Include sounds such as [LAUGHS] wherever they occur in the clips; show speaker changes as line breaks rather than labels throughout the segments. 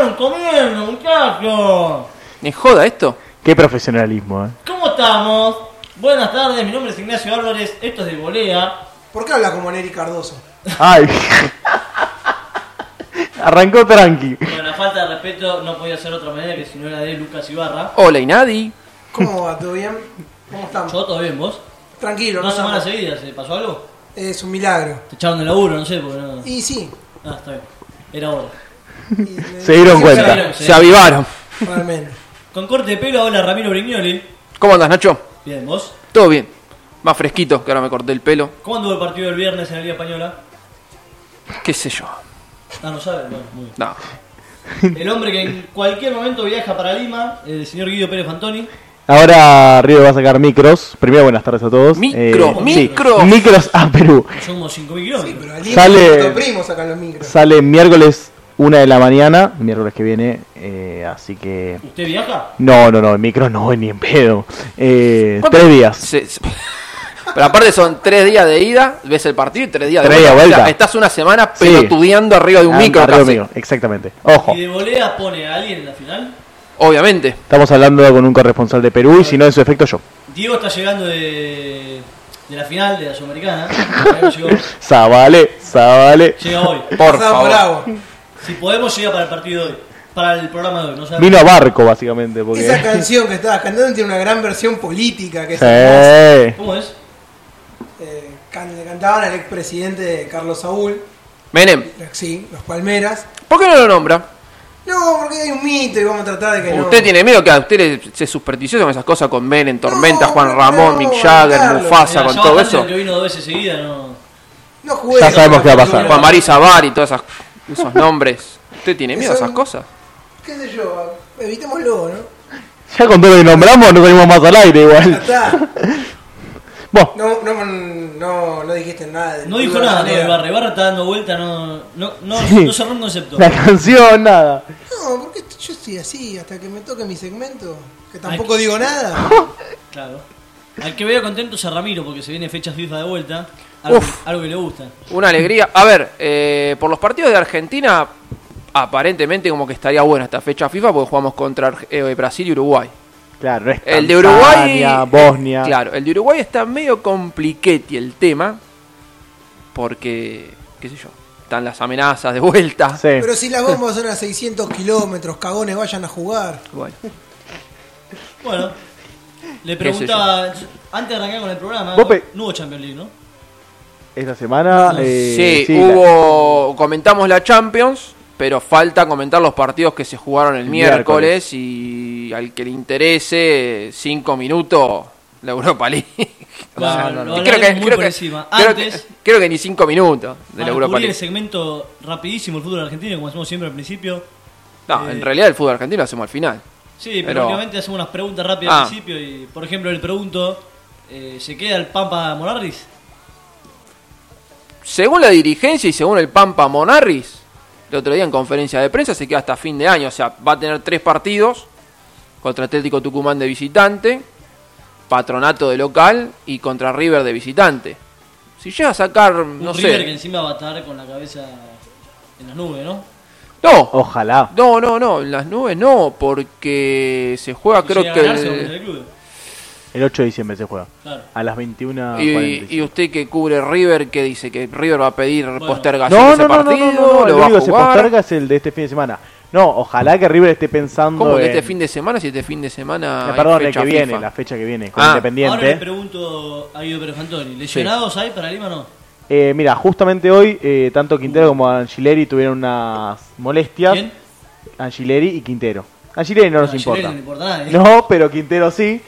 'em
comiendo, muchachos.
¿Me joda esto?
Qué profesionalismo, eh.
¿Cómo estamos? Buenas tardes, mi nombre es Ignacio Álvarez, esto es de Volea.
¿Por qué habla como Neri Cardoso?
Ay. [LAUGHS] Arrancó tranqui.
Con la falta de respeto no podía ser otra manera que si no la de Lucas Ibarra.
Hola, Inadi.
¿Cómo va? ¿Todo bien? ¿Cómo estamos?
Yo todo bien, vos.
Tranquilo, no
Dos semanas
estamos.
seguidas, ¿eh? ¿pasó algo?
Es un milagro.
Te echaron de laburo, no sé, porque no.
Y sí.
Ah, está bien. Era hora.
y-
Se dieron
sí,
cuenta.
sí,
Se avivaron.
Realmente.
Con corte de pelo, hola Ramiro Brignoli.
¿Cómo andas, Nacho?
Bien, vos.
Todo bien. Más fresquito, que ahora me corté el pelo.
¿Cómo anduvo el partido del viernes en la Liga Española?
¿Qué sé yo?
Ah, no saben, bueno, muy bien.
No.
[LAUGHS]
El hombre que en cualquier momento viaja para Lima, el señor Guido Pérez Fantoni.
Ahora Río va a sacar micros. Primero, buenas tardes a todos. Eh,
Micro,
sí,
micro.
micros a Perú.
Son como 5.000
Sí,
kilómetros.
pero al
Sale-
Sale... primo sacan los micros.
Sale miércoles una de la mañana, miércoles que viene, eh, así que...
¿Usted viaja?
No, no, no, el micro no, ni en pedo. Eh,
¿Cuánto-
tres días.
Se- se- Pero aparte son tres días de ida, ves el partido y tres días de
Tres días de
O sea,
vuelta.
estás una semana
Sí.
pelotudeando arriba de un
Ah,
micro
arriba
casi.
mío, Exactamente. Ojo,
¿Y de volea pone a alguien en la final?
Obviamente.
estamos hablando con un corresponsal de Perú y si no, en su efecto yo.
Diego está llegando de, de la final de la
[LAUGHS]
Sudamericana. Ahí Llegó,
Zavale, Zavale.
llega hoy.
Por
Pasaba
favor.
por agua.
Si podemos, llega para el partido de hoy. Para el programa de hoy. No sabemos.
Vino a barco, básicamente, porque...
Esa canción que estabas cantando tiene una gran versión política que es hermosa.
Sí.
¿Cómo es?
Eh, can- le cantaban al expresidente Carlos Saúl,
Menem,
la- sí, los Palmeras.
¿por qué no lo nombra?
No, porque hay un mito y vamos a tratar de que no.
Usted tiene miedo que a usted le- se supersticioso con esas cosas con Menem, Tormenta,
No,
Juan
no,
Ramón,
no,
Mick Jagger,
Carlos.
Mufasa,
Mira,
con
ya
todo
bastante
eso.
Que vino dos veces seguida, no.
No jugué.
Ya sabemos qué va a pasar.
Juan María Zavari, todas esas, esos nombres. ¿Usted tiene miedo a esas cosas?
¿Qué sé yo? Evitémoslo, ¿no?
Ya con todo lo que nombramos, no salimos más al aire
Ya
igual.
está.
Vos,
No, no, no, no dijiste nada. del
No dijo
Club de
nada
Avellaneda.
de Barre. Barra está dando vuelta, no, no, no,
Sí.
no cerró un concepto.
la canción, nada.
No, porque yo estoy así hasta que me toque mi segmento. Que tampoco digo
[LAUGHS]
nada.
Claro. Al que veo contento es a Ramiro porque se viene fecha FIFA de vuelta. Algo,
Uf.
algo que le gusta.
Una alegría. A ver, eh, por los partidos de Argentina, aparentemente como que estaría buena esta fecha FIFA porque jugamos contra Arge- eh, Brasil y Uruguay.
Claro, no es
El de Uruguay.
Tanzania, Bosnia.
Claro, el de Uruguay está medio compliquete el tema. Porque, qué sé yo, están las amenazas de vuelta.
Sí.
Pero si las bombas son a 600 kilómetros, cagones, vayan a jugar.
Bueno,
Eh,
Bueno, le
Qué sé yo.
preguntaba antes de arrancar con el programa.
Vos pe-
No hubo Champions League, ¿no?
Esta semana. eh,
sí,
sí,
hubo. Comentamos la Champions, pero falta comentar los partidos que se jugaron el
Miércoles.
miércoles. Y al que le interese, cinco minutos, la Europa League. [LAUGHS] O sea,
Bueno, lo
y
hablaremos muy por encima.
creo
Antes-
que- creo que ni cinco minutos de la
Para
Europa
cubrir el
League.
segmento rapidísimo del fútbol argentino, como hacemos siempre al principio.
No,
eh,
en realidad el fútbol argentino lo hacemos al final.
Sí, pero
Pero-
últimamente hacemos unas preguntas rápidas
Ah.
al principio. y Por ejemplo, le pregunto, eh, ¿se queda el Pampa Morarris?
Según la dirigencia y según el Pampa Monarris, el otro día en conferencia de prensa se queda hasta fin de año. O sea, va a tener tres partidos contra Atlético Tucumán de visitante, Patronato de local y contra River de visitante. Si llega a sacar,
Un
no
River que
sé.
encima va a estar con la cabeza en las nubes, ¿no?
No,
Ojalá.
no, no, no. En las nubes no, porque se juega, Ah, creo
Llega a
que.
ganarse con
el-
el club.
El 8 de diciembre se juega.
Claro.
A las 21.
Y, y usted que cubre River, que dice que River va a pedir postergación de
no,
ese
no, no, no,
partido,
no, no, no,
lo
El
va a
único que se
jugar.
posterga es el de este fin de semana. No, ojalá que River esté pensando.
¿Cómo que
en-
este fin de semana? Si este fin de semana.
eh,
hay
perdón, el
fecha
que viene,
FIFA.
la fecha que viene, con
Ah.
Ahora le
Independiente.
pregunto a Guido Pérez Fantoni, ¿lesionados hay para Lima o no?
Eh, mira, justamente hoy, eh, tanto Quintero como Angileri tuvieron unas molestias.
¿Quién?
Angileri y Quintero. Angileri no nos
Angeleri Ah,
importa.
No le importa ¿eh? a nadie.
[LAUGHS] No, pero Quintero sí.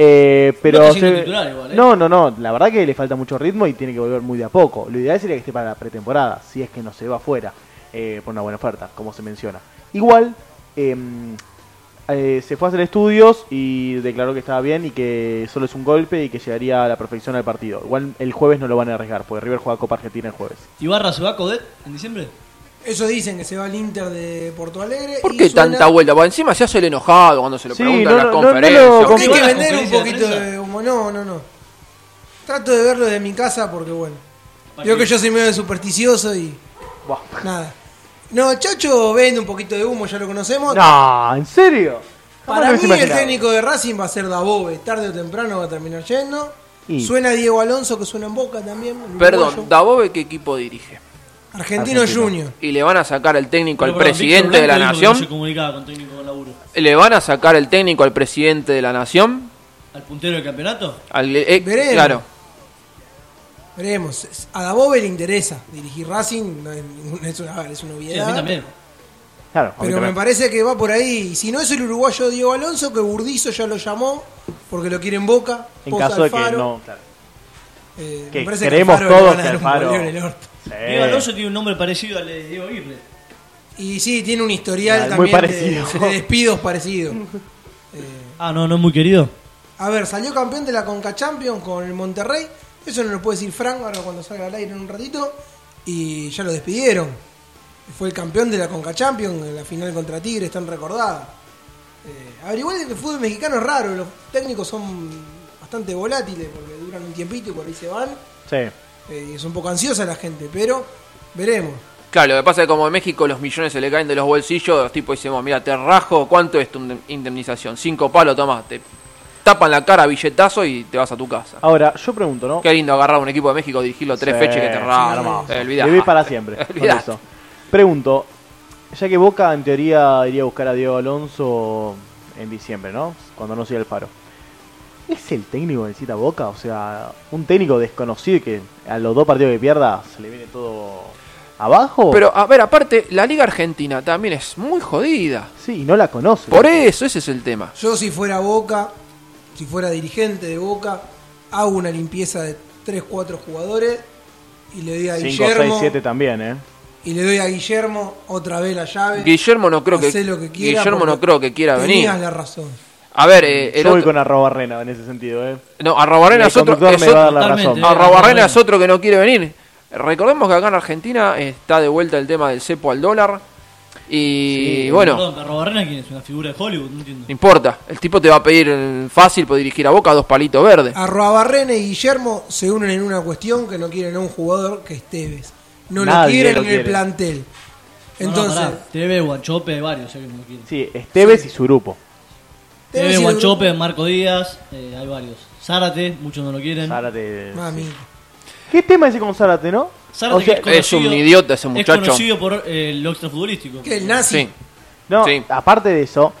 Eh, pero
No está siendo titular igual, ¿eh?
no, no, no. La verdad que le falta mucho ritmo y tiene que volver muy de a poco. Lo ideal sería que esté para la pretemporada, si es que no se va afuera eh, por una buena oferta, como se menciona. Igual eh, eh, se fue a hacer estudios y declaró que estaba bien y que solo es un golpe y que llegaría a la perfección al partido. Igual el jueves no lo van a arriesgar, porque River juega Copa Argentina el jueves.
¿Ibarra se va a Codet en diciembre?
Ellos dicen que se va al Inter de Porto Alegre.
¿Por
y
qué
suena-
tanta vuelta? Porque encima se hace el enojado cuando se lo
Sí,
preguntan
no,
en la
no, no, no
conferencia.
lo
Porque hay
¿Cómo
que
iban las
vender un
conferencias de
poquito
prensa?
de humo. No, no, no. Trato de verlo desde mi casa porque, bueno.
¿Para
Yo
qué?
que yo soy medio supersticioso y
Buah.
nada. No, Chacho vende un poquito de humo, ya lo
[LAUGHS]
conocemos.
No, ¿en serio? Jamás
Para
lo
mí
hubiese
el
imaginado.
técnico de Racing va a ser Dabove, tarde o temprano va a terminar yendo.
Y-
Suena Diego Alonso, que suena en Boca también. el uruguayo.
Perdón, Dabobe, ¿qué equipo dirige?
Argentino,
Argentino.
Junior.
Y le van a sacar al técnico,
Pero,
al
perdón,
presidente
Víctor
de la
Blanco dijo que No se
nación.
comunicaba con técnico con laburo.
Le van a sacar al técnico, al presidente de la nación.
¿Al puntero del campeonato?
Al, eh,
Veremos.
claro.
Veremos. A Dabove le interesa dirigir Racing, no es, ninguna- es una, es una
Sí,
obviedad.
a mí también.
Claro, a mí
Pero me
también.
parece que va por ahí. Y Si no es el uruguayo Diego Alonso, que Burdizo ya lo llamó porque lo quiere en Boca.
en
Post
caso de que
Alfaro.
no. claro.
Eh, me
Que
parece
queremos
Alfaro le
todos
van a dar
que
un
Alfaro-
boleo en el orto.
Sí.
Eh.
Diego Alonso tiene un nombre parecido al de Diego Aguirre.
Y sí, tiene un historial
Ah,
también
muy
de-
parecido.
de despidos parecido.
[LAUGHS]
Ah, no, no es muy querido.
A ver, salió campeón de la Conca Champions con el Monterrey. Eso no lo puede decir Frank ahora cuando salga al aire en un ratito. Y ya lo despidieron. Fue el campeón de la Conca Champions en la final contra Tigres, tan recordada. Eh, a ver, igual el fútbol mexicano es raro. Los técnicos son bastante volátiles porque duran un tiempito y por ahí se van.
Sí.
Eh, y es un poco ansiosa la gente, pero veremos.
Claro, lo que pasa es que como en México los millones se le caen de los bolsillos, los tipos dicen, mira, te rajo, ¿cuánto es tu indem- indemnización? Cinco palos, tomás, te tapan la cara billetazo y te vas a tu casa.
Ahora, yo pregunto, ¿no?
Qué lindo agarrar un equipo de México, dirigirlo tres
Sí,
fechas que te rajan.
hermoso.
Te olvidás.
Vivís para siempre.
[LAUGHS]
con
Olvidate.
eso. Pregunto, ya que Boca en teoría iría a buscar a Diego Alonso en diciembre, ¿no? Cuando no siga el paro. ¿Es el técnico que necesita Boca? O sea, un técnico desconocido y que a los dos partidos que pierda se le viene todo abajo.
Pero, a ver, aparte, la Liga Argentina también es muy jodida.
Sí, y no la conoce.
Por eso, ese es el tema.
Yo si fuera Boca, si fuera dirigente de Boca, hago una limpieza de 3, 4 jugadores y le doy a
5,
Guillermo
6, 7 también, ¿eh?
y le doy a Guillermo otra vez la llave.
Guillermo no creo que,
Hacé lo que quiera
Guillermo no
porque
creo que quiera venir.
tenías la razón.
A ver, eh, el
Yo voy
otro-
con arroba rena en ese sentido, ¿eh?
no, Arrobarrena
El
es otro,
conductor
es
me va a dar la
otro,
razón.
Totalmente.
Arrobarrena
Arrobarrena.
es otro que no quiere venir. Recordemos que acá en Argentina está de vuelta el tema del cepo al dólar. Y bueno,
Perdón, pero Robarrena quién es una figura de Hollywood, no entiendo.
no importa. El tipo te va a pedir eh, fácil por dirigir a Boca dos palitos verdes.
Arruabarrena y Guillermo se unen en una cuestión que no quieren a un jugador que es Tevez. No
Nadie
lo quieren
lo
en
quiere.
el plantel.
No, no,
Entonces,
pará, TV, Guanchope, varios, ya que no lo quieren.
Sí, Esteves y su grupo.
Tevez y
TV,
el
Guanchope, Marco Díaz, eh, hay varios. Zárate, muchos no lo quieren.
Zárate.
mami.
¿Qué tema ese con Zárate, no?
Zárate
O sea,
que es,
es un
conocido-
idiota ese muchacho.
Es conocido por eh, lo extrafutbolístico.
Que el nazi.
Sí.
No,
Sí.
aparte de eso,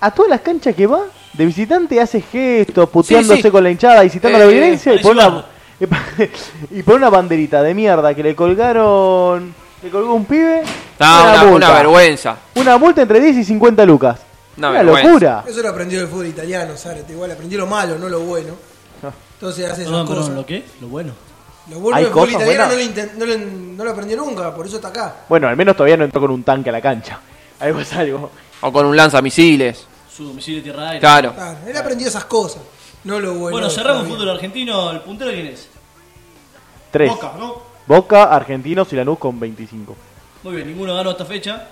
a todas las canchas que va, de visitante hace gestos, puteándose
Sí, sí.
con la hinchada, incitando a
Eh,
la violencia y,
parece
por una,
barba.
[LAUGHS] y por una banderita de mierda que le colgaron. Le colgó un pibe.
Ah, una, una
multa.
vergüenza.
Una multa entre 10 y 50 lucas.
Una
Una,
vergüenza.
locura.
Eso lo aprendió del fútbol italiano, Zárate. Igual aprendió lo malo, no lo
[LAUGHS]
bueno. Entonces hace esas
Perdón,
cosas.
perdón, ¿lo qué? Lo bueno.
Lo bueno
¿Hay
del fútbol
cosas
italiano no lo,
buenas?
inten- no, lo, en- no lo aprendió nunca, por eso está acá.
Bueno, al menos todavía no entró con un tanque a la cancha. [LAUGHS] Algo es algo.
O con un lanzamisiles.
Su domicilio de tierra aire.
Claro.
Claro, él aprendió esas cosas, no lo bueno.
Bueno,
del
cerramos
fútbol.
fútbol argentino. ¿El puntero quién es?
Tres.
Boca, ¿no?
Boca, Argentinos y Lanús con 25.
Muy bien, ninguno ganó esta fecha.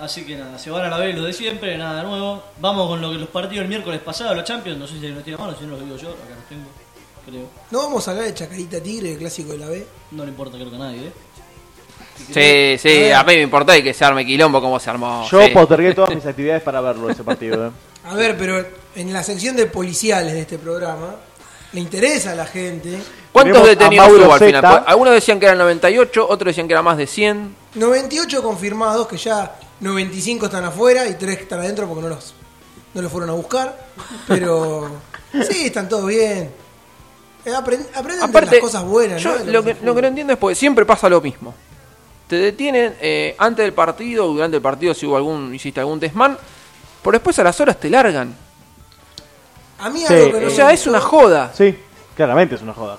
Así que nada, se van a la vez los de siempre, nada nuevo. Vamos con lo que los partidos el miércoles pasado, los Champions. No sé si los tiene mano, si no los digo yo, acá los tengo. Creo.
No vamos a hablar de Chacarita Tigre, el clásico de la B.
No le importa, creo que a nadie, ¿eh?
Sí, sí, a mí me importa y que se arme quilombo como se armó.
Yo
sí.
postergué
[LAUGHS]
todas mis actividades para verlo ese partido. eh.
A ver, pero en la sección de policiales de este programa, le interesa a la gente.
¿Cuántos
Vemos a
detenidos
Mauro
hubo al final?
Zeta.
Pues, Algunos decían que eran 98, otros decían que era más de 100.
98 confirmados, que ya 95 están afuera y 3 están adentro porque no los, no los fueron a buscar. Pero
[LAUGHS]
sí, están todos bien. Eh, apren- aprenden de
Aparte,
las cosas buenas.
yo
¿no? De
lo, que,
del
lo que no
fútbol.
entiendo es porque siempre pasa lo mismo. Te detienen eh, antes del partido, durante el partido, si hubo algún, hiciste algún desmán, pero después a las horas te largan.
a mí
Sí,
algo que
eh,
no
O
me
sea, es
gustó-
una joda.
Sí, claramente es una joda.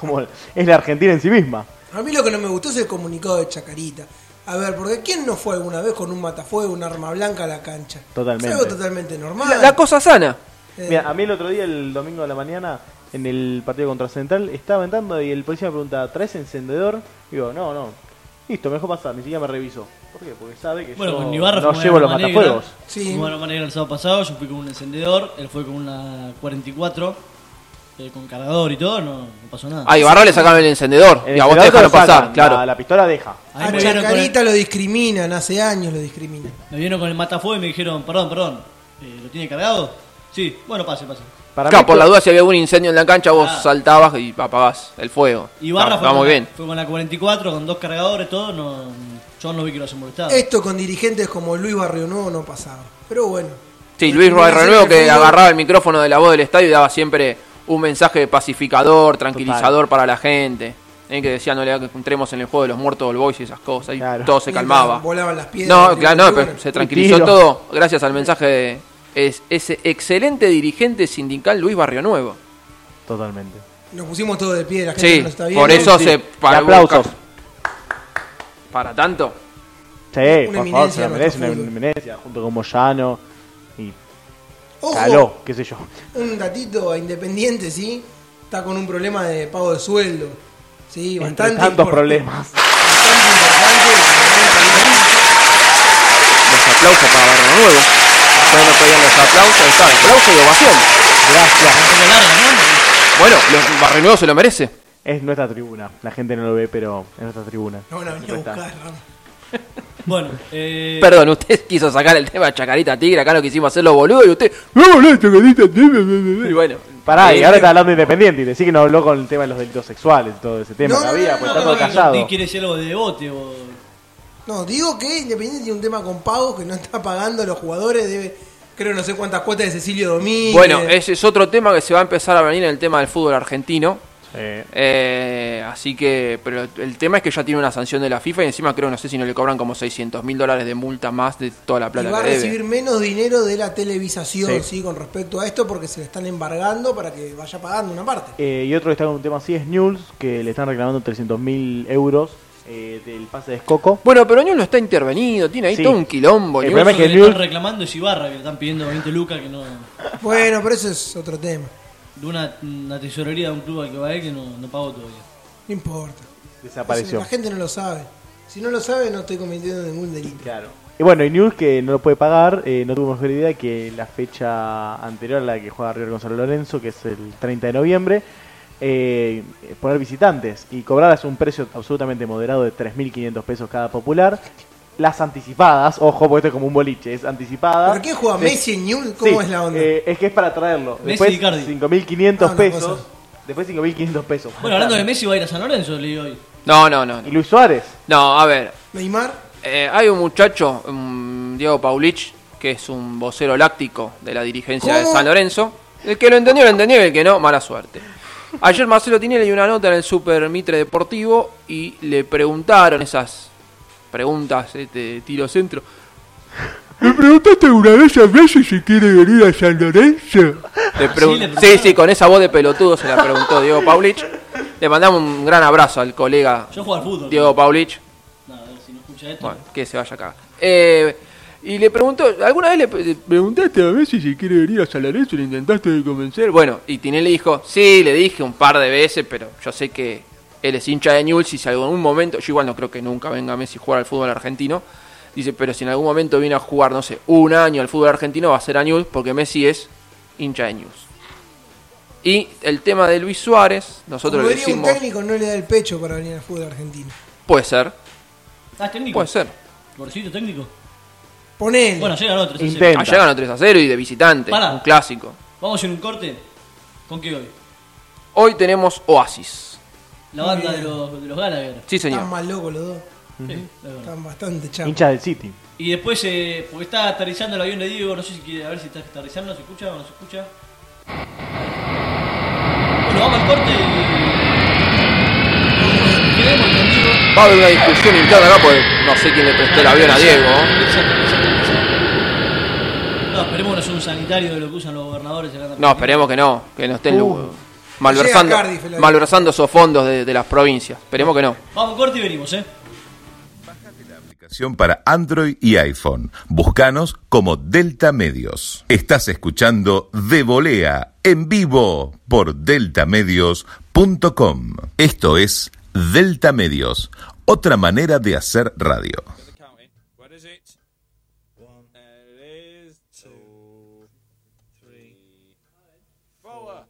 Como es la Argentina en sí misma.
A mí lo que no me gustó es el comunicado de Chacarita. A ver, porque ¿quién no fue alguna vez con un matafuego, un arma blanca a la cancha?
Totalmente.
Es algo totalmente normal.
La, la cosa sana.
Eh,
Mira, a mí el otro día, el domingo de la mañana, en el partido contra Central, estaba entrando y el policía me preguntaba, ¿traes encendedor? Digo, no, no. Listo, mejor pasar, ni siquiera me revisó. ¿Por qué? Porque sabe que
Bueno,
yo
con Ibarra
no
fue
llevo los
Aroma Negra.
matafuegos.
Sí.
Fue Aroma Negra el sábado pasado, yo fui con un encendedor, él fue con una 44. eh, con cargador y todo, no, no pasó nada.
Ay, Barra le sacaron el encendedor.
El
y a vos te
encendedor
dejaron
lo sacan,
pasar,
la-
claro.
La, pistola deja.
A mí
A
me vieron, con el,
Chacarita lo discriminan, hace años lo discriminan.
me vieron con el matafuego y me dijeron, perdón, perdón, eh, ¿lo tiene cargado? Sí, bueno, pase, pase.
Para
Claro,
mí
por
esto-
la duda si había algún incendio en la cancha, vos
Ah.
saltabas y apagás el fuego.
Y Barra
Está-
fue,
está
con,
muy bien.
fue con la 44, con dos cargadores, todo, no, yo no vi que lo hayan molestado.
Esto con dirigentes como Luis Barrio Nuevo no pasaba. Pero bueno.
Sí, Luis
Voy a
Rodríguez
hacer
Renuevo que
referido-
agarraba el micrófono de la voz del estadio y daba siempre un mensaje pacificador, tranquilizador para la gente. ¿eh? Que decía, no le hagas que entremos en el juego de los muertos del Boys y esas cosas. Y
Claro.
todo se calmaba.
Volaban las piedras.
No, claro, no,
Bueno,
pero se tranquilizó
tiro.
todo gracias al mensaje de es- ese excelente dirigente sindical Luis Barrio Nuevo.
Totalmente.
Nos pusimos todos de pie, la gente
Sí,
que nos está viendo.
por eso se...
Y aplausos.
Para tanto.
Sí, por favor,
eminencia
se la
de
merece, una
nuestro fútbol.
eminencia, junto con Moyano y
Ojo,
Caló, qué sé yo.
un datito a Independiente, ¿sí? Está con un problema de pago de sueldo. Sí,
Entre
bastante.
tantos
impor-
problemas.
Bastante importante.
Los aplausos para Barrio Nuevo. Ustedes no pedían los aplausos, ahí está, aplausos y ovación.
Un
Gracias.
poco larga, ¿no?
Bueno, los- Barrio Nuevo se lo merece.
Es nuestra tribuna. La gente no lo ve, pero es nuestra tribuna.
No van a venir a buscar, Ramos.
Bueno, eh,
Perdón, usted [LAUGHS] quiso sacar el tema de Chacarita Tigre, acá no quisimos hacerlo boludo y usted. "No, boludo, Chacarita Tigre". Y bueno.
Pará,
Eh,
y ahora está hablando de independiente y decís que no habló con el tema de los delitos sexuales y todo ese tema
No,
que
no,
había,
no,
pues
no,
está todo
no, no,
Di
callado.
quiere decir algo de bote o...
No, digo que Independiente tiene un tema con pagos que no está pagando a los jugadores. Debe, creo, no sé cuántas cuotas de Cecilio Domínguez.
Bueno, ese es otro tema que se va a empezar a venir en el tema del fútbol argentino.
Eh,
Eh, así que, pero el tema es que ya tiene una sanción de la FIFA y encima creo, no sé si no le cobran como 600 mil dólares de multa más de toda la
Y
plata
va a
que
recibir
debe.
menos dinero de la televisación,
Sí.
sí. con respecto a esto, porque se le están embargando para que vaya pagando una parte.
eh, y otro que está con un tema así es News, que le están reclamando 300 mil euros eh, del pase de Escoco.
Bueno, pero Newell no está intervenido, tiene ahí
Sí.
todo un quilombo.
El
Newell.
problema
Lo
es
que
que
le están
News
reclamando es Ibarra, que le están pidiendo 20 lucas, que no...
Bueno, pero eso es otro tema.
De una, una tesorería de un club al que va él que no, no pagó todavía.
No importa.
desapareció.
La gente no lo sabe. Si no lo sabe, no estoy cometiendo ningún delito.
Claro. Y bueno, y News que no lo puede pagar, eh, no tuvo mejor idea que la fecha anterior a la que juega River Gonzalo Lorenzo, que es el 30 de noviembre, eh, poner visitantes y cobrarles un precio absolutamente moderado de 3.500 pesos cada popular. Las anticipadas, ojo, porque esto es como un boliche, es anticipada.
¿Por qué juega
Sí.
Messi en Newell? ¿Cómo
Sí,
es la onda?
eh, es que es para traerlo.
Messi
Después
y Icardi.
5.500
Ah, una
pesos.
cosa.
Después 5.500 pesos.
Bueno, hablando de Messi, va a ir a San Lorenzo, le digo hoy.
No, no, no.
Y Luis Suárez.
No, a ver,
Neymar,
Eh, hay un muchacho, mm, Diego Paulich, que es un vocero láctico de la dirigencia de
¿Cómo?
San Lorenzo. El que lo entendió, lo entendió, y el que no, mala suerte. Ayer Marcelo Tinelli dio una nota en el Super Mitre Deportivo y le preguntaron esas preguntas este, tiro centro.
¿Le preguntaste una vez a Messi si quiere venir a San Lorenzo?
Le pregun-
Ah, le
sí,
preguntaron.
sí, con esa voz de pelotudo se la preguntó Diego Paulich. Le mandamos un gran abrazo al colega
Yo juego al fútbol.
Diego Paulich.
No, a ver si no escucha esto.
Bueno, que se vaya acá. Eh, y le preguntó, ¿alguna vez le pre- le preguntaste a Messi si quiere venir a San Lorenzo? ¿Le intentaste convencer? Bueno, y Tinelli dijo, sí, le dije un par de veces, pero yo sé que él es hincha de Newell's y si en algún momento, yo igual no creo que nunca venga Messi a jugar al fútbol argentino, dice, pero si en algún momento viene a jugar, no sé, un año al fútbol argentino va a ser a Newell's porque Messi es hincha de Newell's. Y el tema de Luis Suárez, nosotros
como
le
diría un
decimos,
técnico, no le da el pecho para venir al fútbol argentino.
puede ser,
¿Estás Ah, técnico?
puede ser.
¿Gorcito técnico?
Ponele.
Bueno, llega el otro. sí, sí.
Intenta.
Allá ganó 3 a 0 y de visitante,
Pará.
un clásico.
Vamos en un corte. ¿Con qué hoy?
Hoy tenemos Oasis.
La banda de los, de los Gallagher.
Sí,
están
señor.
más locos los dos.
Sí, la verdad.
Están bastante chapos.
Hinchas del City.
Y después, eh, porque está aterrizando el avión de Diego, no sé si quiere, a ver si está aterrizando, ¿se escucha o no se escucha? Bueno, vamos al corte y... Quedemos con Diego.
Va a haber una discusión interna acá porque no sé quién le prestó el avión a Diego. ¿eh?
Exacto, exacto, exacto. No, esperemos que no sea un sanitario de lo que usan los gobernadores. acá en
No,
Argentina.
esperemos que no, que no estén
Uh.
malversando,
Llega Cardiff el avión.
malversando esos fondos de, de las provincias. Esperemos que no.
Vamos al corte y venimos, ¿eh?
Aplicación para Android y iPhone. Buscanos como Delta Medios. Estás escuchando De Volea en vivo por deltamedios.com. Esto es Delta Medios, otra manera de hacer radio.
county. What is it? One. There it is. Two. Three. Four.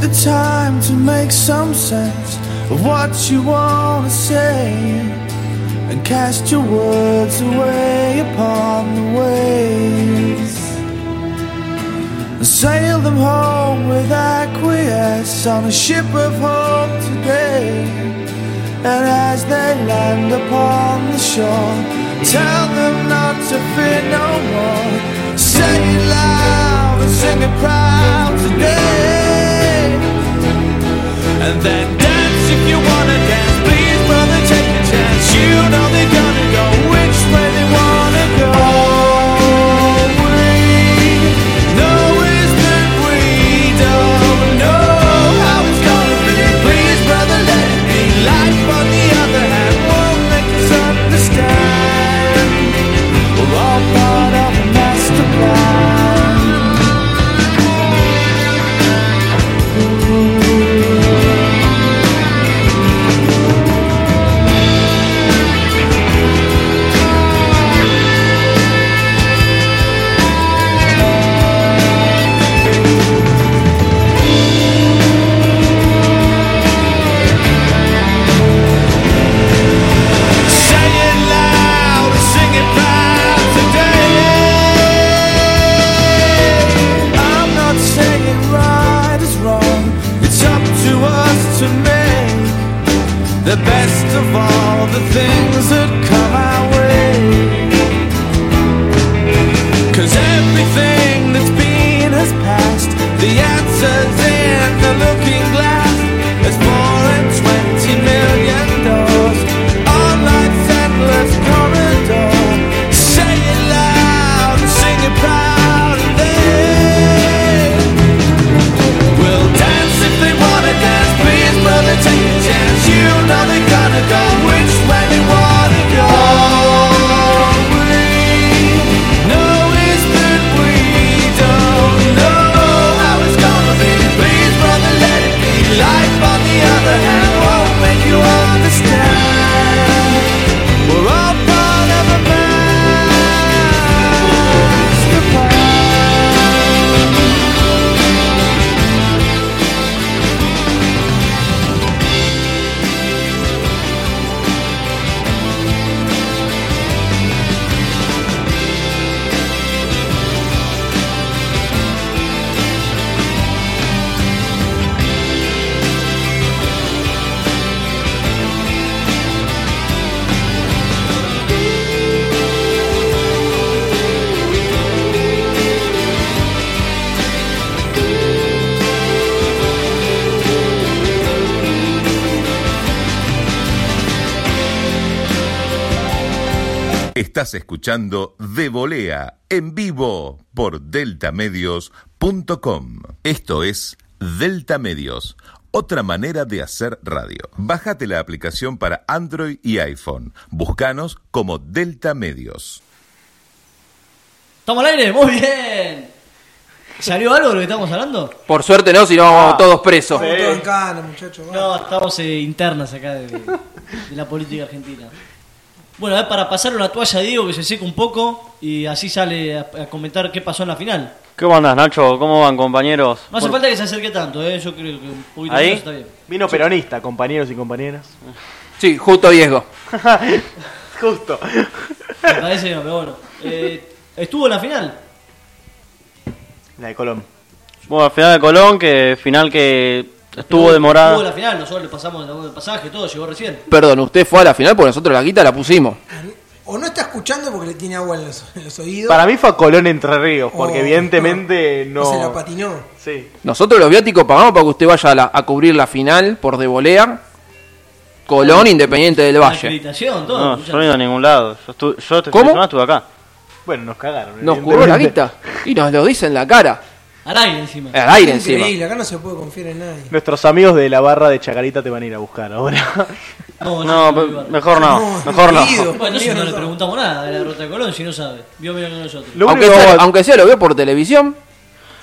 the time to make some sense of what you want to say and cast your words away upon the waves. And sail them home with acquiesce on a ship of hope today. And as they land upon the shore, tell them not to fear no more. Say it loud and sing it proud today. And then dance if you wanna dance. Please, brother, take a chance. You know they're gonna go which way they wanna go. We know is that we don't know how it's gonna be. Please, brother, let it be. Life on the other hand won't make us understand. We're all part of a master plan. Say it loud and sing it proud today. I'm not saying right is wrong. It's up to us to make the best of all the things that come our way. 'Cause everything that's been has passed. The answer's in the looking glass. There's four and twenty million doors. All lights endless corridor. Say it loud and sing it proud and then We'll dance if they wanna dance. Please, brother, take a chance. You know they're gonna go which way they wanna go. We know is that we don't know how it's gonna be. Please, brother, let it be. Life on the other hand won't make you understand. We're all part of a master plan.
Estás escuchando De Volea en vivo por deltamedios.com. Esto es Delta Medios, otra manera de hacer radio. Bájate la aplicación para Android y iPhone. Búscanos como Delta Medios.
¿Estamos al aire? Muy bien. ¿Salió algo de lo que estábamos hablando?
Por suerte no, si no
Ah.
vamos todos presos.
Estamos todos en cana, muchachos. va.
No, estamos eh, internas acá de, de la política argentina. Bueno, a ver, para pasar una toalla a Diego que se seque un poco y así sale a, a comentar qué pasó en la final.
¿Qué andas, Nacho? ¿Cómo van, compañeros?
No hace
Por-
falta que se acerque tanto, ¿eh? yo creo que un poquito
¿Ahí?
más está bien.
Vino peronista, compañeros y compañeras.
Sí, justo Diego.
Justo.
Me parece que no, pero bueno. Eh, estuvo en la final.
La de Colón.
Bueno, final de Colón, que final que estuvo
Estuvo en
demorada.
la final, nosotros le pasamos el pasaje, todo llegó recién.
Perdón, usted fue a la final porque nosotros la guita la pusimos.
O no está escuchando porque le tiene agua en los, en los oídos.
Para mí fue a Colón Entre Ríos, porque
o-
evidentemente no.
o Oh. Se la patinó.
Sí.
Nosotros los viáticos pagamos para que usted vaya a, la- a cubrir la final por de volea. Colón Independiente del
La
Valle.
acreditación, todo.
No,
muchachos.
yo no he ido a ningún lado. Yo, estu- yo este
¿Cómo?
fin de semana estuve acá.
Bueno, nos cagaron.
Nos cobró la
evidentemente.
guita y nos lo dice en la cara.
Al aire encima.
Al aire encima.
Increíble, acá no se puede confiar en nadie.
Nuestros amigos de la barra de Chacarita te van a ir a buscar ahora. [LAUGHS]
No, yo
No,
no
pe-
iba a ver.
mejor no, mejor no.
querido,
Bueno, entonces
[LAUGHS] querido,
no le
no.
preguntamos nada de la derrota de Colón si no sabe. Vio menos que nosotros.
Lo
aunque,
único que
sea,
vamos a-
aunque sea, lo veo por televisión.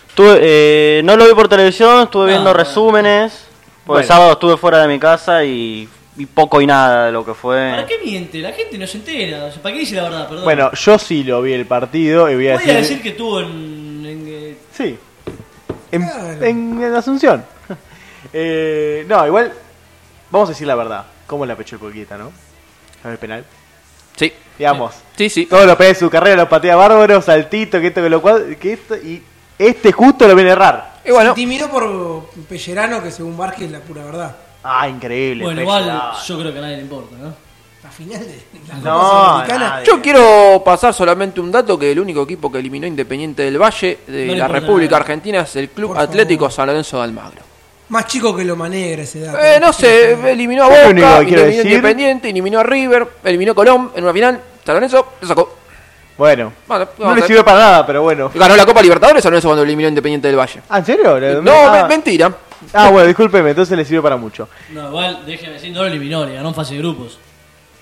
Estuve, eh, no lo vi por televisión, estuve
No,
viendo
Ah, bueno.
resúmenes. Porque
Bueno.
el sábado estuve fuera de mi casa y, y poco y nada de lo que
¿Para
fue.
qué miente? La gente no se entera. O sea, ¿Para qué dice la verdad? Perdón.
Bueno, yo sí lo vi el partido y voy a
Podría
decir.
decir que estuvo en. en, eh,
Sí. En,
Claro.
en- en Asunción. [LAUGHS] Eh, no, igual, vamos a decir la verdad. ¿Cómo la pechó el Polquita, no? En el penal.
Sí.
Digamos,
Sí, sí.
todos los pedos de su carrera los patea bárbaro, saltito, que esto, que lo cual, que esto, y este justo lo viene a errar.
Y bueno,
Intimidó por Pellerano, que según Vázquez es la pura verdad.
Ah, increíble.
Bueno,
Peche,
igual
ah.
yo creo que a nadie le importa, ¿no?
La final de la
No,
Copa Sudamericana.
nadie.
yo quiero pasar solamente un dato que el único equipo que eliminó Independiente del Valle de
No le
la
importa
República
nada.
Argentina es el Club
Por favor.
Atlético San Lorenzo de Almagro.
Más chico que lo manegra ese dato.
Eh, no sé, eliminó a
Yo lo
Boca,
único que quiero
eliminó a
decir-
Independiente, eliminó a River, eliminó a Colón en una final. San Lorenzo lo sacó.
Bueno,
Bueno,
no
vamos
le
a-
sirvió para nada, pero bueno.
Ganó la Copa Libertadores San Lorenzo cuando eliminó a Independiente del Valle.
Ah, ¿en serio? Le-
No,
ah.
me- mentira.
Ah, bueno, discúlpeme, entonces le sirvió para mucho.
No, igual, déjeme decir, no lo eliminó, le ganó en fase de grupos.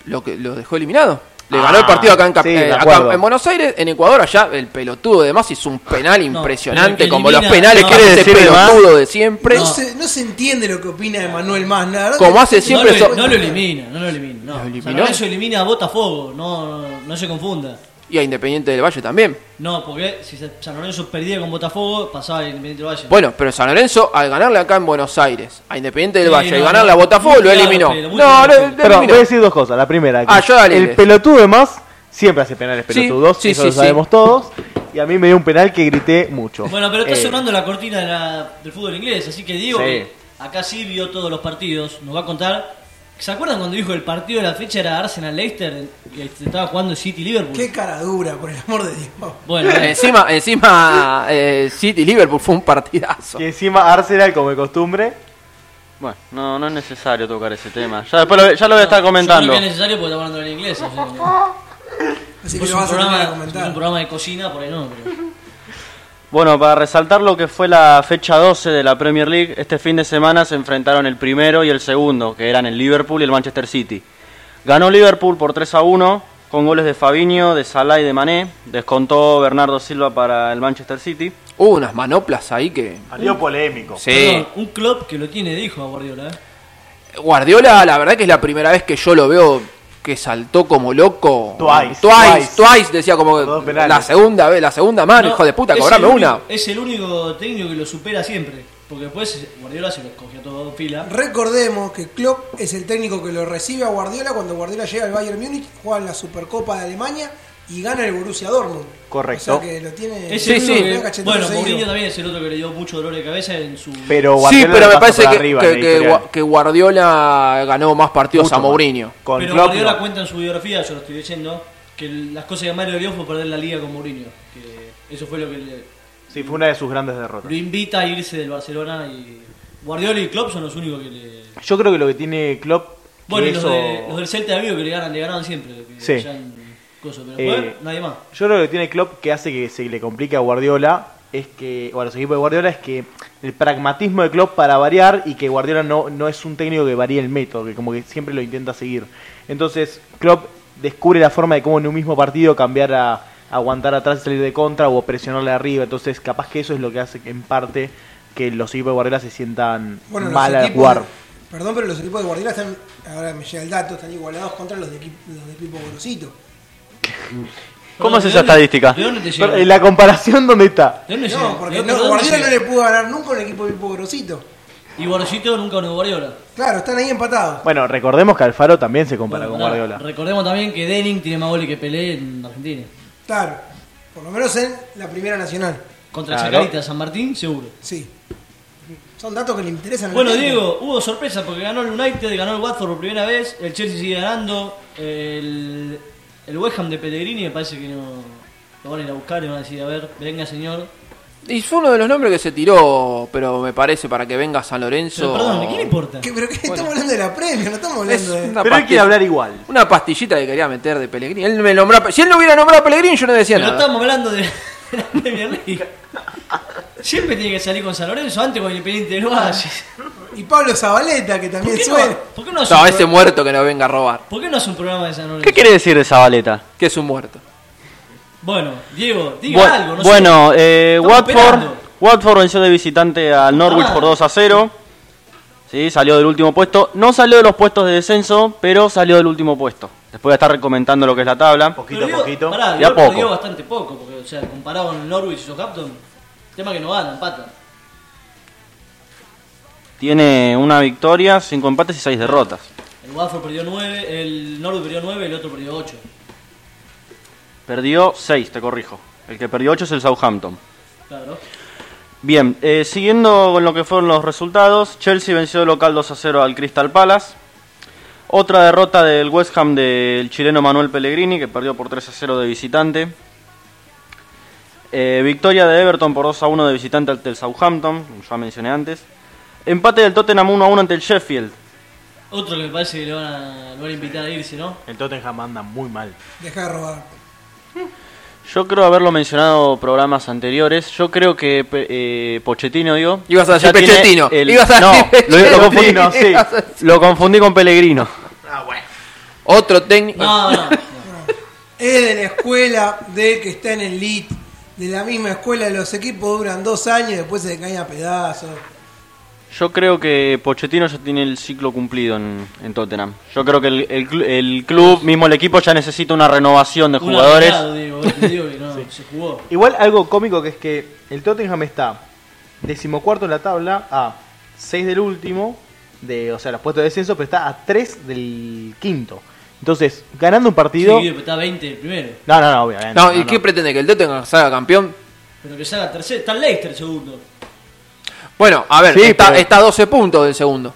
Lo que lo dejó eliminado. Le
Ah,
ganó el partido acá en, Cap-
sí, de
eh, acá
acuerdo.
en Buenos Aires, en Ecuador, allá el pelotudo de más hizo un penal
No,
impresionante,
pero que
como los
elimina-
penales
no,
que hace ese
decirle más.
pelotudo de siempre.
No, se, no se entiende lo que opina de Manuel más nada.
Como hace
No
siempre
lo, e-
so-
no lo elimina, no lo elimina. No.
eliminó?
San Lorenzo elimina a Botafogo, no, no, no se confunda.
Y a Independiente del Valle también.
No, porque si se- San Lorenzo perdía con Botafogo, pasaba el Independiente del Valle.
Bueno, pero San Lorenzo, al ganarle acá en Buenos Aires, a Independiente del
Sí,
Valle,
no,
y
no,
ganarle a
muy
Botafogo, lo
claro,
eliminó.
pero muy
No,
claro,
lo,
pero-
lo
Pero voy
eliminó.
a decir dos cosas. La primera, que
Ah, yo dale,
el
Inés.
pelotudo de más siempre hace penales
Sí,
pelotudos,
sí,
eso
sí,
lo
sí.
sabemos todos. Y a mí me dio un penal que grité mucho.
Bueno, pero está
Eh,
sonando la cortina de la- del fútbol inglés, así que digo
Sí.
que acá sí vio todos los partidos, nos va a contar. ¿Se acuerdan cuando dijo que el partido de la fecha era Arsenal Leicester y estaba jugando City Liverpool?
Qué cara dura, por el amor de Dios.
Bueno, eh,
Encima, encima eh, City Liverpool fue un partidazo.
Que encima Arsenal, como de costumbre,
Bueno, no, no es necesario tocar ese tema. Ya después lo, ya lo voy a estar comentando.
Yo creo que es necesario porque estamos hablando en inglés. o sea, no.
Así que
es,
lo
un
vas a tener que
programa, es un
comentar.
programa de cocina, por ahí no. Pero...
Bueno, para resaltar lo que fue la fecha 12 de la Premier League, este fin de semana se enfrentaron el primero y el segundo, que eran el Liverpool y el Manchester City. Ganó Liverpool por 3 a 1 con goles de Fabinho, de Salah y de Mané. Descontó Bernardo Silva para el Manchester City.
Hubo unas manoplas ahí que.
salió polémico.
Sí.
Perdón, un club que lo tiene, dijo a Guardiola. ¿eh?
Guardiola, la verdad que es la primera vez que yo lo veo que saltó como loco.
Twice,
Twice,
twice.
twice, decía como que
Dos penales.
la segunda vez, la segunda mano,
No,
Ah, hijo de puta,
es
cobrame
el
una.
único- Es el único técnico que lo supera siempre. Porque después Guardiola se lo cogió todo en fila.
Recordemos que Klopp es el técnico que lo recibe a Guardiola cuando Guardiola llega al Bayern Múnich, juega en la Supercopa de Alemania y gana el Borussia Dortmund.
Correcto.
O sea que lo tiene.
Es
Sí,
el único
sí.
que-
pega cachetazo
bueno,
seguido.
Mourinho también es el otro que le dio mucho dolor de cabeza en su.
Pero
Sí,
Guardiola
pero
le
me
pasó
parece
por
que,
arriba
que-
en el
que
historial.
Gua- que Guardiola ganó más partidos
Mucho
a
más.
Mourinho.
Con
pero
Klopp,
Guardiola
no.
cuenta en su biografía, yo lo estoy leyendo, que las cosas que Mario le dio fue perder la liga con Mourinho. Que eso fue lo que le,
Sí, fue una de sus grandes derrotas.
lo invita a irse del Barcelona y. Guardiola y Klopp son los únicos que le.
Yo creo que lo que tiene Klopp. que
Bueno, y los,
eso-
de- los del Celta de Vigo que le ganan, le ganaron siempre. que
Sí.
ya en- coso, pero
Eh,
después, nadie más.
Yo creo que tiene Klopp que hace que se le complique a Guardiola es que, o a los equipos de Guardiola es que el pragmatismo de Klopp para variar y que Guardiola no, no es un técnico que varíe el método, que como que siempre lo intenta seguir. Entonces Klopp descubre la forma de cómo en un mismo partido cambiar a aguantar atrás y salir de contra o presionarle arriba. Entonces capaz que eso es lo que hace que, en parte que los equipos de Guardiola se sientan
Bueno, los
mal a
equipos-
jugar.
Perdón, pero los equipos de Guardiola están. Ahora me llega el dato, están igualados contra los de, equi- los de equipo Gorosito.
¿Cómo es
¿De
esa
dónde-
estadística?
¿De dónde te llega?
Pero, ¿y la comparación dónde está?
¿De dónde llega?
No, porque
¿De
no,
dónde-
Guardiola no
dónde
le pudo ganar nunca un equipo de equipo Gorosito.
llega? Y Guardiola nunca ganó Guardiola.
Claro, están ahí empatados.
Bueno, recordemos que Alfaro también se compara
Bueno,
con
pará,
Guardiola.
Recordemos también que Denning tiene más goles que Pelé en Argentina.
Claro. Por lo menos en la Primera Nacional.
Contra
Claro.
Chacarita San Martín, seguro.
Sí. Son datos que le interesan al
Bueno,
técnico.
Diego, hubo sorpresa porque ganó el United, ganó el Watford por primera vez, el Chelsea sigue ganando, el, el West Ham de Pellegrini me parece que no lo van a ir a buscar y van a decir, a ver, venga señor.
Y fue uno de los nombres que se tiró, pero me parece para que venga San
Pero
Lorenzo.
perdón, ¿de quién le importa?
¿Qué- pero qué estamos hablando de la Premier, no estamos
Es
hablando de.
una,
Pero hay que
pastilla-
hablar igual.
una pastillita que quería meter de Pellegrini. Él me nombró a Pe- Si él no hubiera nombrado a Pellegrini, yo no decía
Pero no
nada.
estamos hablando de [LAUGHS] de la Premier League. Siempre tiene que salir con San Lorenzo antes con Independiente del Valle.
Y Pablo Zabaleta, que
¿Por
también
qué no,
suena.
por qué no hace
No,
un
ese
pro-
muerto que nos venga a robar.
¿Por qué no hace un programa de San Lorenzo?
¿Qué quiere decir esa baleta?
Que es un muerto.
Bueno, Diego, diga
Bu-
algo. No sé.
bueno, eh,
Estamos
Watford,
esperando.
Watford venció de visitante al Norwich
Ah.
por 2 a 0. Sí, salió del último puesto. No salió de los puestos de descenso, pero salió del último puesto. Después voy a estar comentando lo que es la tabla.
Poquito a
Pero dio-
poquito.
Pará,
De
dio,
a poco.
dio bastante poco, porque, o sea, comparado con el Norwich y Southampton, tema que no ganan, empatan.
Tiene una victoria, cinco empates y seis derrotas.
El Watford perdió 9, el Norwood perdió 9, el otro perdió 8.
Perdió seis, te corrijo. El que perdió ocho es el Southampton.
Claro.
Bien, eh, siguiendo con lo que fueron los resultados, Chelsea venció de local 2 a 0 al Crystal Palace. Otra derrota del West Ham del chileno Manuel Pellegrini, que perdió por 3 a 0 de visitante. Eh, victoria de Everton por 2 a 1 de visitante ante el Southampton, como ya mencioné antes. Empate del Tottenham 1 a 1 ante el Sheffield.
Otro que me parece que lo van a, lo van a invitar a irse,
[LAUGHS]
¿no?
El Tottenham anda muy mal.
Deja de robar.
Yo creo haberlo mencionado programas anteriores. Yo creo que pe- eh, Pochettino, digo.
Ibas a decir
ya tiene
Pochettino, ibas a
no,
decir
lo, lo
Pochettino,
confundí, sí.
ibas a decir-
Lo confundí con Pellegrino.
Otro técnico.
No, no. no.
Es de la escuela del que está en el elite. De la misma escuela, los equipos duran dos años y después se caen a pedazos.
Yo creo que Pochettino ya tiene el ciclo cumplido en, en Tottenham. Yo creo que el, el clu- el club, mismo el equipo, ya necesita una renovación de
Un
jugadores.
arreglado, digo, te digo que
[LAUGHS]
no, se jugó.
Igual algo cómico que es que el Tottenham está decimocuarto en la tabla a 6 del último, de, o sea, los puestos de descenso, pero está a 3 del quinto. Entonces, ganando un
Sí,
partido...
pero está 20 el primero.
No, no, no, obviamente.
No, ¿y qué pretende? ¿Que el Tottenham salga campeón?
Pero que salga tercero. Está el Leicester segundo.
Bueno, a ver,
Sí,
está,
pero-
está a 12 puntos del segundo.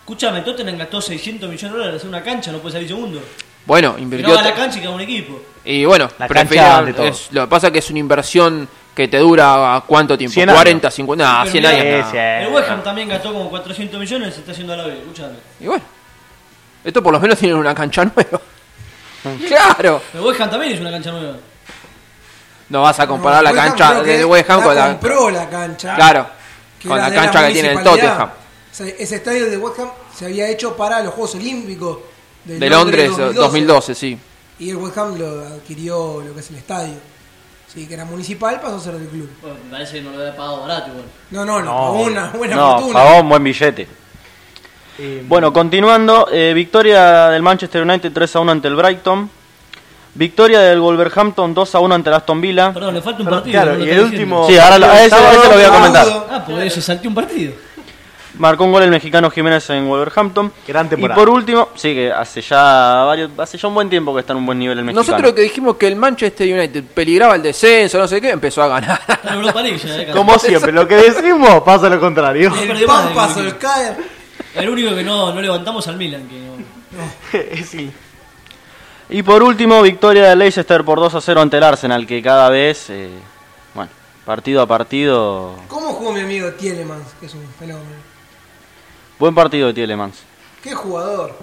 Escúchame, Tottenham gastó 600 millones de dólares en hacer una cancha, no puede salir segundo.
Bueno,
Que
invirtió.
no haga la
tre-
cancha y que haga un equipo.
y bueno,
La
prefiero-
cancha ante todo.
es- lo que pasa es que es una inversión que te dura ¿a cuánto tiempo?
100 años.
40, 50, nah,
Pero
100
mirá,
años.
Sí,
nah.
sí.
El West Ham también gastó como 400 millones y se está haciendo a la vez. Escúchame.
Y bueno, esto por lo menos tienen una cancha nueva.
[LAUGHS]
claro,
El West Ham también es una cancha nueva.
no vas a comparar
No,
la
West Ham
cancha
creo que
del West Ham con la.
compró la cancha.
Claro,
que
con
era
la
de
cancha que tiene el
municipalidad.
Tottenham.
O sea, ese estadio de West Ham se había hecho para los Juegos Olímpicos de,
De Londres eh, 2012, sí.
Y el West Ham lo adquirió lo que es el estadio. Sí, que era municipal, pasó a ser del club.
Bueno, me parece que no lo había pagado barato igual.
No, no, no,
No.
pagó una buena
No,
fortuna.
pagó un buen billete.
Eh,
Bueno, continuando, eh, victoria del Manchester United 3 a 1 ante el Brighton. Victoria del Wolverhampton 2 a 1 ante el Aston Villa.
Perdón, le falta un
Pero,
partido.
claro,
no lo
y
está
el
diciendo.
último-
Sí, ahora lo- a ese, a ese lo voy a comentar.
Ah, porque se salté un partido.
Marcó un gol el mexicano Jiménez en Wolverhampton.
Gran temporada.
Y por último, sí, que hace ya varios, hace ya un buen tiempo que está en un buen nivel el mexicano.
Nosotros que dijimos que el Manchester United peligraba el descenso, no sé qué, empezó a ganar.
Está en Europa League ya, eh, cara.
Como siempre, lo que decimos pasa lo [LAUGHS] contrario.
No
El
perdió más
Pampa
del Milan.
Solskjaer.
El único que no, no levantamos al Milan. Que no.
Es el-
Y por último, victoria de Leicester por 2 a 0 ante el Arsenal, que cada vez, eh, bueno, partido a partido,
¿Cómo jugó mi amigo Tielemans? Que es un fenómeno.
buen partido de Tielemans.
Qué jugador.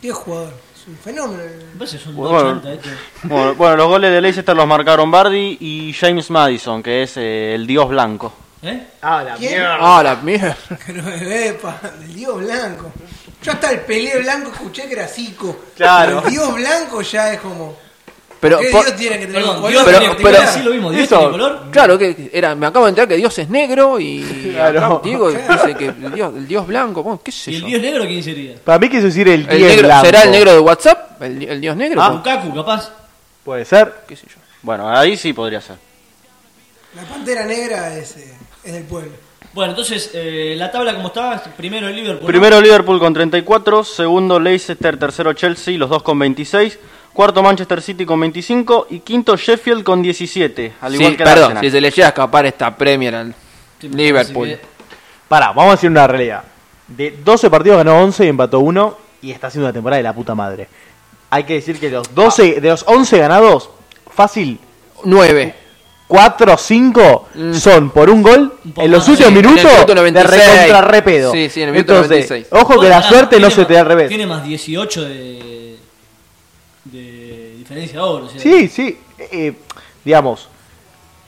Qué jugador. Es un fenómeno.
Me parece que son
Bueno.
2.80 esto.
[LAUGHS]
Bueno, bueno, los goles de Leicester los marcaron Bardi y James Madison, que es eh, el dios blanco.
¿Eh?
Ah, la
¿Quién? [LAUGHS]
mierda.
Ah, la mierda.
Pero epa, el Dios Blanco. Yo hasta el Pelé Blanco escuché que era Zico.
Claro.
El Dios Blanco ya es como.
Pero,
¿Qué
por-
Dios tiene que tener un
Perdón,
color?
Dios
Pero-
tiene,
pero-
decir lo mismo, Dios
eso-
tiene color.
Claro que era, me acabo de enterar que Dios es
[LAUGHS]
negro y
Claro.
acá Diego dice que el Dios, el Dios blanco, bueno, qué sé
¿Y el
yo.
Dios negro quién sería?
Para mí quiso decir el
El
10
negro-
blanco.
¿Será el negro de WhatsApp? ¿El, el Dios negro?
Ah.
Bueno,
Lukaku, capaz.
Puede ser.
qué sé yo.
Bueno, ahí sí podría ser.
La pantera negra es, eh, es del pueblo.
Bueno, entonces, eh, la tabla como está, primero el Liverpool. ¿no?
Primero Liverpool con 34, segundo Leicester, tercero Chelsea, los dos con 26, cuarto Manchester City con 25 y quinto Sheffield con 17, al igual
Sí,
que el
perdón,
Arsenal.
si se le llega a escapar esta Premier al
Sí, me
Liverpool.
parece que-
Pará, vamos a decir una realidad. De 12 partidos ganó 11 y empató 1 y está haciendo una temporada de la puta madre. Hay que decir que los 12, de los 11 ganados, fácil,
9.
4 o 5
Mm.
son por un gol
Un poco
en los
más,
últimos
sí. En el
minutos
minuto
de
96.
recontra repedo.
Sí, sí, en el minuto
Entonces,
96.
Ojo que
Bueno,
la
nada,
suerte no
tiene
se te
más-
da al revés.
Tiene más 18 de, de diferencia ahora. O sea,
Sí, sí. eh, eh, digamos,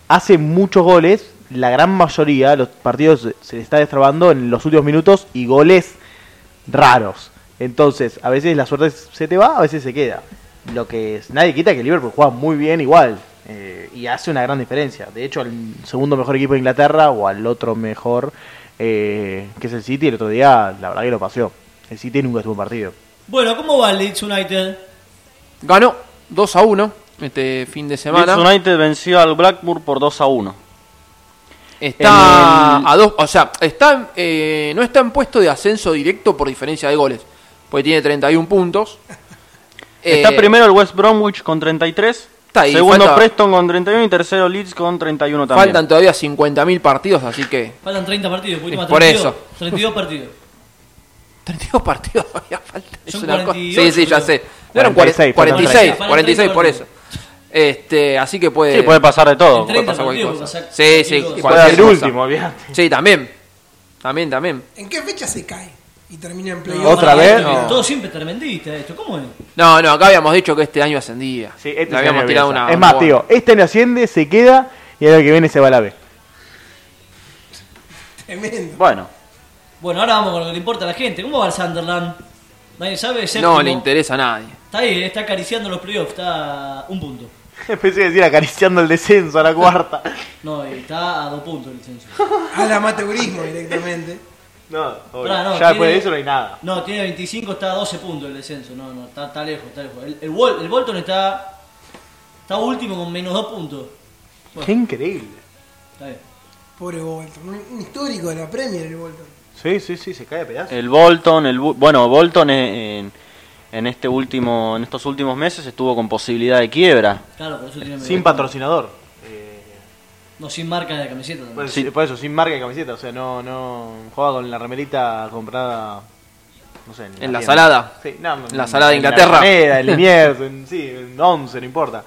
hace muchos goles. La gran mayoría de los partidos se le está destrabando en los últimos minutos y goles raros. Entonces, a veces la suerte se te va, a veces se queda. Lo que es- nadie quita que Liverpool juega muy bien igual eh, y hace una gran diferencia. De hecho, al segundo mejor equipo de Inglaterra o al otro mejor, eh, que es el City, el otro día la verdad que lo paseó. El City nunca estuvo en partido.
Bueno, ¿cómo va el Leeds United?
Ganó 2 a 1 este fin de
Leeds
semana.
United venció al Blackburn por 2 a 1.
Está
En el-
a dos, o sea, está, eh, no está en puesto de ascenso directo por diferencia de goles, porque tiene
[LAUGHS]
31 puntos.
Está
Eh,
primero el West Bromwich con 33.
Está ahí,
segundo
falta-
Preston con 31 y tercero Leeds con 31 también.
Faltan todavía 50.000 partidos, así que [LAUGHS]
Faltan 30 partidos, poquito más,
Por
32,
eso.
32 partidos.
32 partidos todavía faltan. Es
Son
una cosa-
48,
Sí, sí, ya
creo.
sé. No eran
46,
46, 46,
faltan
46 por
30
eso. Este, así que puede
Sí, puede pasar de todo.
En 30
pasar cualquier
partidos,
cosa.
puede pasar
Sí,
cualquier
sí,
cosa.
cualquier
Puede ser
cosa.
último, obviamente.
Sí, también. También, también.
¿En qué fecha se cae? Y termina en playoff.
[LAUGHS] ¿Otra
Para
vez?
esto,
No.
Todo siempre tremendista esto, ¿cómo es?
No, no, acá habíamos dicho que este año ascendía.
Sí, este
Le habíamos
año
tirado
empieza.
una.
Es más,
una
tío, este año asciende, se queda y el año que viene se va a la B.
Tremendo.
[LAUGHS]
Bueno,
Bueno, ahora vamos con lo que le importa a la gente. ¿Cómo va el Sunderland? Nadie sabe,
buena.
séptimo.
No le interesa a nadie.
Está ahí, eh, está acariciando los playoffs, está a un punto.
Empecé a decir acariciando el descenso a la cuarta.
No, está a dos puntos el licencio.
Al amateurismo directamente.
No, obvio.
Pará, no,
ya después
tiene-
de eso no hay nada.
No, tiene 25, está a 12 puntos el descenso. No, no, está, está lejos, está lejos. El, el, Wol- el Bolton está, está último con menos 2 puntos.
Qué increíble.
Está bien.
Pobre Bolton. Un un histórico de la Premier el Bolton.
Sí, sí, sí, se cae a
Eh,
pedazos.
el Bolton, el Bu- bueno, Bolton eh, en, en este último en estos últimos meses estuvo con posibilidad de quiebra.
Claro, por eso tiene
sin patrocinador. Eh,
No, sin marca de camiseta también.
por,
Sí.
por eso, sin marca de camiseta. O sea, no, no juega con la remerita comprada. No sé,
En la
tienda.
salada.
Sí, no,
En la salada de Inglaterra.
En la Alameda,
[LAUGHS]
en Liniers, en, sí, en Once, no importa.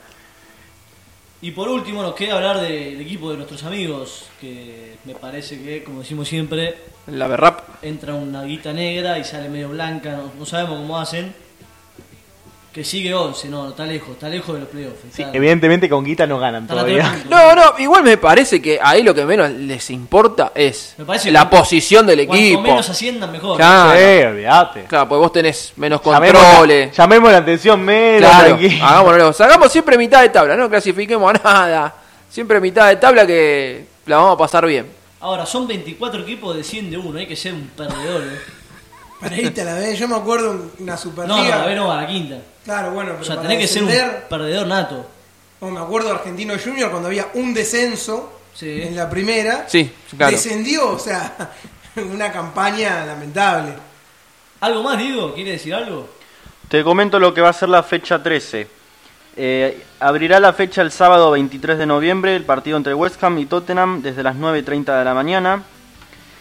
Y por último nos queda hablar de- del equipo de nuestros amigos, que me parece que, como decimos siempre,
La Berrap.
entra una guita negra y sale medio blanca, no, no sabemos cómo hacen. Que sigue 11, no, está lejos, está lejos de los playoffs.
Sí,
Está,
evidentemente con Guita no ganan
están a tres
[LAUGHS] todavía.
puntos.
[LAUGHS] No, no, igual me parece que ahí lo que menos les importa es
Me parece
la
que-
posición del
Cuanto
equipo.
menos asciendan, mejor.
Claro,
Sí, olvídate.
claro, porque vos tenés menos
Llamemos la-
controles.
Llamemos la atención, Melo,
Claro,
tranquilo.
hagámoslo. Hagamos siempre mitad de tabla, no clasifiquemos a nada. Siempre mitad de tabla que la vamos a pasar bien.
Ahora, son 24 equipos, desciende uno, hay que ser un perdedor. eh.
Para irte a la B, yo me acuerdo en una
No, no,
Superliga.
la B no va a la quinta.
Claro, bueno, pero
O sea,
para
tenés que ser un
descender-
perdedor nato.
Bueno, me acuerdo de Argentino Junior cuando había un descenso
Sí.
en la primera.
Sí, claro.
Descendió, o sea, [LAUGHS] una campaña lamentable.
¿Algo más, Diego? ¿Quiere decir algo?
Te comento lo que va a ser la fecha 13. Eh, abrirá la fecha el sábado 23 de noviembre el partido entre West Ham y Tottenham desde las 9.30 de la mañana.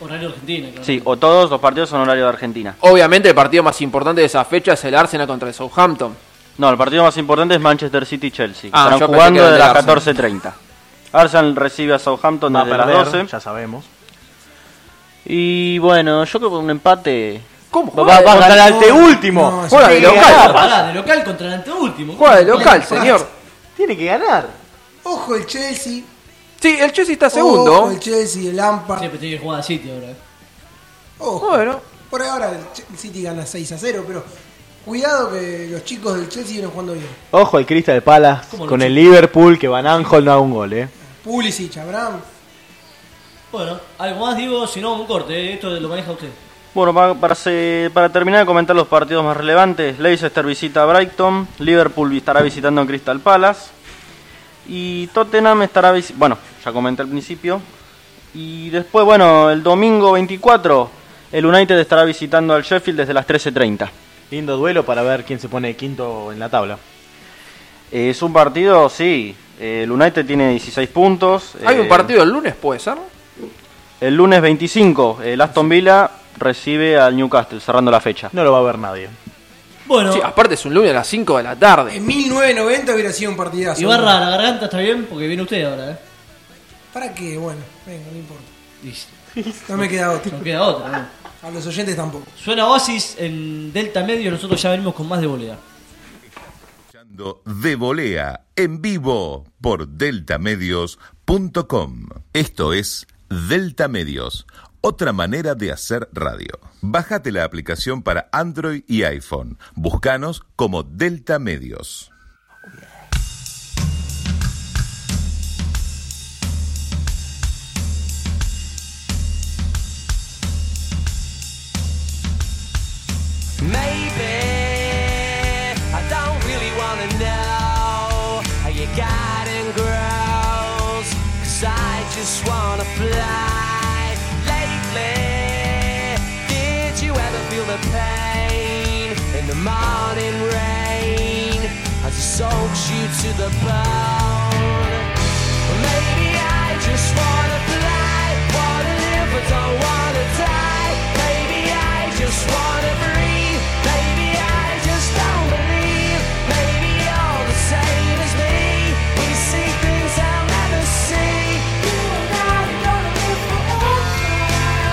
Horario Argentina, claro.
Sí, o todos los partidos son horario de Argentina.
Obviamente el partido más importante de esa fecha es el Arsenal contra el Southampton.
No, el partido más importante es Manchester City y Chelsea.
Ah, yo
Estarán
pensé
jugando
que era
desde
el
las
Arsenal.
14.30. Arsenal recibe a Southampton
Va a
desde las
perder,
12.
ya sabemos.
Y bueno, yo creo que un empate.
¿Cómo?
Va-
Juega de-
va a
Contra el
ganar-
anteúltimo.
No,
Juega de
tiene, que
local.
Pará,
ganar.
pará, de local contra el anteúltimo.
Juega de local,
Claro.
señor.
tiene que ganar.
Ojo el Chelsea.
Sí, el Chelsea está
Oh,
Ojo
segundo.
el Chelsea, el Ampa.
Siempre tiene que jugar a City ahora. eh.
Ojo.
Bueno,
Por ahora el Ch- el City gana 6 a 0, pero cuidado que los chicos del Chelsea vienen jugando bien.
Ojo el Crystal Palace
¿Cómo lo
con
chupa?
el Liverpool que Van Aanholt no haga un gol, eh.
Pulisic, Abraham.
Bueno, algo más, Diego, si no, un corte. eh, Esto lo maneja usted.
Bueno, pa- para, se- para terminar de comentar los partidos más relevantes, Leicester visita a Brighton, Liverpool estará visitando a Crystal Palace y Tottenham estará visi- bueno, ya comenté al principio. Y después, bueno, el domingo 24, el United estará visitando al Sheffield desde las 13:30.
Lindo duelo para ver quién se pone quinto en la tabla.
Eh, es un partido, sí, eh, el United tiene 16 puntos.
hay
eh,
un partido el lunes, puede ser.
El lunes 25, el Aston Villa recibe al Newcastle, cerrando la fecha.
No lo va a ver nadie.
Bueno,
Sí, aparte es un lunes a las 5 de la tarde.
En 1990 hubiera sido un partidazo.
Ibarra, la garganta está bien porque viene usted ahora. eh.
¿Para qué? Bueno, venga, no importa.
Y
No me queda otro.
no queda otra. ¿no?
A los oyentes tampoco.
Suena Oasis en Delta Medio. Nosotros ya venimos con más de volea.
Escuchando De Volea en vivo por deltamedios.com. Esto es Delta Medios, otra manera de hacer radio. Bájate la aplicación para Android y iPhone. Búscanos como Delta Medios.
Maybe I don't really wanna know how you got in grows. Cause I just wanna play. soaks you to the bone. Lady, I just wanna fly, wanna live, but don't wanna die. Baby, I just wanna breathe. Baby, I just don't believe. Maybe you're the same as me. We see things I'll never see. You and I are gonna live forever.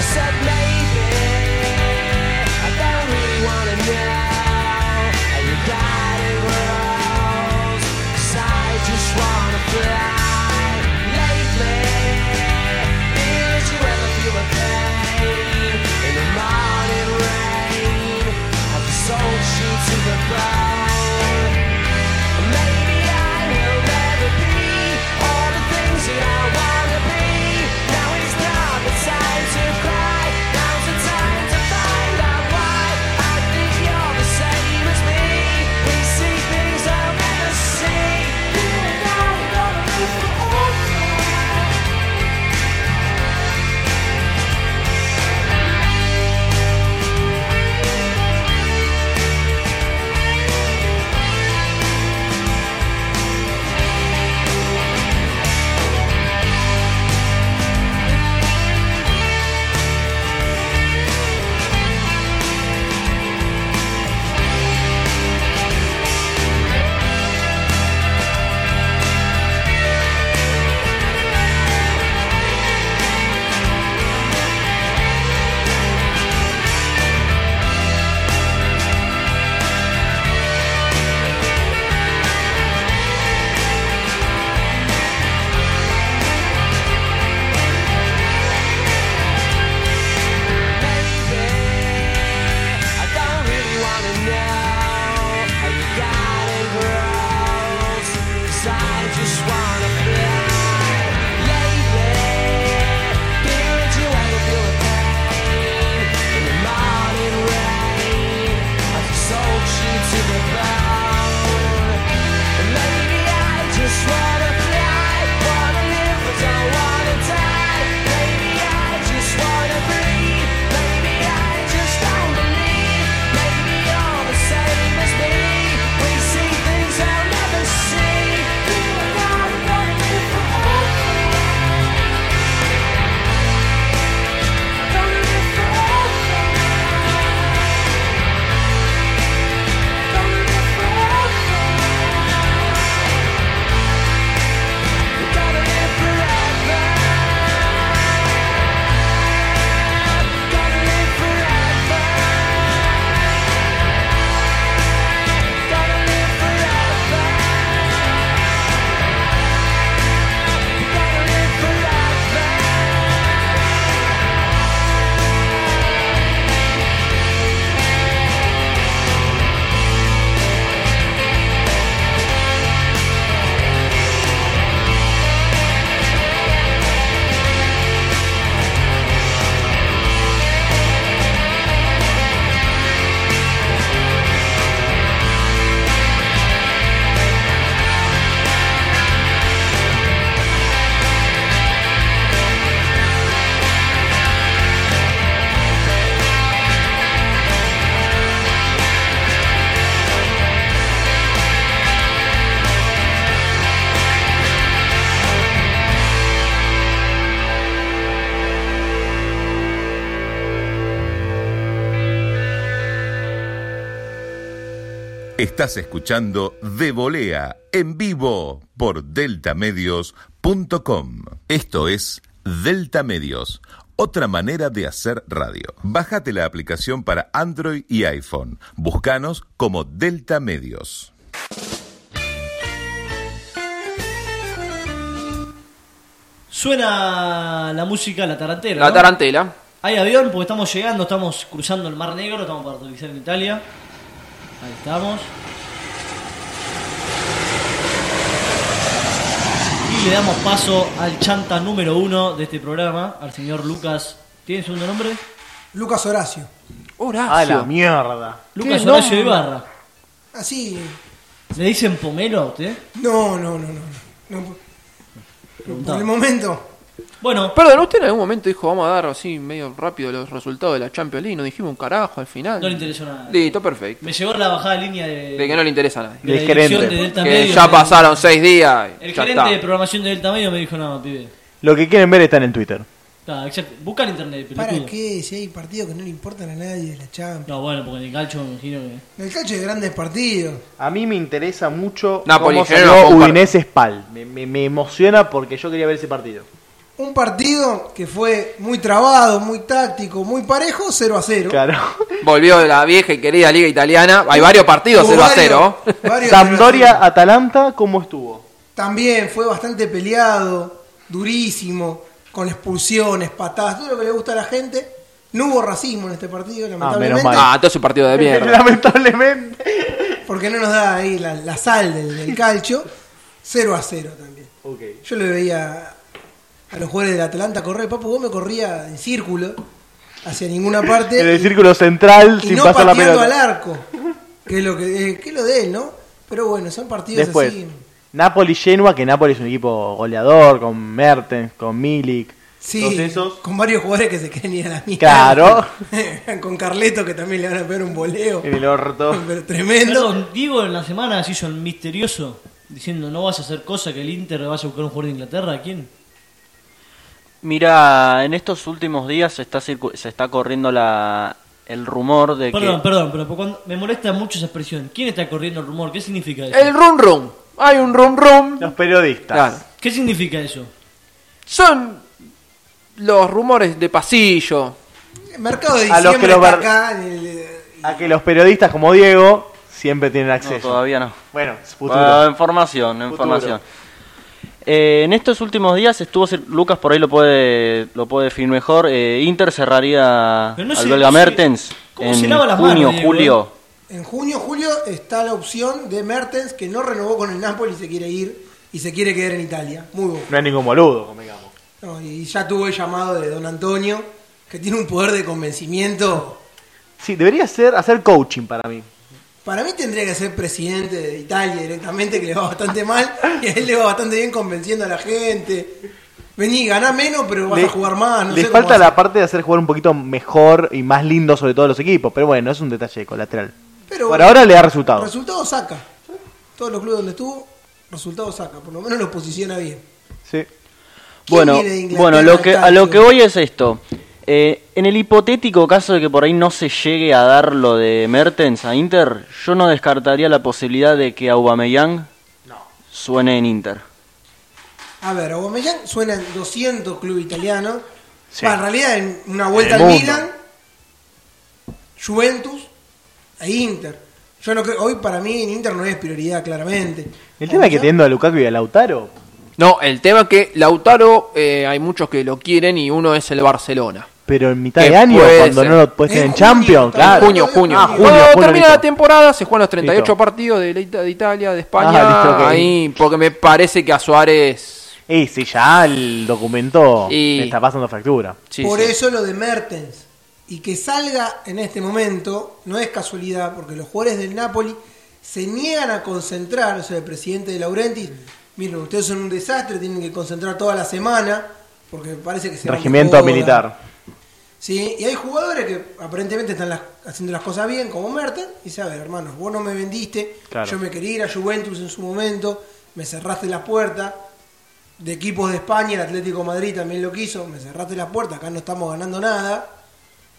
I said maybe I don't really wanna know how your body rolls 'cause I just wanna fly Lately Did you ever feel the pain In the morning rain I've sold you to the bone Maybe I will never be all the things that I wanna be. Now it's not the time to cry. Now's the time to find out why. I think you're the same as me. We see things I'll never see. You and I are gonna live forever. I don't really wanna know how you got it grows Cause I just wanna fly Lately Did you ever feel the pain In the morning rain I just sold you to the bone Maybe I just wanna fly Wanna live but don't wanna die Maybe I just wanna breathe Maybe I just don't believe Maybe you're the same as me We see things I'll never see You and I are gonna live forever Gonna live forever Gonna live forever Gonna live forever Gonna live forever Gonna live forever Gonna live forever
Estás escuchando De Volea en vivo por deltamedios.com. Esto es Delta Medios, otra manera de hacer radio. Bájate la aplicación para Android y iPhone. Búscanos como Delta Medios.
Suena la música La Tarantela.
La
¿no?
tarantela.
Hay avión porque estamos llegando, estamos cruzando el Mar Negro, estamos para aterrizar en Italia. Ahí estamos. Y le damos paso al chanta número uno de este programa, al señor Lucas. ¿Tiene segundo nombre?
Lucas Horacio.
A la mierda.
Lucas Horacio Ibarra.
Así.
¿Le dicen pomelo a usted?
No, no, no, no. no. No, por el momento.
Bueno,
Perdón, usted en algún momento dijo, vamos a dar así medio rápido los resultados de la Champions League. Nos dijimos un carajo al final.
no le interesó nada.
Listo, perfecto.
Me llegó la bajada de línea de,
De que no le interesa a nadie.
de la
Del
dirección
gerente.
de Delta
Que
Medio.
ya pasaron seis días.
El
ya
gerente
está.
de programación de Delta Medio me dijo, no, pibe.
Lo que quieren ver está en el Twitter.
Está, exacto. Busca en internet,
¿Para
pelotudo.
qué? Si hay partidos que no le importan a nadie de la Champions.
No, bueno, porque en el calcho me imagino que.
El cacho de grandes partidos.
A mí me interesa mucho
Napoli,
cómo
Genoa,
salió
Boca.
Udinese Spal. Me, me- me emociona porque yo quería ver ese partido.
Un partido que fue muy trabado, muy táctico, muy parejo, 0 a 0.
Claro. [LAUGHS]
Volvió de la vieja y querida Liga Italiana. Hay varios partidos 0 a 0. [LAUGHS]
[LAUGHS] Sampdoria Atalanta, ¿cómo
[LAUGHS]
estuvo?
También fue bastante peleado, durísimo, con expulsiones, patadas, todo lo que le gusta a la gente. No hubo racismo en este partido, lamentablemente.
menos
Ah, entonces un partido de mierda.
Lamentablemente.
Porque no nos da ahí la, la sal del, del calcio. 0 a 0 también. Yo le veía a los jugadores del Atlanta correr. Papu Gómez corría en círculo hacia ninguna parte.
En el círculo central,
y
sin
no
pasar la
pateando al
pelota.
arco. Que es lo que, eh, que es lo de él, ¿no? Pero bueno, son partidos
Después,
así.
Napoli-Genua, que Napoli es un equipo goleador, con Mertens, con Milik. todos
Sí,
esos.
con varios jugadores que se quieren ir a la mierda.
Claro.
[LAUGHS] con Carleto que también le van a pegar un voleo.
En el orto.
Pero
Perdón,
tremendo.
Diego en la semana se hizo el misterioso diciendo no vas a hacer cosa que el Inter vas a buscar un jugador de Inglaterra. ¿A quién?
Mira, en estos últimos días se está, circu- se está corriendo la, el rumor de
Perdón,
que...
perdón, pero cuando- me molesta mucho esa expresión. ¿Quién está corriendo el rumor? ¿Qué significa eso?
El rum rum. Hay un rum rum.
Los periodistas.
Claro.
¿Qué significa eso?
Son los rumores de pasillo.
El mercado de
A los
diciembre
que los
está
ver-
acá. en el- eh,
A que los periodistas como Diego siempre tienen
No,
acceso.
todavía no.
Bueno, es futuro.
Ah, información, información. Eh, en estos últimos días estuvo cir- Lucas por ahí lo puede lo puede definir mejor. eh, Inter cerraría
Pero no
al
se-
belga
no se-
Mertens
¿cómo
en
se lava las
junio,
manos, Diego,
julio.
En junio, julio está la opción de Mertens que no renovó con el Napoli y se quiere ir y se quiere quedar en Italia. Muy bueno.
No es ningún boludo, convengamos.
No, y ya tuvo el llamado de Don Antonio, que tiene un poder de convencimiento.
Sí, debería ser hacer coaching para mí.
Para mí tendría que ser presidente de Italia directamente, que le va bastante mal, y a él le va bastante bien convenciendo a la gente. Vení, ganá menos, pero vas
Le-
a jugar más. No
le
sé cómo
falta
vas a-
la parte de hacer jugar un poquito mejor y más lindo sobre todo a los equipos, pero bueno, es un detalle colateral.
Pero
Por
bueno,
ahora le da resultados.
Resultado saca. Todos los clubes donde estuvo, resultado saca. Por lo menos los posiciona bien.
sí.
¿Quién
Bueno,
viene de Inglaterra
bueno, lo que a
tanto?
lo que voy es esto. Eh, en el hipotético caso de que por ahí no se llegue a dar lo de Mertens a Inter, yo no descartaría la posibilidad de que Aubameyang suene en Inter.
A ver, Aubameyang suena en 200 clubes italianos.
Sí.
Va, en realidad en una vuelta
En
al
el mundo.
Milan, Juventus e Inter. Yo no creo, hoy para mí en Inter no es prioridad claramente.
El tema es que teniendo a Lukaku y a Lautaro,
No, el tema es que Lautaro eh, hay muchos que lo quieren y uno es el Barcelona.
pero en mitad
Que
de año,
puede
cuando
ser.
no lo puedes
En
tener en
junio,
Champions,
tal vez.
claro.
Junio, junio.
Ah, junio,
Cuando
junio,
termina
listo.
la temporada, se juegan los 38
Listo.
partidos de, la Ita- de Italia, de España.
Ah, listo, ok.
Ahí, porque me parece que a Suárez.
Y sí, ya el documento
Y-
le está pasando factura.
sí,
Por
sí.
eso lo de Mertens. Y que salga en este momento no es casualidad, porque los jugadores del Napoli se niegan a concentrar. O sea, el presidente de Laurentiis, miren, ustedes son un desastre, tienen que concentrar toda la semana, porque parece que se van de
Regimiento
joda".
militar.
Sí, y hay jugadores que aparentemente están las- haciendo las cosas bien, como Mertens, y dice, a ver, hermanos, vos no me vendiste,
Claro.
yo me quería ir a Juventus en su momento, me cerraste la puerta, de equipos de España, el Atlético de Madrid también lo quiso, me cerraste la puerta, acá no estamos ganando nada,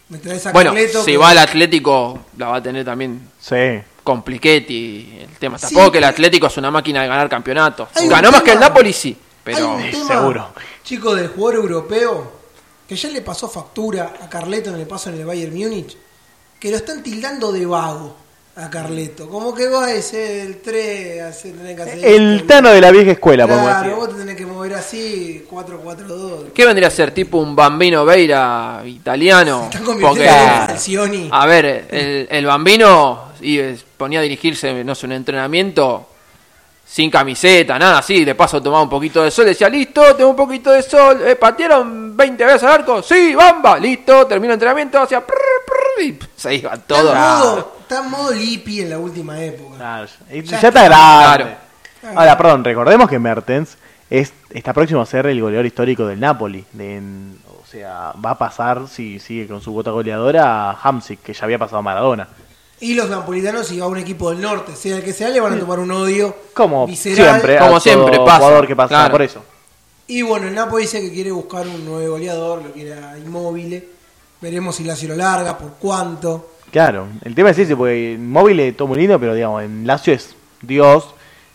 me traes a
Bueno,
Carleto,
si
que-
va al Atlético, la va a tener también
Sí.
con Plichetti. El tema
Sí,
tampoco que el
pero-
Atlético es una máquina de ganar campeonatos.
Hay un
Ganó más
tema-
que el Napoli, sí. Pero
Hay un tema,
seguro.
Chico del jugador europeo, que ya le pasó factura a Carleto en el paso en el Bayern Múnich, que lo están tildando de vago a Carleto. Como que va es el 3, hacer, tenés que hacer
El
esto.
Tano de la vieja escuela, podemos
Claro,
decir.
vos te tenés que mover así, 4-4-2.
¿Qué vendría a ser? ¿Tipo un Bambino Veira italiano?
Están convirtiendo
Porque,
en un Falcioni.
a ver, el, el Bambino y es- ponía a dirigirse, no sé, un entrenamiento sin camiseta, nada así. De paso tomaba un poquito de sol, decía, listo, tengo un poquito de sol. Eh, ¿Patearon 20 veces al arco? Sí, bamba, listo, termino el entrenamiento, hacía... prr, prr, y se iba todo.
Está en modo, está en modo Lippi en la última época.
Claro, Ah, ya,
Ya
ya está
está.
grande.
Claro.
Ahora, perdón, recordemos que Mertens es, está próximo a ser el goleador histórico del Napoli. De- en- o sea, va a pasar, si sigue con su cuota goleadora, a Hamsik, que ya había pasado a Maradona.
Y los napolitanos, si va un equipo del norte, sea el que sea, le van a tomar un odio
Como
visceral.
siempre,
Como
a todo
siempre pasa,
jugador que pasa
claro.
por eso.
Y bueno, el Napoli dice que quiere buscar un nuevo goleador, lo quiere a inmóvil. Veremos si Lazio lo larga, por cuánto.
Claro, el tema es ese, porque en móvil es todo muy lindo, pero digamos, en Lazio es Dios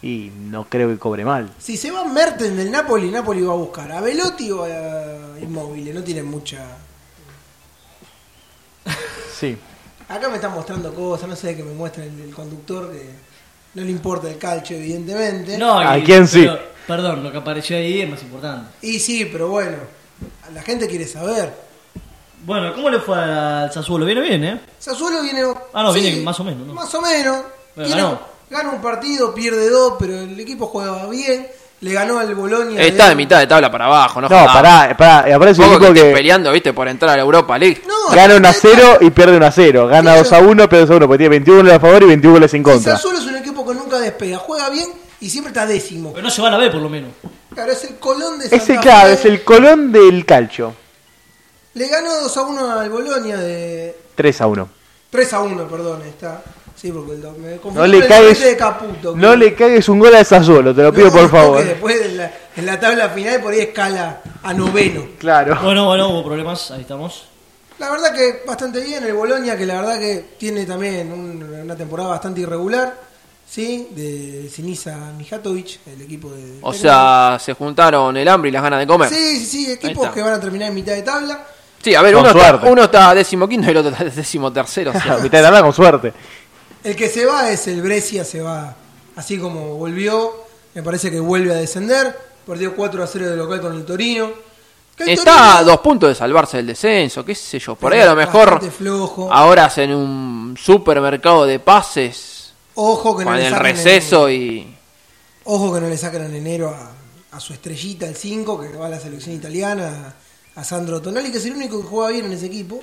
y no creo que cobre mal.
Si se va Merten del Napoli, Napoli va a buscar a Velotti o a Inmóvil. No tienen mucha.
Sí.
Acá me están mostrando cosas, no sé que me muestra el, el conductor, que no le importa el calcio, evidentemente.
No,
¿A
y-
quién sí?
pero, perdón, lo que apareció ahí es más importante.
Y sí, pero bueno, la gente quiere saber.
Bueno, ¿cómo le fue al Sassuolo? Viene bien, ¿eh?
Sassuolo viene.
Ah, no, viene más o menos, ¿no?
Más o menos.
Pero
Tiene-
ganó.
Gana un partido, pierde dos, pero el equipo juega bien. Le ganó al Bolonia.
Está de mitad de tabla para abajo, no
No, pará, pará, eh, aparece un
Poco que
equipo
estés
que
peleando, viste, por entrar a la Europa League.
No,
gana 1 a
Spalletti-
0 y pierde 1 a 0. Gana
Eso.
2 a 1, pierde 2 a 1, porque tiene 21 goles a favor y 21 goles en contra.
Sassuolo es un equipo que nunca despega. Juega bien y siempre está décimo.
Pero no se va a la B por lo menos.
Claro, es el Colón de
Ese,
Santa
claro,
Fe.
es el Colón del Calcio.
Le ganó 2 a 1 al Bolonia de.
3 a 1.
3 a 1, perdón, está. Sí, porque el, me
No
confundí con
le,
el
cagues,
de Caputo.
no le cagues un gol a Sassuolo, te lo pido
No,
por
no,
favor.
que después en la, en la tabla final por ahí escala a noveno.
Claro. [LAUGHS]
Bueno, bueno, hubo problemas, ahí estamos.
La verdad que bastante bien el Bolonia, que la verdad que tiene también un- una temporada bastante irregular, ¿sí? De Sinisa Mijatovic, el equipo de...
O sea, se juntaron el hambre y las ganas de comer. Sí,
Sí, sí, sí, equipos
está.
que van a terminar en mitad de tabla.
a ver,
Con
uno está,
suerte.
uno está decimoquinto y el otro está decimotercero. o
[LAUGHS]
sea.
A mitad de tabla con suerte.
El que se va es el Brescia, se va así como volvió, me parece que vuelve a descender, perdió 4 a 0 de local con el Torino. Que el
Está a
Torino-
dos puntos de salvarse del descenso, qué sé yo. Por ahí a
Pero
lo mejor
bastante flojo.
ahora hacen un supermercado de pases
Ojo que no
con
le
el
saquen
receso y...
Ojo que no le sacan en enero a, a su estrellita, el 5, que va a la selección italiana, a Sandro Tonali, que es el único que juega bien en ese equipo.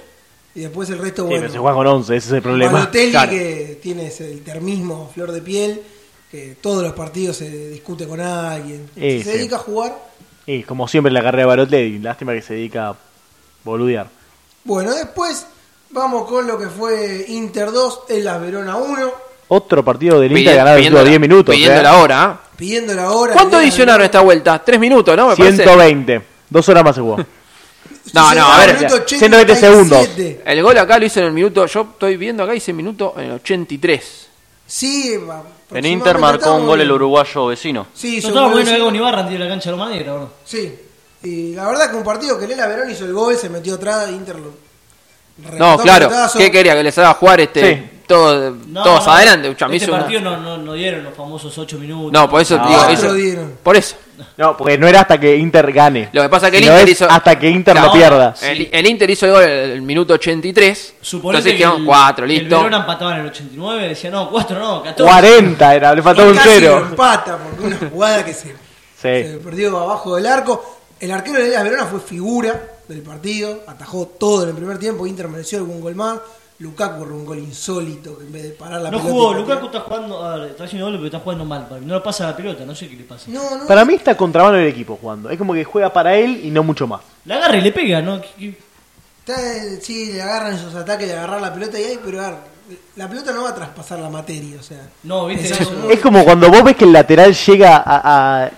Y después el resto,
Sí,
bueno.
pero se juega con 11, ese es el problema.
Balotelli,
claro.
que tiene ese- el termismo a flor de piel, que todos los partidos se discute con alguien.
Eh,
si se
sí.
dedica a jugar.
Y como siempre la carrera de Barotelli, lástima que se dedica a boludear.
Bueno, después vamos con lo que fue Inter 2, en la Verona 1,
Otro partido del Inter
pidi-
ganado en los últimos
pidiéndola-
10 minutos.
pidiéndola
o
ahora, ¿eh?
pidiendo la hora.
¿Cuánto
Elas
adicionaron esta
Verona.
vuelta? Tres minutos, ¿no? Me
sea,
parece.
120. Dos horas más se
[LAUGHS]
jugó.
No, no, a ver,
Minuto
120 segundos.
87.
El gol acá lo hizo en el minuto, yo estoy viendo acá, hice minuto en el 83.
Sí, va,
En Inter marcó un gol el uruguayo vecino.
Sí,
Yo
hizo un
estaba eh,
gol
poniendo
ese-
algo con Ibarra antes de la cancha de la manera, bro.
Sí. Y la verdad que un partido que Lela Verón hizo el gol, se metió atrás, Inter lo
No,
remató
claro,
pelotazo.
¿qué quería? Que les haga jugar este,
Sí.
todo-
No,
todos
no,
adelante. Ucha, me
este
hizo una-
partido no, no, no dieron los famosos 8 minutos.
No, por eso
No.
digo,
Cuatro
eso-
dieron.
por eso.
No, porque no era hasta que Inter gane.
Lo que pasa es que el
Sino
Inter
es
hizo. eh.
Hasta que Inter
Claro,
no pierda.
El, el Inter hizo el gol en el minuto 83.
Suponete
entonces quedaron
el-
4,
El
listo.
Verona empataba en el 89, decía, no, 4 no, 14.
40 era, le
Y
faltaba un
casi lo
cero.
empata porque una jugada que se, se
Sí.
perdió abajo del arco. El arquero de Lela Verona fue figura del partido, atajó todo en el primer tiempo, Inter mereció algún gol más. Lukaku erró un gol insólito que en vez de parar la
No
pelota-
jugó, Lukaku está jugando, a ver, está haciendo goles, pero está jugando mal, para mí. no le pasa la pelota, no sé qué le pasa.
No, no.
Para mí está contramano el equipo jugando. Es como que juega para él y no mucho más.
La agarra y le pega, ¿no? ¿Qué- qué?
Está, eh, sí, le agarran esos ataques de agarrar la pelota y ahí, pero a ver, la pelota no va a traspasar la materia, o sea.
No, viste,
Es
eso.
un-
Es como cuando vos ves que el lateral llega a, a-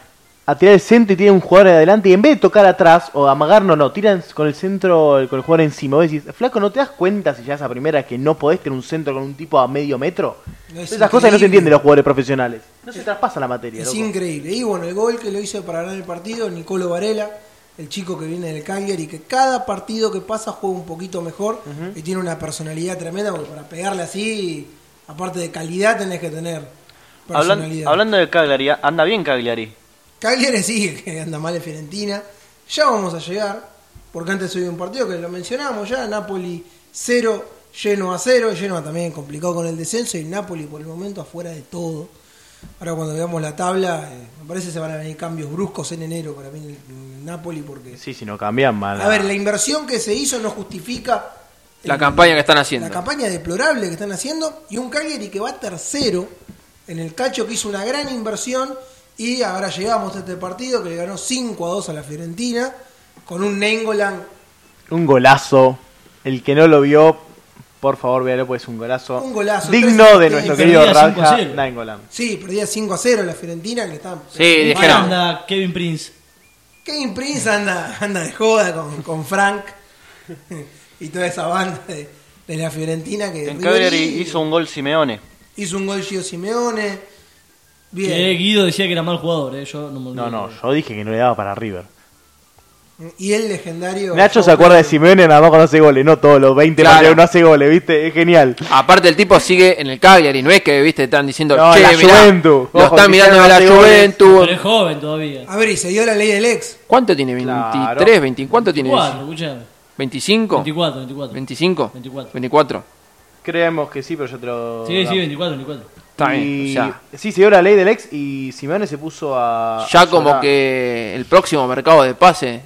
a tirar el centro y tiene un jugador adelante y en vez de tocar atrás o amagar, no, no, tiran con el centro, con el jugador encima. Vos decís, flaco, ¿no te das cuenta si ya esa primera que no podés tener un centro con un tipo a medio metro?
No, es
Esas cosas que no se
increíble.
entienden los jugadores profesionales. No se traspasa la materia,
Es
loco.
increíble. Y bueno, el gol que lo hizo para ganar el partido, Nicolo Varela, el chico que viene del Cagliari, que cada partido que pasa juega un poquito mejor y tiene una personalidad tremenda, porque para pegarle así, aparte de calidad, tenés que tener
Hablan-
personalidad.
hablando de Cagliari, anda bien Cagliari.
Cagliari [LAUGHS] sí, que anda mal en Fiorentina. Ya vamos a llegar, porque antes hubo un partido que lo mencionamos ya, Napoli 0, Genoa 0, Genoa también complicado con el descenso y Napoli por el momento afuera de todo. Ahora cuando veamos la tabla, eh, me parece que se van a venir cambios bruscos en enero para mí en el- en Napoli porque...
Sí, si no cambian mal.
A ver, la inversión que se hizo no justifica...
La
el-
campaña que están haciendo.
La campaña deplorable que están haciendo y un Cagliari que va tercero en el cacho que hizo una gran inversión Y ahora llegamos a este partido que le ganó 5 a 2 a la Fiorentina con un Nengolan
Un golazo. El que no lo vio, por favor, véalo, pues es un golazo.
Un golazo,
Digno
tres
de
asistencias.
nuestro
Perdía
querido
5 a
Raja
0.
Nainggolan.
Sí, perdía 5 a 0 la Fiorentina, que le estaban.
Sí,
Ahí
dijeron.
anda Kevin Prince.
Kevin Prince anda, anda de joda con, con Frank [LAUGHS] y toda esa banda de, de la Fiorentina que.
En
Ribery
Cagliari hizo un gol Simeone.
hizo un gol Gio Simeone. Bien.
Que Eh, Guido decía que era mal jugador, eh, yo no me olvido.
No, no, yo dije que no le daba para River.
Y el legendario.
Nacho
Joe
se acuerda de
Pedro.
Simeone nada más cuando hace goles, no todos los 20
Claro.
partidos no hace goles, ¿viste? Es genial.
Aparte el tipo sigue en el Cagliari, no es que viste están diciendo,
No,
che,
la
mirá,
Juventus.
lo
Ojo,
están mirando de
Cristiano
la
hace goles.
Juventus.
Pero es joven todavía.
A ver, y se dio la ley del ex.
¿Cuánto tiene?
Claro.
¿23, 24? ¿Cuánto tiene? Oh.
24, escuchame.
25,
24, 24.
25,
24.
24.
Creemos que sí, pero yo te lo.
Sí, sí, 24, 24.
Está
Y-
bien, o sea,
Sí, se dio la ley del ex y Simeone se puso a.
ya
a
como
llorar.
que el próximo mercado de pase,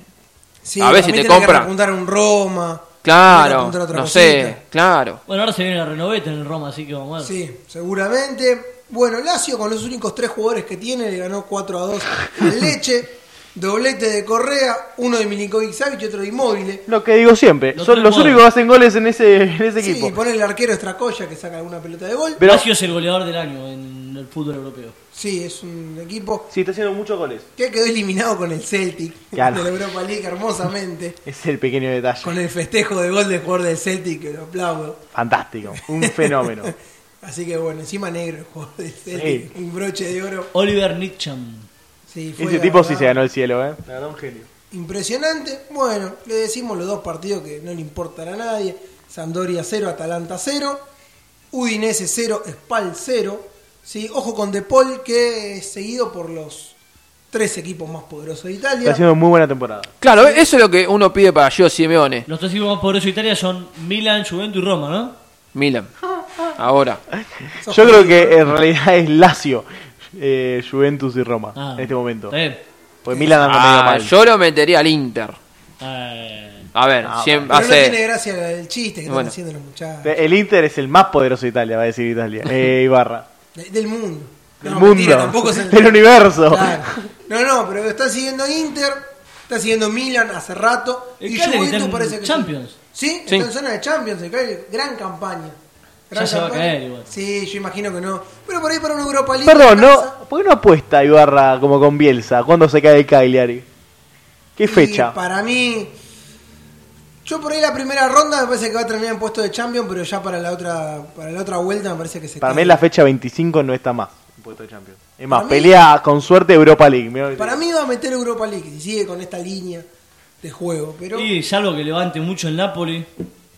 Sí,
A ver
para mí
si te
tiene que
compra.
repuntar un Roma. tiene que
claro,
apuntar a otra
no
cosita.
sé, claro.
Bueno, ahora se viene la renoveta en el Roma, así que vamos a ver.
Sí, seguramente. Bueno, Lazio con los únicos tres jugadores que tiene le ganó 4 a 2 al Leche. Doblete de Correa, uno de Milinkovic Savic y otro de Inmóvil.
Lo que digo siempre,
Los
son
tres
los
goles.
únicos que hacen goles en ese, en ese
Sí, y
equipo.
pone el arquero Estracoya que saca alguna pelota de gol.
Pero-
Lazio es el goleador del año en el fútbol europeo.
Sí, es un equipo
Sí, está haciendo muchos goles.
que quedó eliminado con el Celtic
Claro.
de la Europa League hermosamente.
Es el pequeño detalle.
Con el festejo de gol del jugador del Celtic que lo aplaudo.
Fantástico,
[LAUGHS]
un fenómeno.
Así que bueno, encima negro el jugador del Celtic,
Sí.
un broche de oro.
Oliver Nicham.
Sí, fue
Ese
la
tipo sí
verdad,
se ganó el cielo, ¿eh?
Impresionante. Bueno, le decimos los dos partidos que no le importan a nadie. Sampdoria 0, Atalanta 0. Udinese 0, Spal 0. Sí, ojo con De Paul que es seguido por los tres equipos más poderosos de
Está
Italia.
haciendo muy buena temporada.
Claro, eso es lo que uno pide para Gio Simeone,
Los tres equipos más poderosos de Italia son Milan, Juventus y Roma, ¿no? [LAUGHS]
Milan. Ahora,
Sos
Yo creo
judío,
que
¿no?
en realidad es Lazio, eh, Juventus y Roma
Ah,
en este momento.
Está bien.
Pues Milan anda medio
ah,
mal.
yo lo metería al Inter.
Eh,
A ver,
Ah,
siempre
Pero no tiene
hace
gracia el chiste que
Bueno.
están haciendo los muchachos.
El Inter es el más poderoso de Italia, va a decir
[LAUGHS]
Italia. Eh, Ibarra.
De- del mundo.
Del
No,
mundo.
mentira, tampoco es
[LAUGHS]
el-
Del universo.
Claro. [LAUGHS] No, no, pero está siguiendo Inter, está siguiendo Milan hace rato.
El
y
Cagliari
Juventus
está en
parece que.
Champions.
Sí, está
Sí.
en zona de Champions, el Cagliari. Gran campaña. Gran
Ya se va a
campaña.
caer igual.
Sí, yo imagino que no. Pero por ahí para una Europa League.
Perdón,
alcanza.
¿no? ¿por qué no apuesta Ibarra como con Bielsa? ¿Cuándo se cae el Cagliari? ¿Qué fecha?
Y para mí. Yo por ahí la primera ronda me parece que va a terminar en puesto de Champions, pero ya para la otra para la otra vuelta me parece que se
Para
cae.
mí la fecha 25 no está más. en puesto de Champions. Es más,
Para mí-
pelea con suerte Europa League. mirá lo que
Para
te digo.
mí va a meter Europa League y sigue con esta línea de juego, pero
y salvo que levante mucho el Napoli.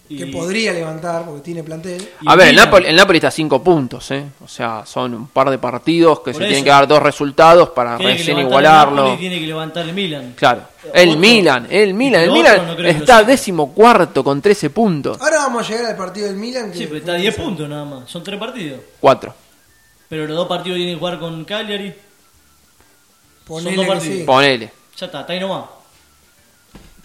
Y,
que podría levantar porque tiene plantel.
y
A ver, el
Milan.
Napoli, el Napoli está a 5 puntos, ¿eh? O sea, son un par de partidos que
Por
se
eso.
tienen que dar dos resultados para
Tiene que
recién
levantar el
igualarlo.
Napoli y tiene que levantar el Milan.
Claro. El
Otro.
Milan, el Milan,
Y
el
otro
Milan
no creo que lo
está
saque.
decimocuarto con 13 puntos.
Ahora vamos a llegar al partido del Milan. Que
Sí, pero está a 10 puntos nada más. Son 3 partidos.
4.
Pero los dos partidos tienen que jugar con Cagliari.
Ponele
Son dos
que
partidos.
sí.
Ponele.
Ya está, está ahí nomás.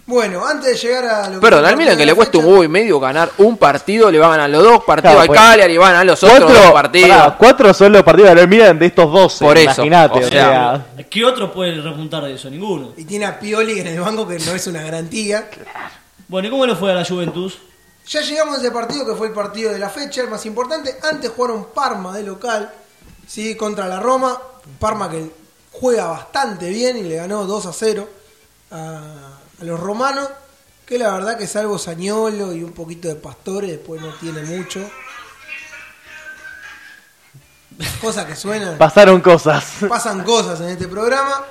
Bueno, antes de llegar a lo
Perdón,
fue el
al Milan
partido de
que
la
le cuesta un
fecha,
huevo y medio ganar un partido, le va a ganar los dos partidos
Claro,
al
pues.
Cagliari, van a ganar los otros dos partidos.
pará, cuatro son los partidos del Milan de estos 12.
Por eso,
Imagínate,
o
o
sea,
sea.
¿Qué otro puede repuntar de eso? Ninguno.
Y tiene a Pioli en el banco que no es una
[LAUGHS]
garantía.
Bueno, ¿y cómo le fue a la Juventus?
Ya llegamos a ese partido que fue el partido de la fecha, el más importante. Antes jugaron Parma de local, ¿sí? contra la Roma. Parma que juega bastante bien y le ganó 2 a 0 a, a los romanos. Que la verdad que salvo Sañolo y un poquito de Pastore, después no tiene mucho. Cosas que suenan.
Pasaron cosas.
pasan cosas en este programa.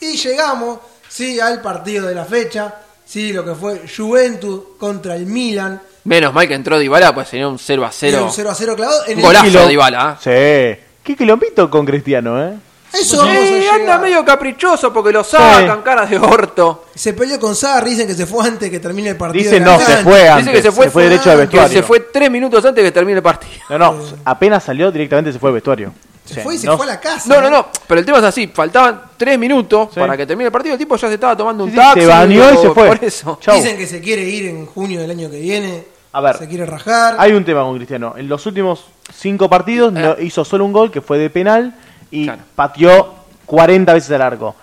Y llegamos, sí, al partido de la fecha. Sí, lo que fue Juventus contra el Milan.
Menos mal que entró Dybala, pues sería un 0 a 0.
Era un 0 a 0 clavado. En
Un
el-
golazo
Quilom-
de Dybala. ¿eh?
Sí. Qué quilombito con Cristiano, ¿eh?
A Eso vamos a
Eh,
llegar.
anda medio caprichoso porque lo sacan, caras de orto.
Se peleó con Sarri, dicen que se fue antes que termine el partido.
Dicen
de la
no,
cancha.
se fue antes.
Dice que se fue,
derecho al
que
vestuario.
se fue tres minutos antes que termine el partido.
No, no, apenas salió directamente se fue al vestuario.
Se
Sí,
fue y se
no-
fue a la casa.
No, no, no, pero el tema es así, faltaban tres minutos
Sí.
para que termine el partido, el tipo ya se estaba tomando un
Sí, sí,
taxi.
se bañó y se
o-
fue.
Por eso.
Chau.
Dicen que se quiere ir en junio del año que viene.
A ver.
Se quiere rajar.
Hay un tema con Cristiano. En los últimos cinco partidos no- hizo solo un gol que fue de penal y
Eh. Claro.
pateó 40 veces al arco.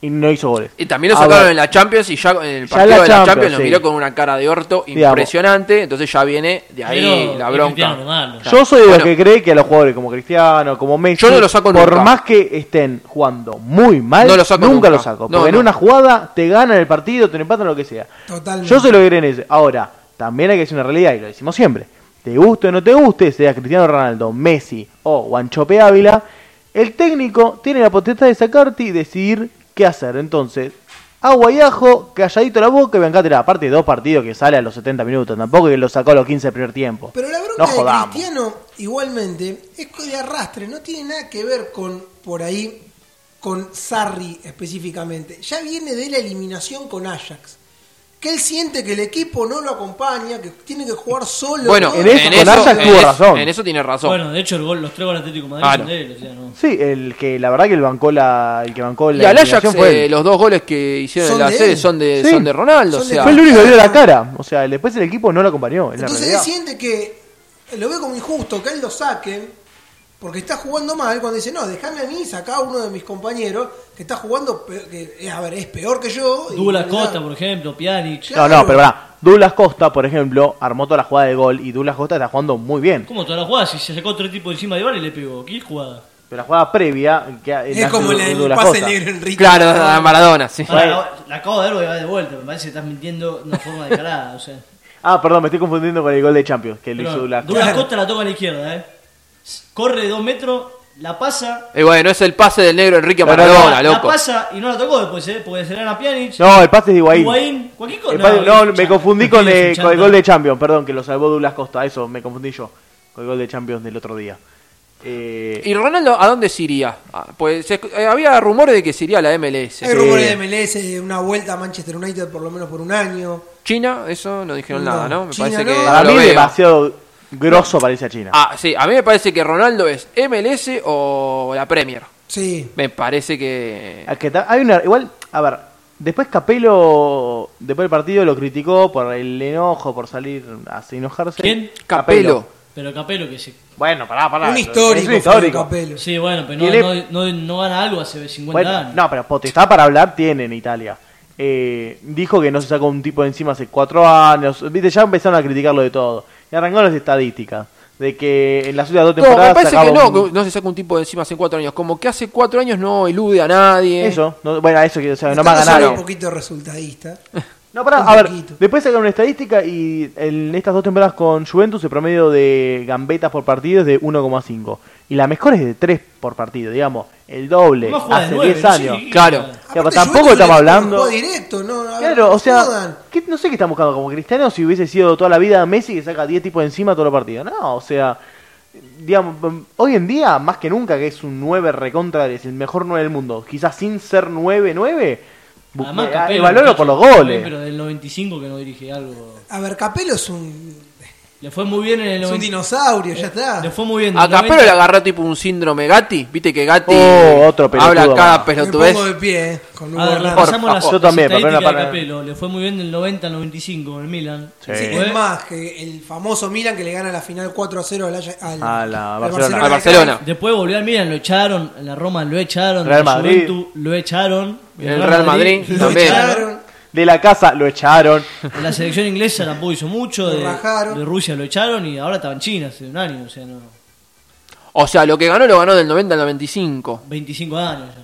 Y no hizo goles.
Y también lo
Ahora,
sacaron en la Champions y ya en el
Ah, Ya
partido
la
de la
Champions,
Champions lo
sí.
miró con una cara de orto
Digamos.
impresionante. Entonces ya viene de ahí
Pero
la
es
bronca.
Cristiano Ronaldo.
Yo soy de
Bueno.
los que cree que a los jugadores como Cristiano, como Messi,
Yo no lo saco
por
nunca.
más que estén jugando muy mal,
No lo saco nunca.
nunca, lo saco.
No,
Porque en
no.
una jugada te ganan el partido, te empatan lo que sea.
Totalmente.
Yo soy lo que cree en eso. Ahora, también hay que decir una realidad, y lo decimos siempre. Te guste o no te guste, sea Cristiano Ronaldo, Messi o Guanchope Ávila, el técnico tiene la potestad de sacarte y decidir qué hacer. Entonces, agua y ajo, calladito la boca y bancátela. Aparte de dos partidos que sale a los 70 minutos, tampoco que lo sacó a los 15 del primer tiempo.
Pero la bronca
no
de
jodamos.
Cristiano, igualmente, es de arrastre, no tiene nada que ver con, por ahí, con Sarri específicamente. Ya viene de la eliminación con Ajax. Que él siente que el equipo no lo acompaña, que tiene que jugar solo.
Bueno,
todo.
en
En eso,
eso,
con Ajax
en
tuvo
eso-
razón.
en eso tiene razón.
Bueno, de hecho, el gol, los tres goles de Atlético de Madrid
Claro.
son de él, o sea, no.
Sí, el que la verdad que el bancó la, el que bancó la
y al Ajax,
eliminación fue
eh,
él.
los dos goles que hicieron en
Son
la
de
serie
él.
son de,
Sí.
son de Ronaldo.
Son
o
de-
sea,
fue el único que dio la cara. O sea, después el equipo no lo acompañó. es la
Entonces él
realidad.
siente que lo ve como injusto que a él lo saquen porque está jugando mal. Cuando dice, no, déjame a mí sacar a uno de mis compañeros que está jugando, pe- que, eh, a ver, es peor que yo. y-
Douglas Costa, por ejemplo, Pjanic.
Claro.
No, no, pero pará. Douglas Costa, por ejemplo, armó toda la jugada de gol y Douglas Costa está jugando muy bien.
¿Cómo todas las jugadas? Si se sacó tres tipos encima de Iván y le pegó. ¿Qué jugada?
Pero la jugada previa que
Es
la hace
como la del
Douglas
pase
Costa.
negro Enrique.
Claro, a Maradona, sí.
Ahora, la, la acabo de ver, voy a ver de vuelta. Me parece que estás mintiendo de una forma descarada.
[LAUGHS]
O sea,
Ah, perdón, me estoy confundiendo con el gol de Champions que lo
Pero
hizo Douglas [LAUGHS]
Douglas
Costa.
Costa la toca a la izquierda, ¿eh? Corre dos metros, la pasa.
Y bueno, es el pase del negro Enrique a
No, no,
Maradona,
la
loco.
pasa y no la tocó después, ¿eh? Porque será a Pjanic.
No, el pase es de Higuaín.
Higuaín, cualquier cosa.
El pase- no, me confundí con, eh, con el gol de
Champions.
Champions, perdón, que lo salvó Douglas Costa. Eso, me confundí yo. Con el gol de Champions del otro día. Eh,
¿Y Ronaldo a dónde se iría? Ah, Pues se escu- eh, había rumores de que se iría a la MLS.
Eh.
Hay rumores de MLS, de una vuelta a Manchester United por lo menos por un año.
China, eso no dijeron
No,
nada, ¿no? Me
China
parece
no.
que
para
lo
mí,
veo.
demasiado grosso parece a China.
Ah, sí, a mí me parece que Ronaldo es MLS o la Premier.
Sí.
Me parece que
Ah, que ta- hay una, igual, a ver, después Capelo, después del partido lo criticó por el enojo, por salir a enojarse.
¿Quién?
Capelo.
Pero Capelo que se.
Bueno, pará, pará.
un
es
histórico.
un
fue
Ah, histórico.
Capello.
Sí, bueno, pero
Y le-
no, no, no, no gana algo hace 50
Bueno,
años.
no, pero potestad para hablar tiene en Italia. Eh, dijo que no se sacó un tipo de encima hace cuatro años. Viste, ya empezaron a criticarlo de todo. Y arrancó las estadísticas. De que en las últimas dos
No,
temporadas.
me parece que
sacaba
no,
un-
que no se saca un tipo de encima hace cuatro años. Como que hace cuatro años no elude a nadie.
Eso, no- bueno, eso que o sea, no
Estamos
más
siendo
ganaron.
un
[LAUGHS]
poquito resultadista.
No, pará,
Un
a ver,
poquito.
después sacaron una estadística y en estas dos temporadas con Juventus el promedio de gambetas por partido es de 1,5. Y la mejor es de 3 por partido, digamos, el doble,
Además juega de
eh, hace
nueve,
10
sí,
años.
sí.
Claro.
Claro,
Aparte,
tampoco
Juventus
estamos
es un
hablando-
juego directo, no, A ver,
Claro, o sea,
jodan.
¿qué- no sé qué están buscando, como Cristiano si hubiese sido toda la vida Messi que saca 10 tipos encima todos los partidos. No, o sea, digamos, mm, hoy en día, más que nunca, que es un 9 recontra, es el mejor 9 del mundo. Quizás sin ser 9-9, bu-
Además,
eh,
Capello,
evalúalo
muchacho,
por los
también,
goles.
Pero del 95 que no dirige algo.
A ver, Capelo es un,
Le fue muy bien en el
es un
95.
dinosaurio, ya está.
Le fue muy bien.
A
en el
Capelo le agarró tipo un síndrome Gatti. Viste que Gatti
Oh, otro pelotudo
habla cada
más.
Me
pelotudez.
pongo de pie, eh, con Hugo
A ver,
Hernández.
repasamos
Por
las,
favor.
Yo también,
las
pero
estadísticas
no la
de
para-
Capello. Le fue muy bien del 90 al 95 con el Milan.
Sí.
Sí,
Fue-
es más, que el famoso Milan que le gana la final 4 a 0 al, Ajax- al,
A la Barcelona.
Al Barcelona.
Después volvió al Milan, lo echaron. En la Roma lo echaron.
Real
en la
Madrid.
Juventus lo echaron.
En el Real Madrid
lo
también.
echaron.
De la casa lo
[LAUGHS]
echaron.
En la selección inglesa tampoco hizo mucho.
Lo
De,
rajaron.
de Rusia lo echaron y ahora estaba en China hace un año. O sea, no,
O sea, lo que ganó lo ganó del 90 al 95.
25 años. ya.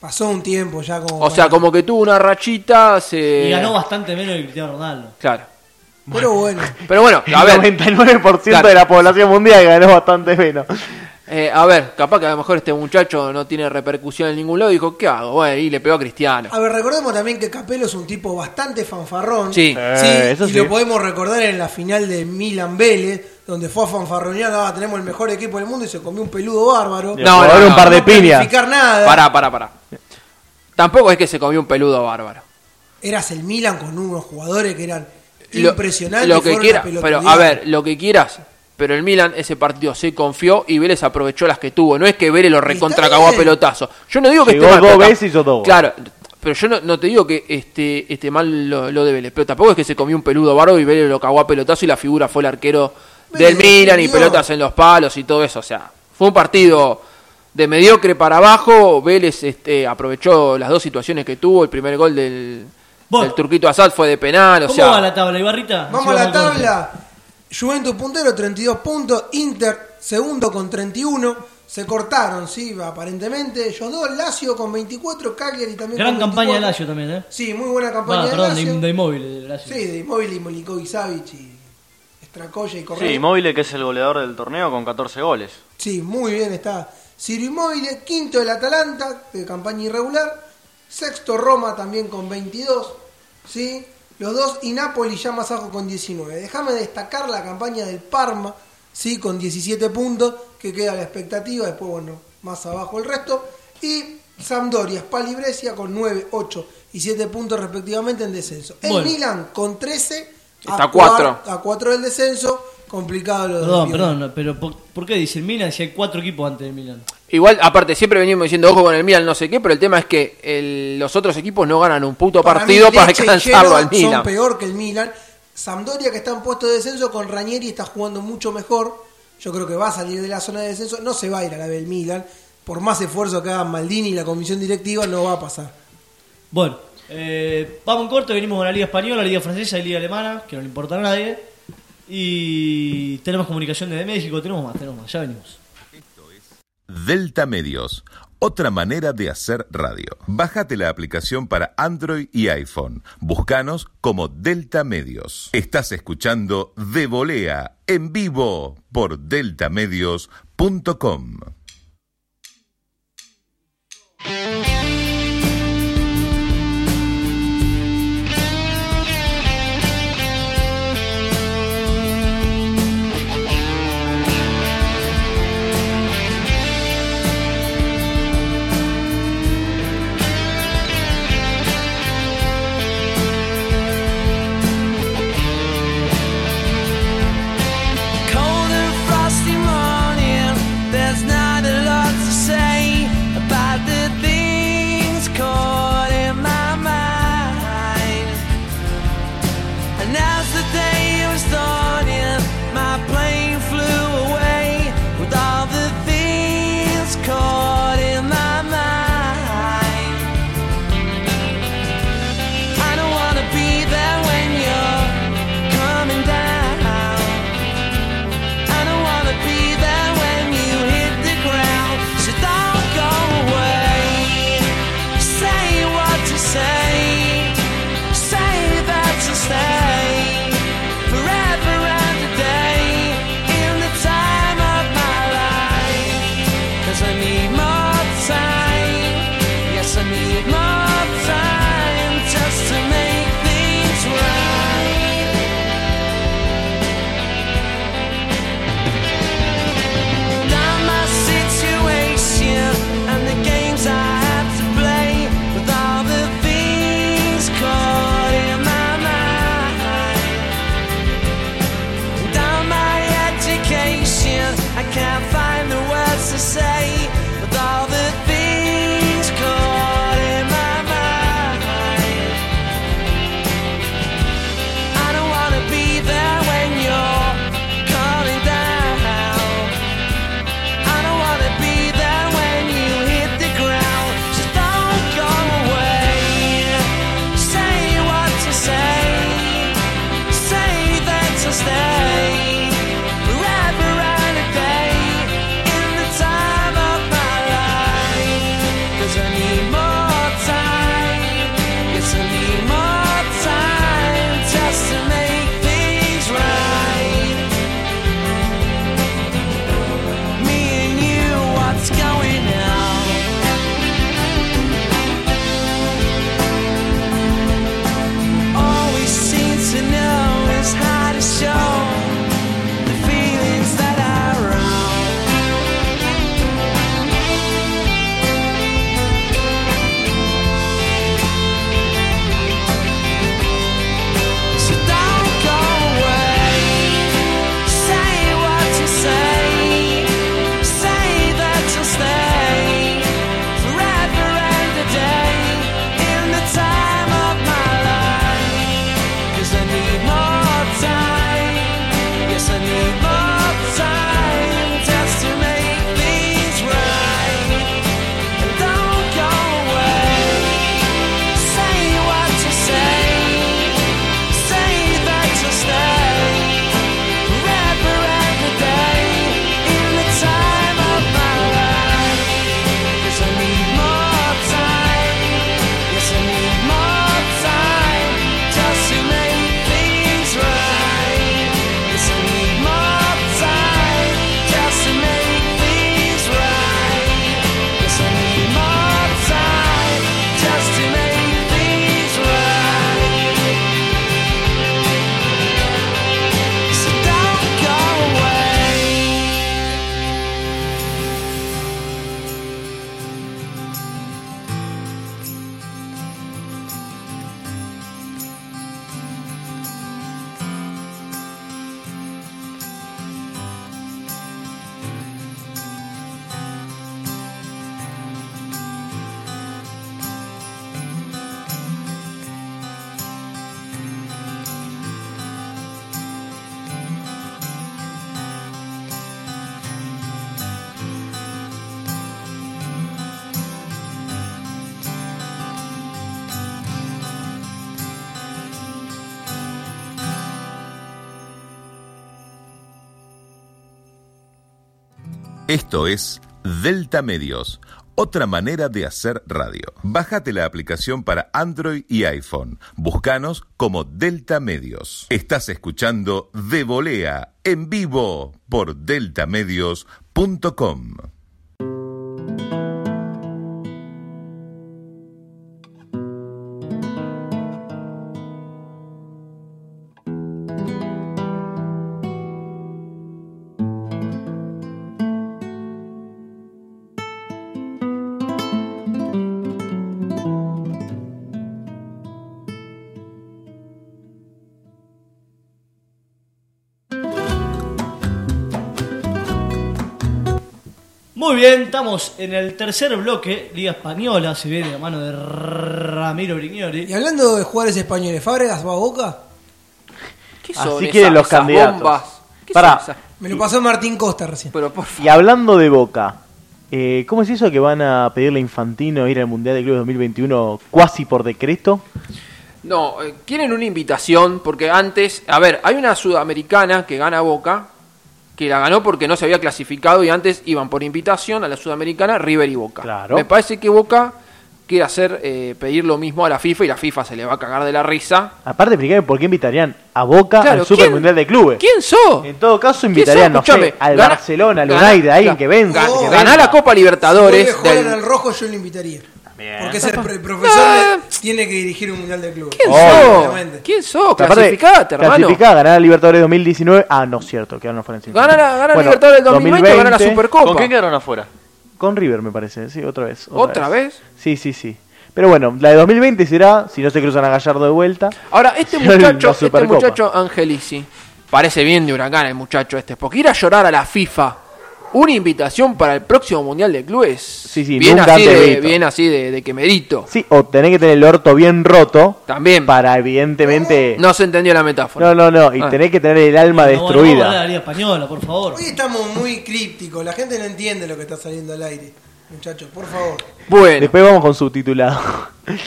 Pasó un tiempo ya como.
O sea,
para-
como que tuvo una rachita, se...
Y ganó bastante menos que Cristiano Ronaldo.
Claro.
Pero bueno,
Pero bueno,
[LAUGHS]
a
El
ver,
99%
Claro.
de la población mundial ganó bastante menos.
eh, a ver, capaz que a lo mejor este muchacho no tiene repercusión en ningún lado. Dijo, ¿qué hago? Bueno, y le pegó a Cristiano.
a ver, recordemos también que Capelo es un tipo bastante fanfarrón.
Sí.
Eh, eso
y
sí.
lo podemos recordar en la final de Milan Vélez, donde fue a fanfarronear, ah, tenemos el mejor equipo del mundo y se comió un peludo bárbaro.
No,
Por
no,
un
no,
par de
no
piñas.
planificar nada.
Pará, pará, pará. Tampoco es que se comió un peludo bárbaro.
Eras el Milan con unos jugadores que eran
Lo-
impresionantes.
Lo,
y
que
fueron
quieras,
a
pero
pelotudear.
a ver, lo que quieras. Pero el Milan ese partido se confió y Vélez aprovechó las que tuvo. No es que Vélez lo recontracagó a
bien.
pelotazo. Yo no digo que
Llegó
esté mal,
dos
pero tam-
veces y hizo dos goles.
Claro, pero yo no, no te digo que este, este mal lo, lo de Vélez. Pero tampoco es que se comió un peludo bárbaro y Vélez lo cagó a pelotazo y la figura fue el arquero
Vélez
del Milan y
defendió.
pelotas en los palos y todo eso. O sea, fue un partido de mediocre para abajo, Vélez este, aprovechó las dos situaciones que tuvo. El primer gol del,
Vos.
del Turquito Asad fue de penal. O
¿Cómo
sea,
va la tabla, Ibarrita?
Vamos
Sí,
a la
al corte.
tabla. Juventus puntero, 32 puntos. Inter segundo con 31. Se cortaron, sí, aparentemente. Ellos dos, Lazio con 24, Cagliari también
Gran
con
campaña de
24.
Lazio también, ¿eh?
Sí, muy buena campaña
Va,
de
perdón,
Lazio.
de, de inmóvil de Lazio.
Sí, de Immobile y Molikovic Savic y Stracoya y Correa.
Sí, Móvil que es el goleador del torneo con 14 goles.
Sí, muy bien está. Ciro Immobile, quinto el Atalanta, de campaña irregular. Sexto Roma también con 22. ¿sí? Los dos y Napoli ya más abajo con 19. Déjame destacar la campaña del Parma, ¿sí? con 17 puntos, que queda a la expectativa. Después, bueno, más abajo el resto. Y Sampdoria, Spal y Brescia con 9, 8 y 7 puntos respectivamente en descenso. El
Bueno.
Milan con 13.
Está a
cuar-
cuatro.
A 4 del descenso. Complicado lo de
Perdón,
Pioli.
perdón, no, pero ¿por, por qué dice el Milan si hay cuatro equipos antes del Milan?
Igual, aparte, siempre venimos diciendo ojo con el Milan, no sé qué, pero el tema es que el- los otros equipos no ganan un puto
Para
partido
mí,
para
Lecce y
alcanzarlo
Genoa
al Milan.
Son peor que el Milan. Sampdoria, que está en puesto de descenso, con Ranieri está jugando mucho mejor. Yo creo que va a salir de la zona de descenso. No se va a ir a la del Milan. Por más esfuerzo que hagan Maldini y la comisión directiva, no va a pasar.
Bueno, eh, vamos en corto, venimos con la Liga Española, la Liga Francesa y Liga Alemana, que no le importa a nadie. Y tenemos comunicación desde México, tenemos más, tenemos más, ya venimos.
Delta Medios, otra manera de hacer radio. Bájate la aplicación para Android y iPhone. Búscanos como Delta Medios. Estás escuchando De Volea en vivo por deltamedios.com.
Cold and frosty morning, there's not a lot to say about the things.
Esto es Delta Medios, otra manera de hacer radio. Bájate la aplicación para Android y iPhone. Búscanos como Delta Medios. Estás escuchando De Volea en vivo por deltamedios.com.
Muy bien, estamos en el tercer bloque, Liga Española, se viene a mano de Ramiro
Y
Brignoli.
hablando de jugadores españoles, Fábregas va a Boca.
¿Qué
Así
son
quieren
esas-
los
esas
candidatos.
bombas? ¿Qué
Pará.
son esas?
Me lo pasó Martín Costa recién.
Pero por favor.
Y hablando de Boca, eh, ¿cómo es eso que van a pedirle a Infantino ir al Mundial de Clubes 2021 cuasi por decreto?
No, eh, quieren una invitación porque antes, a ver, hay una sudamericana que gana Boca, que la ganó porque no se había clasificado y antes iban por invitación a la sudamericana River y Boca.
Claro.
Me parece que Boca quiere hacer eh, pedir lo mismo a la FIFA y la FIFA se le va a cagar de la risa.
Aparte, explícame por qué invitarían a Boca al Ah, Super
¿quién-
Mundial de Clubes.
¿Quién sos?
En todo
[LAUGHS]
caso,
¿Quién sos?
invitarían no sé,
Escuchame,
eh, al
gana-
Barcelona, al
gana-
United, a alguien
gana-
que venza.
gana-
que
Ganá
venza.
la Copa Libertadores.
Si vuelve
del-
Holland al rojo, yo lo invitaría. Porque ser el
No,
profesor
eh.
tiene que dirigir un mundial de clubes.
¿Quién
Obviamente.
sos? ¿Quién sos?
Aparte,
Clasificate, hermano.
clasificá, ganar la Libertadores 2019. Ah, no, cierto, quedaron afuera en cinco.
Gana la, gana la
Bueno,
Libertadores del 2020, gana la
2020,
Supercopa.
¿Con quién quedaron afuera?
Con River, me parece, sí, otra vez.
¿Otra vez?
Sí, sí, sí. Pero bueno, la de 2020 será, si no se cruzan a Gallardo de vuelta.
Ahora,
[LAUGHS]
este
La
muchacho, este
Supercopa.
muchacho Angelici, parece bien de huracán el muchacho este, porque ir a llorar a la FIFA una invitación para el próximo Mundial de Clubes.
Sí, sí,
bien,
nunca
así
antes
de,
visto.
bien así de, de que merito.
Sí, o tenés que tener el orto bien roto.
También.
Para, evidentemente.
No se entendió la metáfora.
no, no. no, Y
Ah.
tenés que tener el alma
No, bueno, vamos a hablar de la
destruida.
Liga Española, por favor.
Hoy estamos muy crípticos. La gente no entiende lo que está saliendo al aire. Muchachos, por favor.
Bueno,
Después vamos con subtitulado.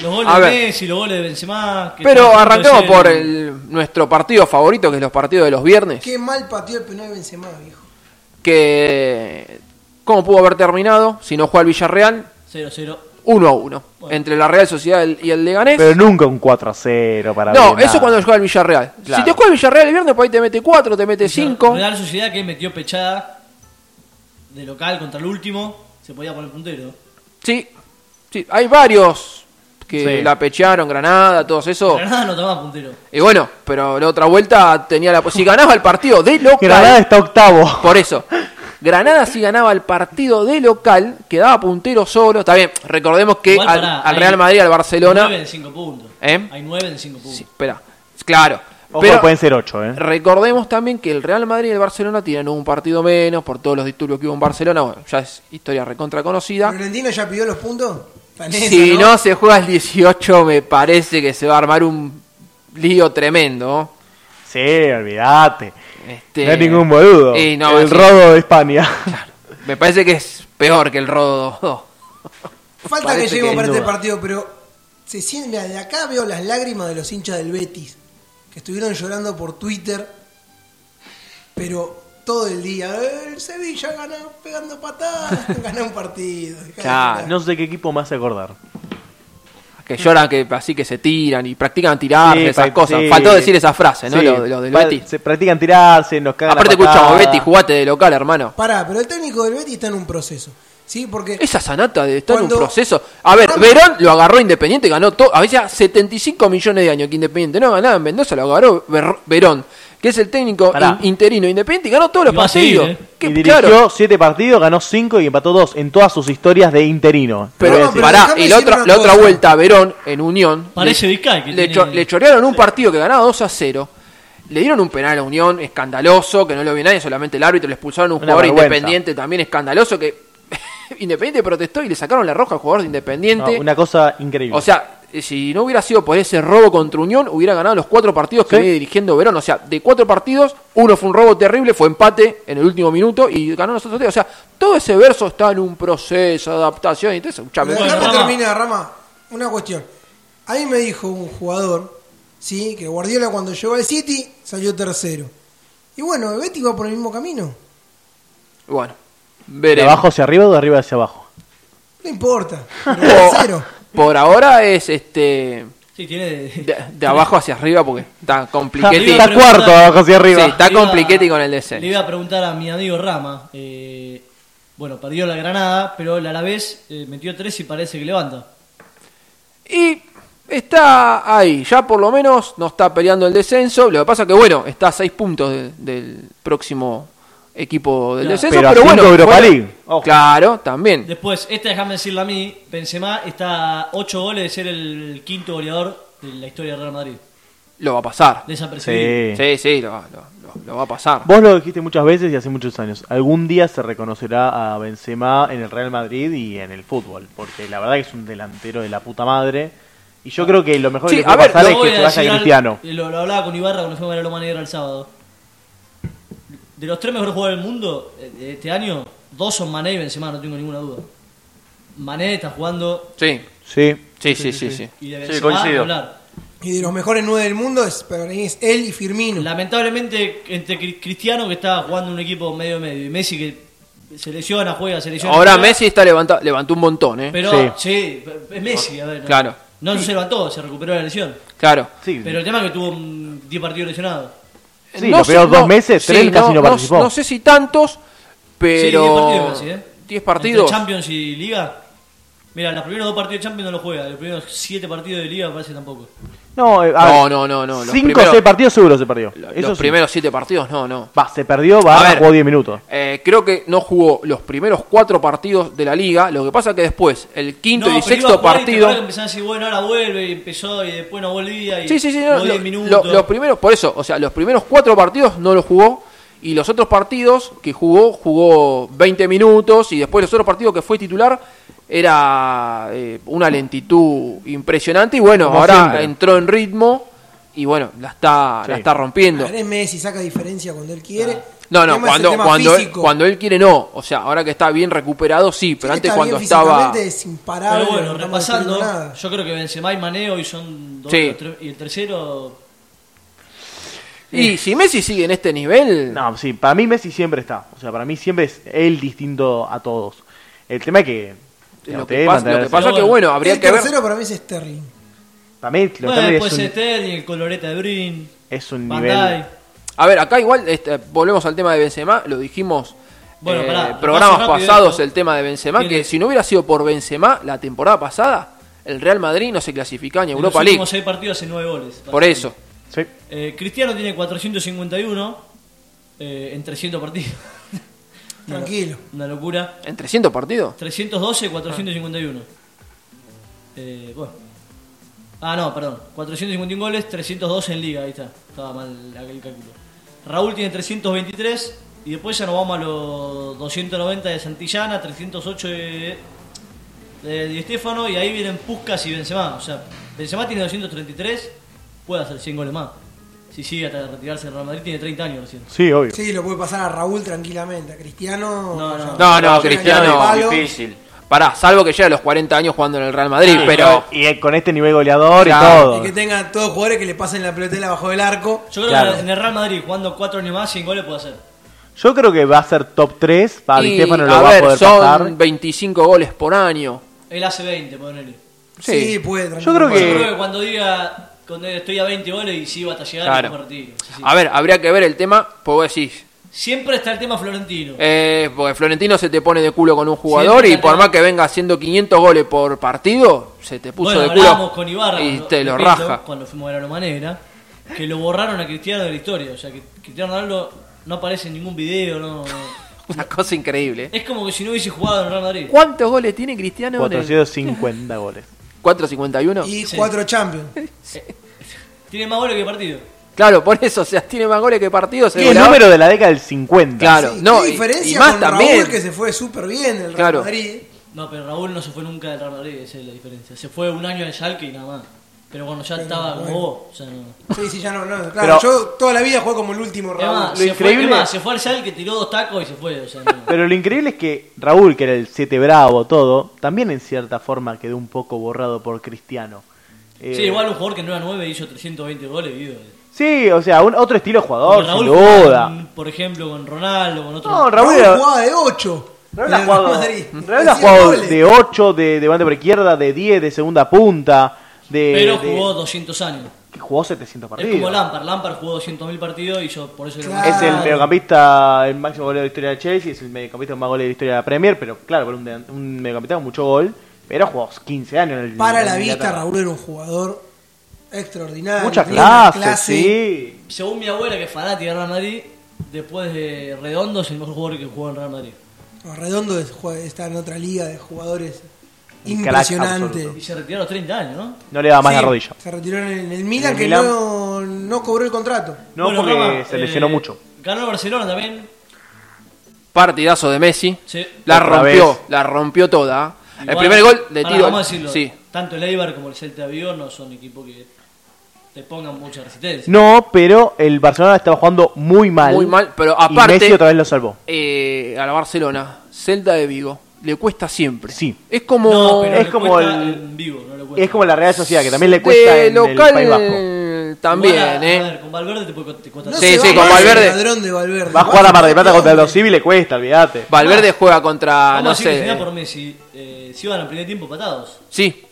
Los goles
A
de
ver.
Messi, los goles de Benzema. que
pero
están a punto de
arrancamos
ser
por el, nuestro partido favorito, que es los partidos de los viernes,
Qué mal pateó el penal Benzema, viejo.
que cómo pudo haber terminado si no juega el Villarreal
0-0.
1 a 1
Bueno.
entre la Real Sociedad y el Leganés.
Pero nunca un 4 a 0 para
No,
ver
eso
nada.
cuando juega el Villarreal.
Claro.
Si te juega el Villarreal el viernes, por ahí te mete 4, te mete 5.
Real Sociedad que metió pechada de local contra el último. Se podía poner puntero.
Sí, sí, hay varios que
Sí.
la pecharon, Granada, todos eso.
Granada no estaba puntero.
Y bueno, pero la otra vuelta tenía la... pos- Si ganaba el partido de local...
Granada está octavo.
Por eso. Granada si ganaba el partido de local, quedaba puntero solo. Está bien, recordemos que
Igual,
al,
pará,
al
hay
Real Madrid, al
nueve
Barcelona...
de 5 puntos.
¿Eh?
Hay 9 de 5 puntos.
Sí, espera, claro.
Ojo,
pero-
pueden ser 8, ¿eh?
Recordemos también que el Real Madrid y el Barcelona tienen un partido menos por todos los disturbios que hubo en Barcelona. Bueno, ya es historia recontra conocida.
¿Florentino ya pidió los puntos? Está en
Si
esa,
no, se juega el 18, me parece que se va a armar un lío tremendo.
Sí, olvídate.
Este,
No hay ningún boludo.
y no,
el
sí,
rodo de España.
Me parece que es peor que el rodo.
Falta que
Parece
lleguemos
que
para
es
este
duda.
partido, pero se siente, mira, de acá veo las lágrimas de los hinchas del Betis, que estuvieron llorando por Twitter, pero todo el día, "Eh, el Sevilla ganó pegando patadas, [LAUGHS] ganó un partido. dejá de
Claro,
llorar.
No sé qué equipo más acordar.
Que lloran que así que se tiran y practican tirarse,
Sí,
Ah, esas
pa-
cosas.
sí.
Faltó decir esa frase, ¿no?
Sí.
Lo, lo del
Pa-
Betis.
Se practican tirarse, nos cagan.
Aparte,
a patada.
escuchamos, Betty, jugate de local, hermano.
Pará, pero el técnico del Betis está en un proceso, ¿sí? Porque
Esa sanata de estar en
Cuando-
un proceso. A ver,
Ramos-
Verón lo agarró Independiente, ganó todo. A veces 75 millones de años que Independiente no ganaba en Mendoza, lo agarró Ver- Verón, que es el técnico
Pará.
in- interino de Independiente y ganó todos los
Y va a seguir,
partidos.
¿eh?
Qué
y dirigió
claro.
7 partidos, ganó 5 y empató 2 en todas sus historias de interino. Te voy a
Pero,
decir.
pará,
déjame
y la
decir
otra,
una
la otra
cosa.
vuelta, Verón en Unión.
Parece
le-
Vizcay que
le,
tiene-
cho- le chorearon un partido que ganaba 2 a 0. Le dieron un penal a Unión, escandaloso, que no lo vio nadie, solamente el árbitro. Le expulsaron a un
Una
jugador
vergüenza.
independiente también escandaloso que. [LAUGHS] Independiente protestó y le sacaron la roja al jugador
No,
de Independiente.
una cosa increíble.
O sea, eh, si no hubiera sido por ese robo contra Unión, hubiera ganado los cuatro partidos que
Sí.
viene dirigiendo Verón. O sea, de cuatro partidos, uno fue un robo terrible, fue empate en el último minuto y ganó nosotros tres. O sea, todo ese verso está en un proceso de adaptación y todo eso.
Pero
Escuchame,
Bueno,
déjame
Rama.
terminar, Rama. Una cuestión. A mí me dijo un jugador, ¿sí? Que Guardiola cuando llegó al City salió tercero. Y bueno, Betis va por el mismo camino.
Bueno,
¿De
Veremos.
abajo hacia arriba o de arriba hacia abajo?
No importa. pero
[LAUGHS] O-
Cero.
Por ahora es este
Sí, tiene. de-
de, de abajo hacia arriba porque está
Arriba,
compliquete.
está
pero-
cuarto abajo hacia arriba.
Sí, está
Le iba-
compliquete con el
Le
descenso.
iba a preguntar a mi amigo Rama. eh, bueno, perdió la granada, pero el Alavés eh, metió tres y parece que levanta.
Y está ahí, ya por lo menos no está peleando el descenso. Lo que pasa que bueno, está a seis puntos de- del próximo equipo del
Claro.
descenso.
Pero
Pero,
a cinco
bueno,
Europa
fuera-
League. Ojo.
claro, también.
Después, esta déjame decirla a mí. Benzema está a ocho goles de ser el quinto goleador de la historia del Real Madrid.
Lo va a pasar.
Desapercibido.
Sí, sí, lo, va- lo- lo- lo va a pasar.
Vos lo dijiste muchas veces y hace muchos años. Algún día se reconocerá a Benzema en el Real Madrid y en el fútbol, porque la verdad que es un delantero de la puta madre. Y yo creo que lo mejor
Sí,
que le
a
puede
ver,
pasar
Lo
es
voy
que
a
se vaya
decir al-
Cristiano.
Lo, lo hablaba con Ibarra cuando fuimos a la Loma Negra el sábado. De los tres mejores jugadores del mundo eh, de este año, dos son Mané y Benzema, no tengo ninguna duda. Mané está jugando
Sí,
Sí.
sí, sí, sí. sí.
y de
Sí,
Benzema
coincido.
ni hablar.
Y de los mejores nueve del mundo es, para mí es él y Firmino.
Lamentablemente, entre Cri- Cristiano, que está jugando en un equipo medio-medio, y Messi, que se lesiona, juega, se lesiona.
Ahora
juega,
Messi está levanta, levantó un montón, ¿eh?
Pero,
Sí.
sí, es Messi, a ver. no-
Claro.
No, se levantó, se recuperó de la lesión.
Claro.
Sí,
Pero el tema es que tuvo mm, 10 partidos lesionados.
Sí, los primeros dos meses, tres casi no participó.
No sé si tantos,
Sí,
pero.
10 partidos casi, ¿eh?
10 partidos.
Entre Champions y Liga. Mira, los primeros dos partidos de Champions no los juega. Los primeros siete partidos de Liga parece tampoco.
No, eh, a
No,
ver,
no, no, no, los
Cinco o
primeros-
seis partidos seguro se perdió.
Lo-
Eso
Los
sí.
primeros 7 partidos, no, no.
Va, se perdió, va,
A ver.
jugó 10 minutos.
Eh, creo que no jugó los primeros 4 partidos de la liga. Lo que pasa que después, el quinto y
pero iba a jugar
sexto
y te
partido.
acuerdas que Empezaron a decir, bueno, ahora vuelve. Y empezó y después no volvía. Y
Sí, sí, sí. no,
jugó
lo-
10 minutos.
lo- los primeros, por eso, o sea, los primeros cuatro partidos no lo jugó. Y los otros partidos que jugó, jugó 20 minutos. Y después los otros partidos que fue titular era eh, una lentitud impresionante. Y bueno,
Como
ahora
siempre.
entró en ritmo. Y bueno, la está, la
Sí.
está rompiendo.
Ahora es Messi, saca diferencia cuando él quiere.
No,
El tema
no,
es el
cuando,
tema
cuando, él,
físico.
cuando él quiere, no. O sea, ahora que está bien recuperado, sí. Pero
Sí,
antes
está
cuando
bien
estaba.
físicamente Es imparable.
Pero bueno,
no estamos diciendo
repasando.
nada.
Yo creo que Benzema y Mané hoy son dos.
Sí.
o tres- Y el tercero.
Y si Messi sigue en este nivel.
No, sí, para mí Messi siempre está. O sea, para mí siempre es él distinto a todos. El tema es que.
Lo
ustedes
que pasa,
mantener-
lo que pasa
Pero
que, bueno, habría
el
que ver.
tercero para mí es Sterling.
Para mí, lo
Bueno,
que
después
pues
es un,
este,
Sterling, el coloreta de Brin.
es un
Van
nivel.
Dijk.
A ver, acá igual este, volvemos al tema de Benzema, lo dijimos
Bueno,
eh,
pará,
programas
paso rápido
pasados
esto.
el tema de Benzema,
Tiene-
que si no hubiera sido por Benzema la temporada pasada, el Real Madrid no se clasificaba en
En
Europa
los
League.
últimos seis partidos hace nueve goles.
Por eso.
Sí.
Eh, Cristiano tiene 451 eh, en 300 partidos. [LAUGHS] Una-
Tranquilo.
Una locura.
¿En 300 partidos?
312, 451. Eh, bueno. Ah, no, perdón. 451 goles, 312 en liga. Ahí está. Estaba mal aquel cálculo. Raúl tiene 323. Y después ya nos vamos a los 290 de Santillana, 308 de, de Di Stéfano. Y ahí vienen Puskas y Benzema. O sea, Benzema tiene 233. Puede hacer 100 goles más. Si sigue hasta retirarse en Real Madrid, tiene 30 años recién.
Sí, obvio.
Sí, lo puede pasar a Raúl tranquilamente. A Cristiano.
No, no.
ya.
No,
Cristiano.
no, Cristiano.
Palo.
Ah, Difícil.
Pará, salvo que llegue a los 40 años jugando en el Real Madrid, pero.
Y eh, con este nivel goleador
Ya.
y todo.
Y que tenga todos jugadores que le pasen la pelotela abajo del arco.
Yo creo
Claro.
que en el Real Madrid, jugando 4 años más, 100 goles puede hacer.
Yo creo que va a ser top 3. Para
y,
Di Ah, Stefano
a
lo va a
ver,
poder
son
pasar.
25 goles por año.
Él hace 20, ponele.
Sí.
Sí, puede.
Yo creo
Yo
que-
creo que cuando diga, cuando estoy a 20 goles y sigo hasta llegar
Claro.
a partido. Sí, sí.
A ver, habría que ver el tema, pues vos decís,
Siempre está el tema florentino.
Eh, porque Florentino se te pone de culo con un jugador
Siempre
y por
ganó.
más que venga haciendo 500 goles por partido, se te puso
bueno,
de
hablábamos
culo
con Ibarra
y
cuando-
te lo
repito,
raja.
cuando fuimos a la Loma Negra, que lo borraron a Cristiano de la historia. O sea, que Cristiano Ronaldo no aparece en ningún video. no
[LAUGHS] Una cosa increíble. ¿eh?
Es como que si no hubiese jugado en Real Madrid.
¿Cuántos goles tiene Cristiano? en el-
450
[LAUGHS]
goles.
451.
Y
Sí.
cuatro Champions.
Tiene más goles que partido.
Claro, por eso, o sea, tiene más goles que partidos.
Y el
goleador.
número de la década del 50.
Claro,
Sí,
no,
qué
y-
diferencia
y, más
con
también.
Raúl que se fue súper bien del Real
Claro.
Madrid.
No, pero Raúl no se fue nunca del Real Madrid, esa es la diferencia. Se fue un año de Schalke y nada más. Pero cuando ya estaba como
bueno.
vos, o sea, no.
Sí, sí, ya no, no. Claro,
Pero-
yo toda la vida jugué como el último
Es
Raúl.
más,
Lo
se
increíble-
fue, es más, se fue al Schalke, tiró dos tacos y se fue. O sea, no.
Pero lo increíble es que Raúl, que era el 7 bravo, todo, también en cierta forma quedó un poco borrado por Cristiano. Eh,
Sí, igual un jugador que en 9 hizo 320 goles, vivo.
Sí, o sea, un- otro estilo de
Porque
jugador, Oh, sin
jugaba
duda.
con, por ejemplo, con Ronaldo, con otro.
No,
Raúl
Raúl era,
jugaba de 8.
Real ha jugado-
Real ha jugado de 8, de, de banda por izquierda, de 10, de segunda punta, de...
Pero
de-
jugó 200 años.
que jugó 700
Es como
partidos.
Lampard. Lampard jugó 200.000 partidos y yo por eso... lo-
Claro.
Es el mediocampista, el máximo goleador de la historia de Chelsea, es el mediocampista con más goles de la historia de la Premier, pero claro, por un, delan- un mediocampista con mucho gol, pero jugó 15 años en el...
Para
en
la vista,
Inglaterra.
Raúl era un jugador extraordinario.
Muchas
tenía una
clases, sí.
Según mi abuela, que es fanática de Real Madrid, después de Redondo es el mejor jugador que jugó en Real Madrid.
No, Redondo es jue- está en otra liga de jugadores
Un crack
impresionante.
Y se retiró a los 30 años, ¿no?
No le daba más
Sí,
la rodilla.
Se retiró en el, en el Milan,
el
que
Milan.
No, no cobró el contrato.
No,
Bueno,
porque
Roma,
se lesionó
eh,
mucho.
Ganó el Barcelona también.
Partidazo de Messi.
Sí.
La
Otra
rompió,
vez.
la rompió toda. ¿eh? el
Igual,
primer gol de
pará,
tiro.
Vamos a decirlo.
sí.
Tanto el Eibar como el Celta Vigo no son equipos que te pongan mucha resistencia.
No, pero el Barcelona estaba jugando muy mal.
Muy mal, pero
Y
aparte-
Messi otra vez lo salvó.
Eh, a la Barcelona, Celta de Vigo. Le cuesta siempre.
Sí.
Es como.
No, pero
es
le
como
cuesta
el-
en vivo, no le cuesta.
Es como la Real Sociedad, que también le cuesta
de
en
local
el País Vasco.
también,
Igual, a-
¿eh?
a ver, con Valverde te puede, co- te cuesta.
No
Sí,
se
sí,
va
con
a ir el
Valverde.
Ladrón de Valverde.
Va a jugar a Mar del Plata contra el Dosib y le cuesta, olvídate.
Valverde juega contra,
Vamos a
no
decir que
sé.
final por Messi, eh, si iban al primer tiempo patados.
Sí,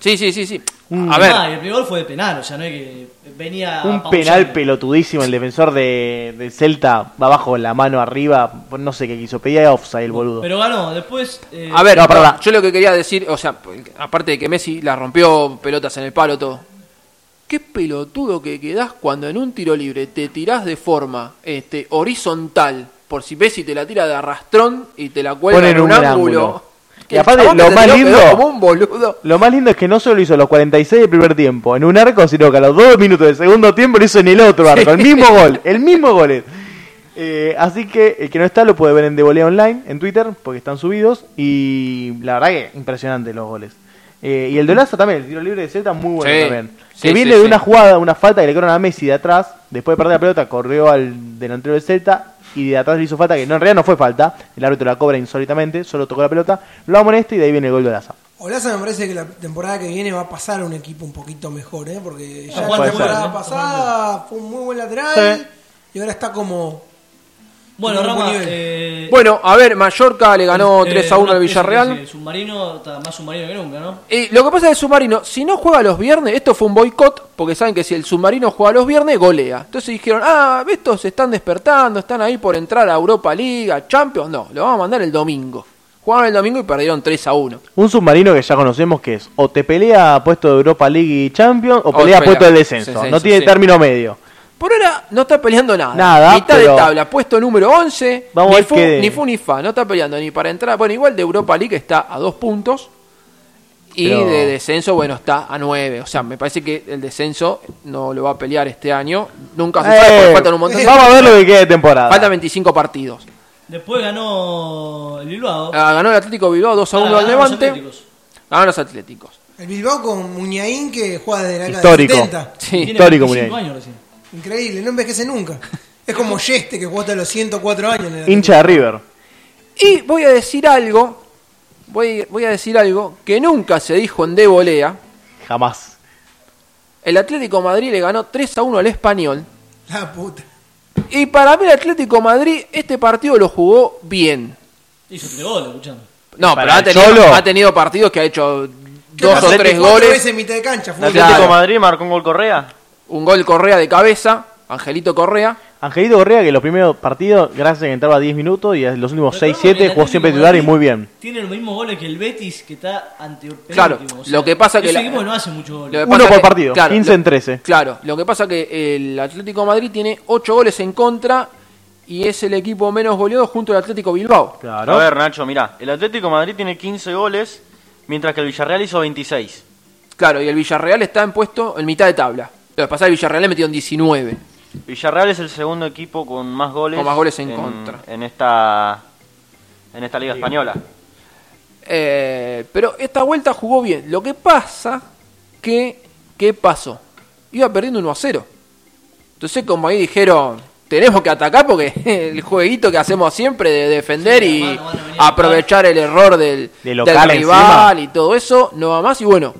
sí, sí, sí. sí.
Mm.
A ver,
Ah, y el primer gol fue de penal, o sea, no es que venía.
Un
pausando.
penal pelotudísimo, el defensor de, de Celta va abajo con la mano arriba, no sé qué quiso, pedía offside el boludo.
Pero ganó, después. eh,
a ver,
No, pará.
yo lo que quería decir, o sea, aparte de que Messi la rompió pelotas en el palo todo. Qué pelotudo que quedás cuando en un tiro libre te tirás de forma este horizontal, por si Messi te la tira de arrastrón y te la cuelga
Ponen
en un,
un
ángulo. [LAUGHS]
ángulo.
Que
Y aparte,
el chabón
lo
que se
más
tiró quedó
lindo-
como un boludo.
Lo más lindo es que no solo hizo los 46 del primer tiempo en un arco, sino que a los 2 minutos del segundo tiempo lo hizo en el otro arco, el
[LAUGHS]
mismo gol, el mismo gol. es. Eh, así que el que no está lo puede ver en De Volea Online, en Twitter, porque están subidos. Y la verdad que impresionante los goles. Eh, y el de Olaza también, el tiro libre de Celta, muy bueno
Sí,
también.
sí,
Que viene
sí,
de
sí.
una jugada, una falta que le cobran a Messi de atrás. Después de perder la pelota, corrió al delantero del Celta y de atrás le hizo falta, que no, en realidad no fue falta. El árbitro la cobra insólitamente, solo tocó la pelota, lo amonesta y de ahí viene el gol de Olaza.
Olaza me parece que la temporada que viene va a pasar a un equipo un poquito mejor, ¿eh? porque ya
Juan
la
Ah, puede
temporada
ser, ¿eh?
pasada fue un muy buen lateral
Sí.
y ahora está como.
Bueno,
Muy
Rama.
nivel.
eh,
Bueno, a ver, Mallorca le ganó
eh,
3 a 1 al
Rama,
Villarreal.
sí, sí, submarino, está más submarino que nunca, ¿no?
Y lo que pasa del submarino, si no juega los viernes, esto fue un boicot, porque saben que si el submarino juega los viernes, golea. Entonces dijeron, ah, estos se están despertando, están ahí por entrar a Europa League, a Champions. No, lo vamos a mandar el domingo. Jugaron el domingo y perdieron 3 a 1.
Un submarino que ya conocemos que es o te pelea puesto de Europa League y Champions o pelea
pelea.
puesto del descenso.
Descenso,
no tiene
sí.
término medio.
Por ahora no está peleando nada.
Nada,
Mitad
pero-
de tabla, puesto número 11.
Vamos a
ni,
ver
fu,
qué-
ni fu ni fa, no está peleando ni para entrar. Bueno, igual de Europa League está a 2 puntos. Y
Pero-
de descenso, bueno, está a 9. O sea, me parece que el descenso no lo va a pelear este año. Nunca se sabe,
Eh,
porque faltan un montón de
vamos a ver lo que queda de temporada.
Faltan 25 partidos.
Después ganó el Bilbao.
Ah, ganó el Atlético Bilbao 2 a 1 al
Ganaron los
Levante.
Atléticos.
Ganaron los Atléticos.
El Bilbao con Muñaín que juega desde la década
Histórico.
del 70.
Sí.
Tiene
Histórico,
25
Muriel.
años recién.
Increíble, no envejece nunca. Es como Yeste que jugó hasta los 104 años. En el
Hincha de River.
Y voy a decir algo. Voy, voy a decir algo que nunca se dijo en De Volea.
Jamás.
El Atlético de Madrid le ganó 3 a 1 al Español.
Atlético. La puta.
Y para mí el Atlético de Madrid este partido lo jugó bien.
Hizo tres goles, escuchame.
No, pero
Para
ha
el Cholo.
tenido, ha tenido partidos que ha hecho dos o
Atlético
tres
cuatro
goles.
veces en mitad de cancha. Fue
El
un-
Atlético
Claro.
Madrid marcó un gol Correa.
Un gol Correa de cabeza. Angelito Correa.
Angelito Correa, que los primeros partidos, gracias a que entraba 10 minutos y los últimos
Recordemos
6-7
que
jugó
el
siempre
Atlético
titular y
Madrid
muy bien.
Tiene los mismos goles que el Betis que está ante
Claro, lo que pasa que
ese
la-
equipo no hace muchos
Lo
goles.
que
Uno
pasa
por
que-
partido, 15
lo-
en 13.
Claro, lo que pasa que el Atlético de Madrid tiene 8 goles en contra y es el equipo menos goleado junto al Atlético Bilbao.
Claro.
A ver, Nacho, mirá. El Atlético de Madrid tiene 15 goles, mientras que el Villarreal hizo 26.
Claro, y el Villarreal está en puesto en mitad de tabla. Lo que pasa es que el Villarreal le metieron 19.
Villarreal es el segundo equipo con más goles.
Con más goles en contra.
En esta, en esta liga española.
Eh, pero esta vuelta jugó bien. Lo que pasa que... ¿Qué pasó? Iba perdiendo 1 a 0. Entonces como ahí dijeron, tenemos que atacar porque [LAUGHS] el jueguito que hacemos siempre de defender
Sí,
y
van, van a venir a
aprovechar el error del,
De local
del
encima.
rival y todo eso, no va más. Y bueno,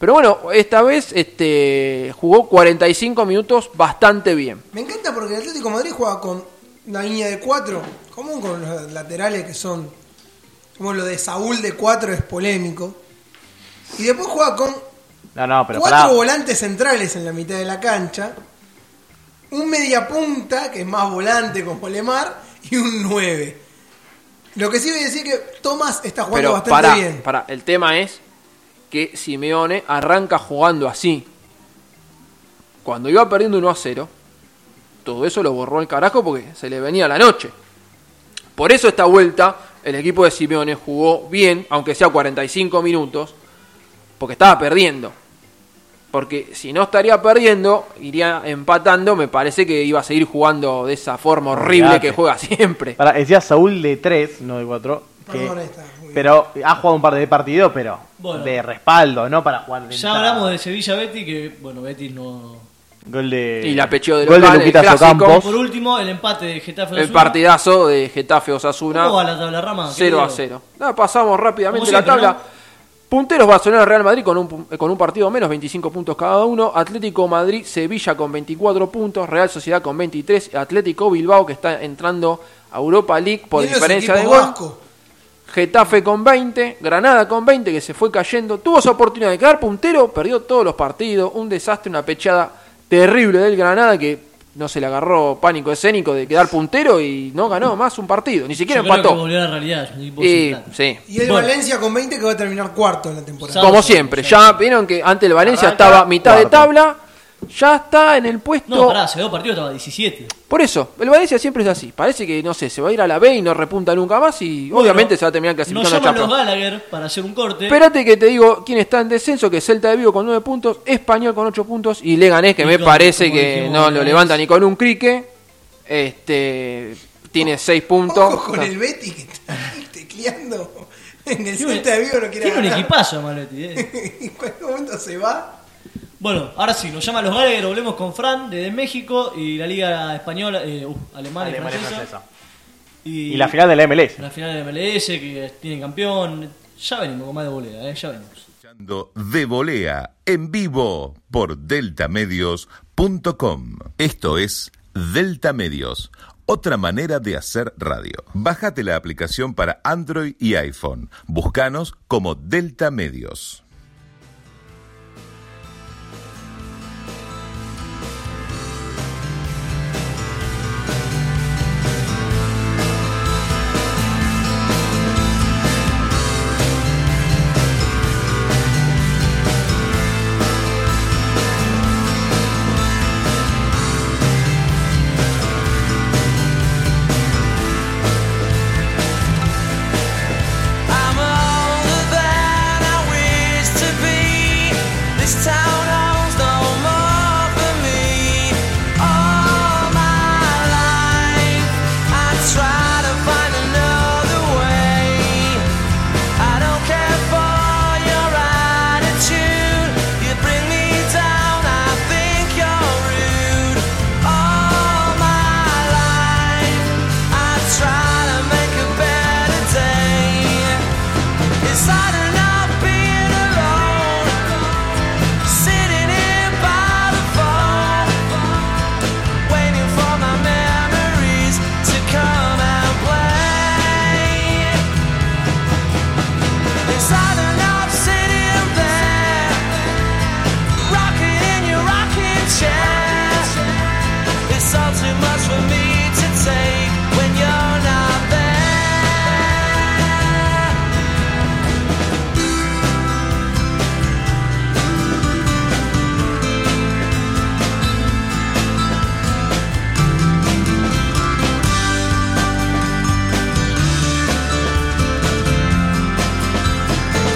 pero bueno, esta vez este, jugó 45 minutos bastante bien.
Me encanta porque el Atlético de Madrid juega con una línea de cuatro, común con los laterales que son Como lo de Saúl de 4 es polémico. Y después juega con
No, no, pero
cuatro
pará.
volantes centrales en la mitad de la cancha. Un mediapunta, que es más volante como Lemar, y un 9. Lo que sí voy a decir que Tomás está jugando
Pero
bastante
para,
bien.
para, el tema es que Simeone arranca jugando así. Cuando iba perdiendo 1 a 0, todo eso lo borró el carajo porque se le venía la noche. Por eso esta vuelta el equipo de Simeone jugó bien, aunque sea 45 minutos, porque estaba perdiendo. Porque si no estaría perdiendo, iría empatando, me parece que iba a seguir jugando de esa forma horrible
Olvídate.
que juega [LAUGHS] siempre.
Pará, decía Saúl de 3, no de 4.
Perdón, está, muy bien.
Pero ha jugado un par de partidos, pero
Bueno.
de respaldo, no para jugar de
Ya
entrada.
hablamos de Sevilla Betis, que bueno, Betis no.
Gol de.
Y la pecheó de
Gol de
local, el
Luquitas
clásico.
Ocampos.
Por último, el empate de Getafe
El
Osasuna.
partidazo de Getafe Osasuna.
¿Cómo va la tabla rama? ¿Qué
0 a
digo?
0. Nada, pasamos rápidamente
Como
la
siempre,
tabla. Punteros Barcelona Real Madrid con un, pu- eh, con un partido menos, 25 puntos cada uno. Atlético Madrid, Sevilla con 24 puntos. Real Sociedad con 23. Atlético Bilbao que está entrando a Europa League por
Miren los
diferencia de
equipos
gol.
vascos.
Getafe con 20, Granada con 20 que se fue cayendo, tuvo esa oportunidad de quedar puntero, perdió todos los partidos, un desastre, una pechada terrible del Granada que no se le agarró pánico escénico de quedar puntero y no ganó más un partido, ni
Yo
siquiera
creo que
empató.
volvió a la realidad. es un equipo
Y
sin plata.
sí,
Y el
Bueno.
Valencia con 20 que va a terminar cuarto en la temporada.
Sábado,
como siempre, ya vieron que antes el Valencia
Arranca
estaba mitad de
cuarto.
tabla, ya está en el puesto
No, pará, hace dos partidos estaba 17.
Por eso, el Valencia siempre es así. Parece que, no sé, se va a ir a la B y no repunta nunca más y obviamente se va a terminar
No
clasificando a
llaman
Champions.
los ¿eh? Gallagher para hacer un corte.
Espérate que te digo quién está en descenso, que es Celta de Vigo con 9 puntos, Español con 8 puntos y Leganés, que
Y
me
con-
parece
como
que
dijimos,
no lo
Leganés.
levanta ni con un crique. Este tiene 6 puntos.
Ojo con el Betty que está ahí tecleando en el
Tiene un-
Celta de Vigo no quiere
Tiene un
ganar.
equipazo, Maletti. eh.
[LAUGHS] en cualquier momento se va.
Bueno, ahora sí, nos llaman los Gallagher, volvemos con Fran desde México y la Liga Española, eh, uh, Alemana, y
Alemania y
Francesa.
francesa. Y la final de la MLS.
La final de MLS, que tiene campeón. Ya venimos con más de volea, eh, ya venimos.
Escuchando De Volea en vivo por deltamedios.com. Esto es Delta Medios, otra manera de hacer radio. Bájate la aplicación para Android y iPhone. Búscanos como Delta Medios.
I'm all that I wish to be. This town holds no more for me. All my life I try to find another way. I don't care for your attitude. You bring me down. I think you're rude. All my life I try to make a better day. It's hard enough being alone, sitting here by the phone, waiting for my memories to come and play. It's hard enough sitting there, rocking in your rocking chair. It's all too much for me to take when you're not there. I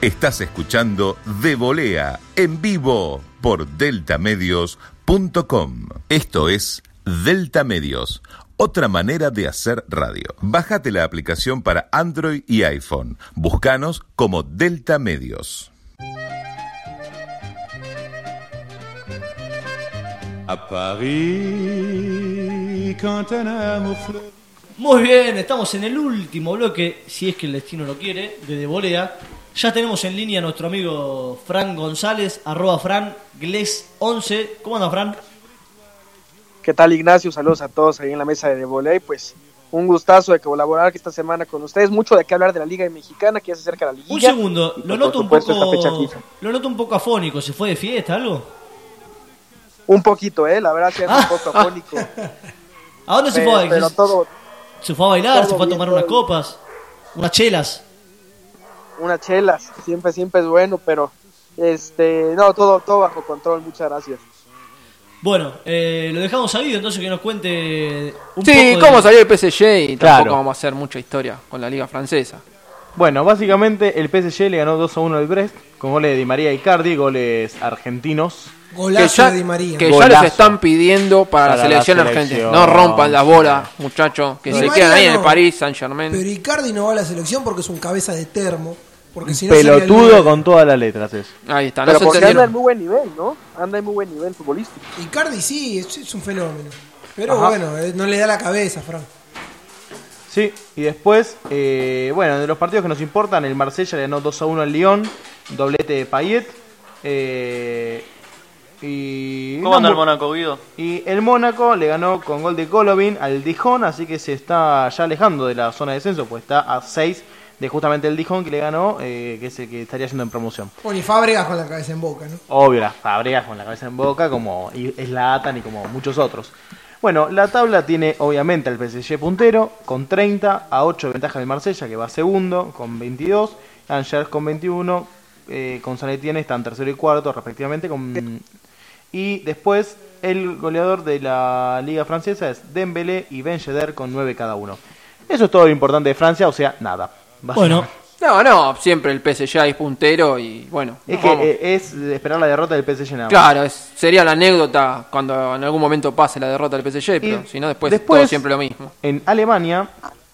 Estás escuchando De Volea en vivo por deltamedios.com. Esto es Delta Medios, otra manera de hacer radio. Bájate la aplicación para Android y iPhone. Búscanos como Delta Medios.
À Paris, quand un amour fleurit.
Muy bien, estamos en el último bloque, si es que el destino lo quiere, de De Volea. Ya tenemos en línea a nuestro amigo Fran González, arroba Fran Gles11. ¿Cómo anda Fran?
¿Qué tal Ignacio? Saludos a todos ahí en la mesa de Voley. Pues un gustazo de colaborar esta semana con ustedes. Mucho de qué hablar de la Liga Mexicana que ya se acerca a la Liga.
Un segundo,
Y,
lo
por
noto un
supuesto, esta fecha
poco.
FIFA.
Lo noto un poco afónico, ¿se fue de fiesta algo?
Un poquito, ¿eh? La verdad, se hace un poco afónico.
¿A dónde se
Pero-
fue?
Pero
¿Se-
todo,
¿Se fue a bailar? ¿Se
todo
fue a
bien,
tomar
todo
unas
bien.
copas? ¿Unas chelas?
unas chelas, siempre, siempre es bueno, pero este, no, todo, todo bajo control, muchas gracias.
Bueno, eh, lo dejamos salido entonces que nos cuente un
Sí,
poco. de-
cómo salió el PSG y tampoco
Claro.
vamos a hacer mucha historia con la liga francesa.
Bueno, básicamente el PSG le ganó 2 a 1 al Brest con goles de Di María y Cardi, goles argentinos.
que ya, Que ya les
Golazo.
están pidiendo para,
Para la
la selección argentina.
selección.
No rompan las bolas, muchachos, que
Di
se
María
quedan ahí en el
no.
París Saint-Germain.
Pero Icardi no va a la selección porque es un cabeza de termo. Porque si no sería el
Pelotudo
nueve.
con todas las letras es.
Ahí está,
Pero porque anda en muy buen nivel, ¿no? Anda en muy buen nivel futbolístico.
Icardi sí, es, es un fenómeno. Pero
Ajá.
bueno, eh, no le da la cabeza, Fran.
Sí, y después, eh, bueno, de los partidos que nos importan, el Marsella le ganó 2 a 1 al Lyon, doblete de Payet. eh, y
¿Cómo anda el
no,
Mónaco, Guido?
Y el Mónaco le ganó con gol de Golovin al Dijon, así que se está ya alejando de la zona de descenso, pues está a 6 de justamente el Dijon que le ganó, eh, que es el que estaría yendo en promoción.
Bueno, y Fábregas con la cabeza en boca, ¿no?
Obvio, las Fabregas con la cabeza en boca, como y- es la Atan y como muchos otros. Bueno, la tabla tiene obviamente al PSG puntero, con 30 a 8 de ventaja del Marsella, que va segundo, con 22, Angers con 21, eh, con San Etienne están tercero y cuarto, respectivamente. Con... Y después, el goleador de la Liga Francesa es Dembélé y Ben Yedder con 9 cada uno. Eso es todo lo importante de Francia, o sea, nada.
Bueno,
No, no, siempre el PSG es puntero y bueno.
es que
vamos.
eh, es esperar la derrota del PSG nada más.
Claro, es- sería la anécdota cuando en algún momento pase la derrota del PSG, pero si no, después,
después-
todo siempre lo mismo.
En Alemania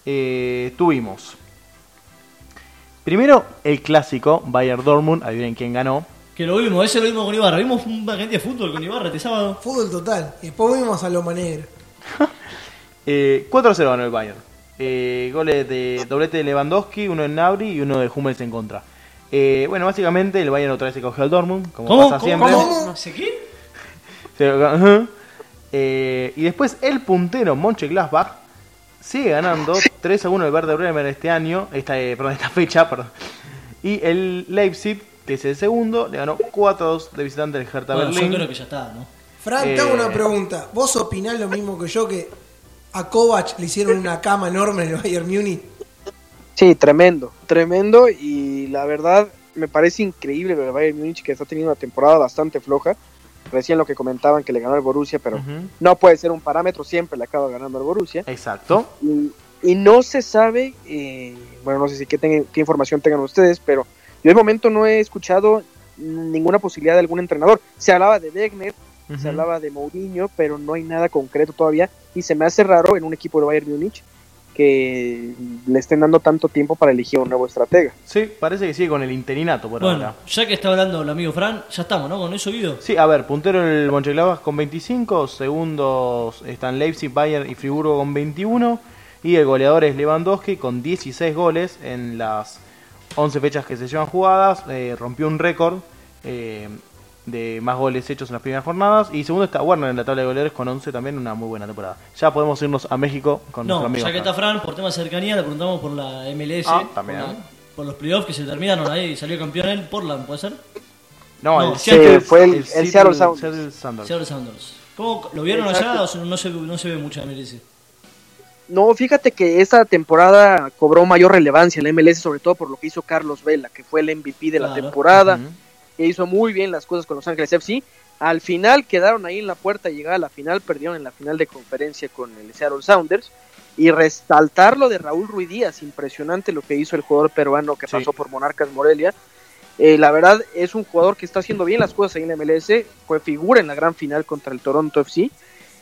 eh, tuvimos primero el clásico Bayern Dortmund, adivinen quién ganó.
Que lo vimos, ese lo vimos con Ibarra. Vimos una cantidad de fútbol con Ibarra este sábado.
Fútbol total. Y después vimos a Loma Negra.
Eh, 4-0 ganó el Bayern. Eh, goles de doblete de Lewandowski, uno en Nabri y uno de Hummels en contra. Eh, bueno, básicamente el Bayern otra vez se cogió al Dortmund, como
¿Cómo?
pasa
¿Cómo?
siempre.
¿Cómo? ¿No sé qué?
Se- ajá. Eh, y después el puntero Monche Glasbach sigue ganando 3 a 1 el Verde Bremen este año, esta, eh, perdón, esta fecha, perdón. Y el Leipzig, que es el segundo, le ganó 4 a 2 de visitante del Hertha
Bueno, yo
Berlín.
creo que ya está, ¿no?
Fran, te hago
Eh.
una pregunta. ¿Vos opinás lo mismo que yo que a Kovac le hicieron una cama enorme en el Bayern Múnich?
Sí, tremendo, tremendo y la verdad me parece increíble lo del Bayern Múnich que está teniendo una temporada bastante floja. Recién lo que comentaban que le ganó el Borussia, pero
Ujú,
no puede ser un parámetro, siempre le acaba ganando el Borussia.
Exacto.
Y, y no se sabe, eh, bueno, no sé si qué, ten- qué información tengan ustedes, pero yo de momento no he escuchado ninguna posibilidad de algún entrenador. Se hablaba de Wegner,
Ujú.
se hablaba de Mourinho, pero no hay nada concreto todavía. Y se me hace raro en un equipo de Bayern Múnich que le estén dando tanto tiempo para elegir un nuevo estratega.
Sí, parece que sigue con el interinato por
Bueno,
ahora.
ya que está hablando el amigo Fran, ya estamos, ¿no? Con eso, Guido.
Sí, a ver, puntero el Mönchengladbach con 25, segundos están Leipzig, Bayern y Friburgo con 21 y el goleador es Lewandowski con 16 goles en las 11 fechas que se llevan jugadas, eh, rompió un récord eh, de más goles hechos en las primeras jornadas y segundo está Werner en la tabla de goleadores con 11 también, una muy buena temporada. Ya podemos irnos a México con nuestro
No,
amigo.
ya que está Fran, por tema de cercanía, le preguntamos por la MLS.
Ah, también.
Por, la- por los playoffs que se terminaron ahí y salió campeón el Portland, ¿puede ser?
No,
no,
el
sí,
Seattle-
fue el- el
Seattle-
Seattle Sounders.
Seattle Sounders.
Seattle Sounders. ¿Cómo, ¿Lo vieron allá o no se, no se ve mucha MLS?
No, fíjate que esta temporada cobró mayor relevancia en la MLS, sobre todo por lo que hizo Carlos Vela, que fue el MVP de la
Claro.
temporada.
Ujú.
que hizo muy bien las cosas con Los Ángeles FC. Al final quedaron ahí en la puerta, llegada a la final, perdieron en la final de conferencia con el Seattle Sounders. Y resaltar lo de Raúl Ruiz Díaz, impresionante lo que hizo el jugador peruano que
Sí.
pasó por Monarcas Morelia. Eh, la verdad es un jugador que está haciendo bien las cosas ahí en la MLS. Fue figura en la gran final contra el Toronto FC.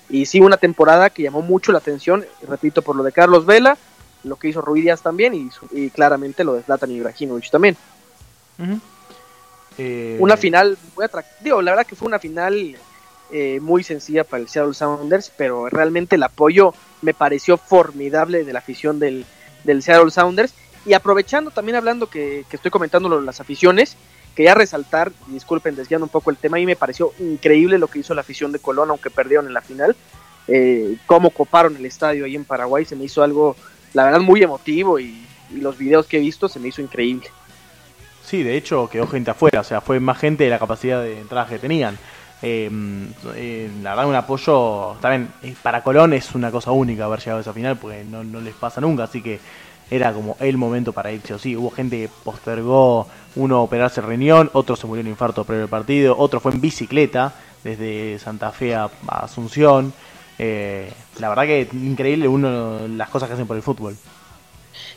Y sí, una temporada que llamó mucho la atención, repito, por lo de Carlos Vela, lo que hizo Rui Díaz también y, su- y claramente lo de Zlatan Ibrahimovic también.
Eh,
Una final muy atractiva. La verdad que fue una final eh, muy sencilla para el Seattle Sounders, pero realmente el apoyo me pareció formidable de la afición del, del Seattle Sounders. Y aprovechando también hablando que, que estoy comentando lo de las aficiones, quería resaltar, y disculpen desviando un poco el tema, y me pareció increíble lo que hizo la afición de Colón, aunque perdieron en la final, eh, cómo coparon el estadio ahí en Paraguay, se me hizo algo, la verdad, muy emotivo y- y los videos que he visto se me hizo increíble.
Sí, de hecho quedó gente afuera, o sea, fue más gente de la capacidad de entradas que tenían. Eh, eh, la verdad, un apoyo también eh, para Colón es una cosa única haber llegado a esa final porque no, no les pasa nunca, así que era como el momento para irse. O sí, hubo gente que postergó uno operarse el riñón, otro se murió en un infarto previo al partido, otro fue en bicicleta desde Santa Fe a a Asunción. Eh, la verdad, que increíble uno las cosas que hacen por el fútbol.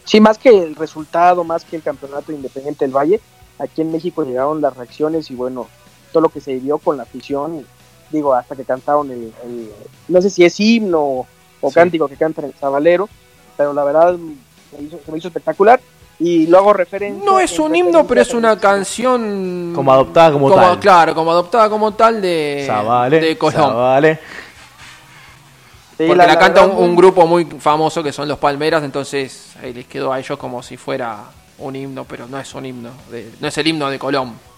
Sí, más que el resultado, más que el campeonato independiente del Valle, aquí en México llegaron las reacciones y bueno, todo lo que se vivió con la afición, digo, hasta que cantaron el, el- no sé si es himno o, o cántico que cantan en el Sabalero, pero la verdad se me hizo, se me hizo espectacular y lo hago referencia.
No es un himno, pero es una canción.
Como adoptada como, tal.
Claro, como adoptada como tal de,
Zavale,
Eh, de Colón.
Zavale.
Porque la, canta un, un grupo muy famoso que son los Palmeras, entonces eh, les quedó a ellos como si fuera un himno, pero no es un himno, de- no es el himno de Colón. [LAUGHS]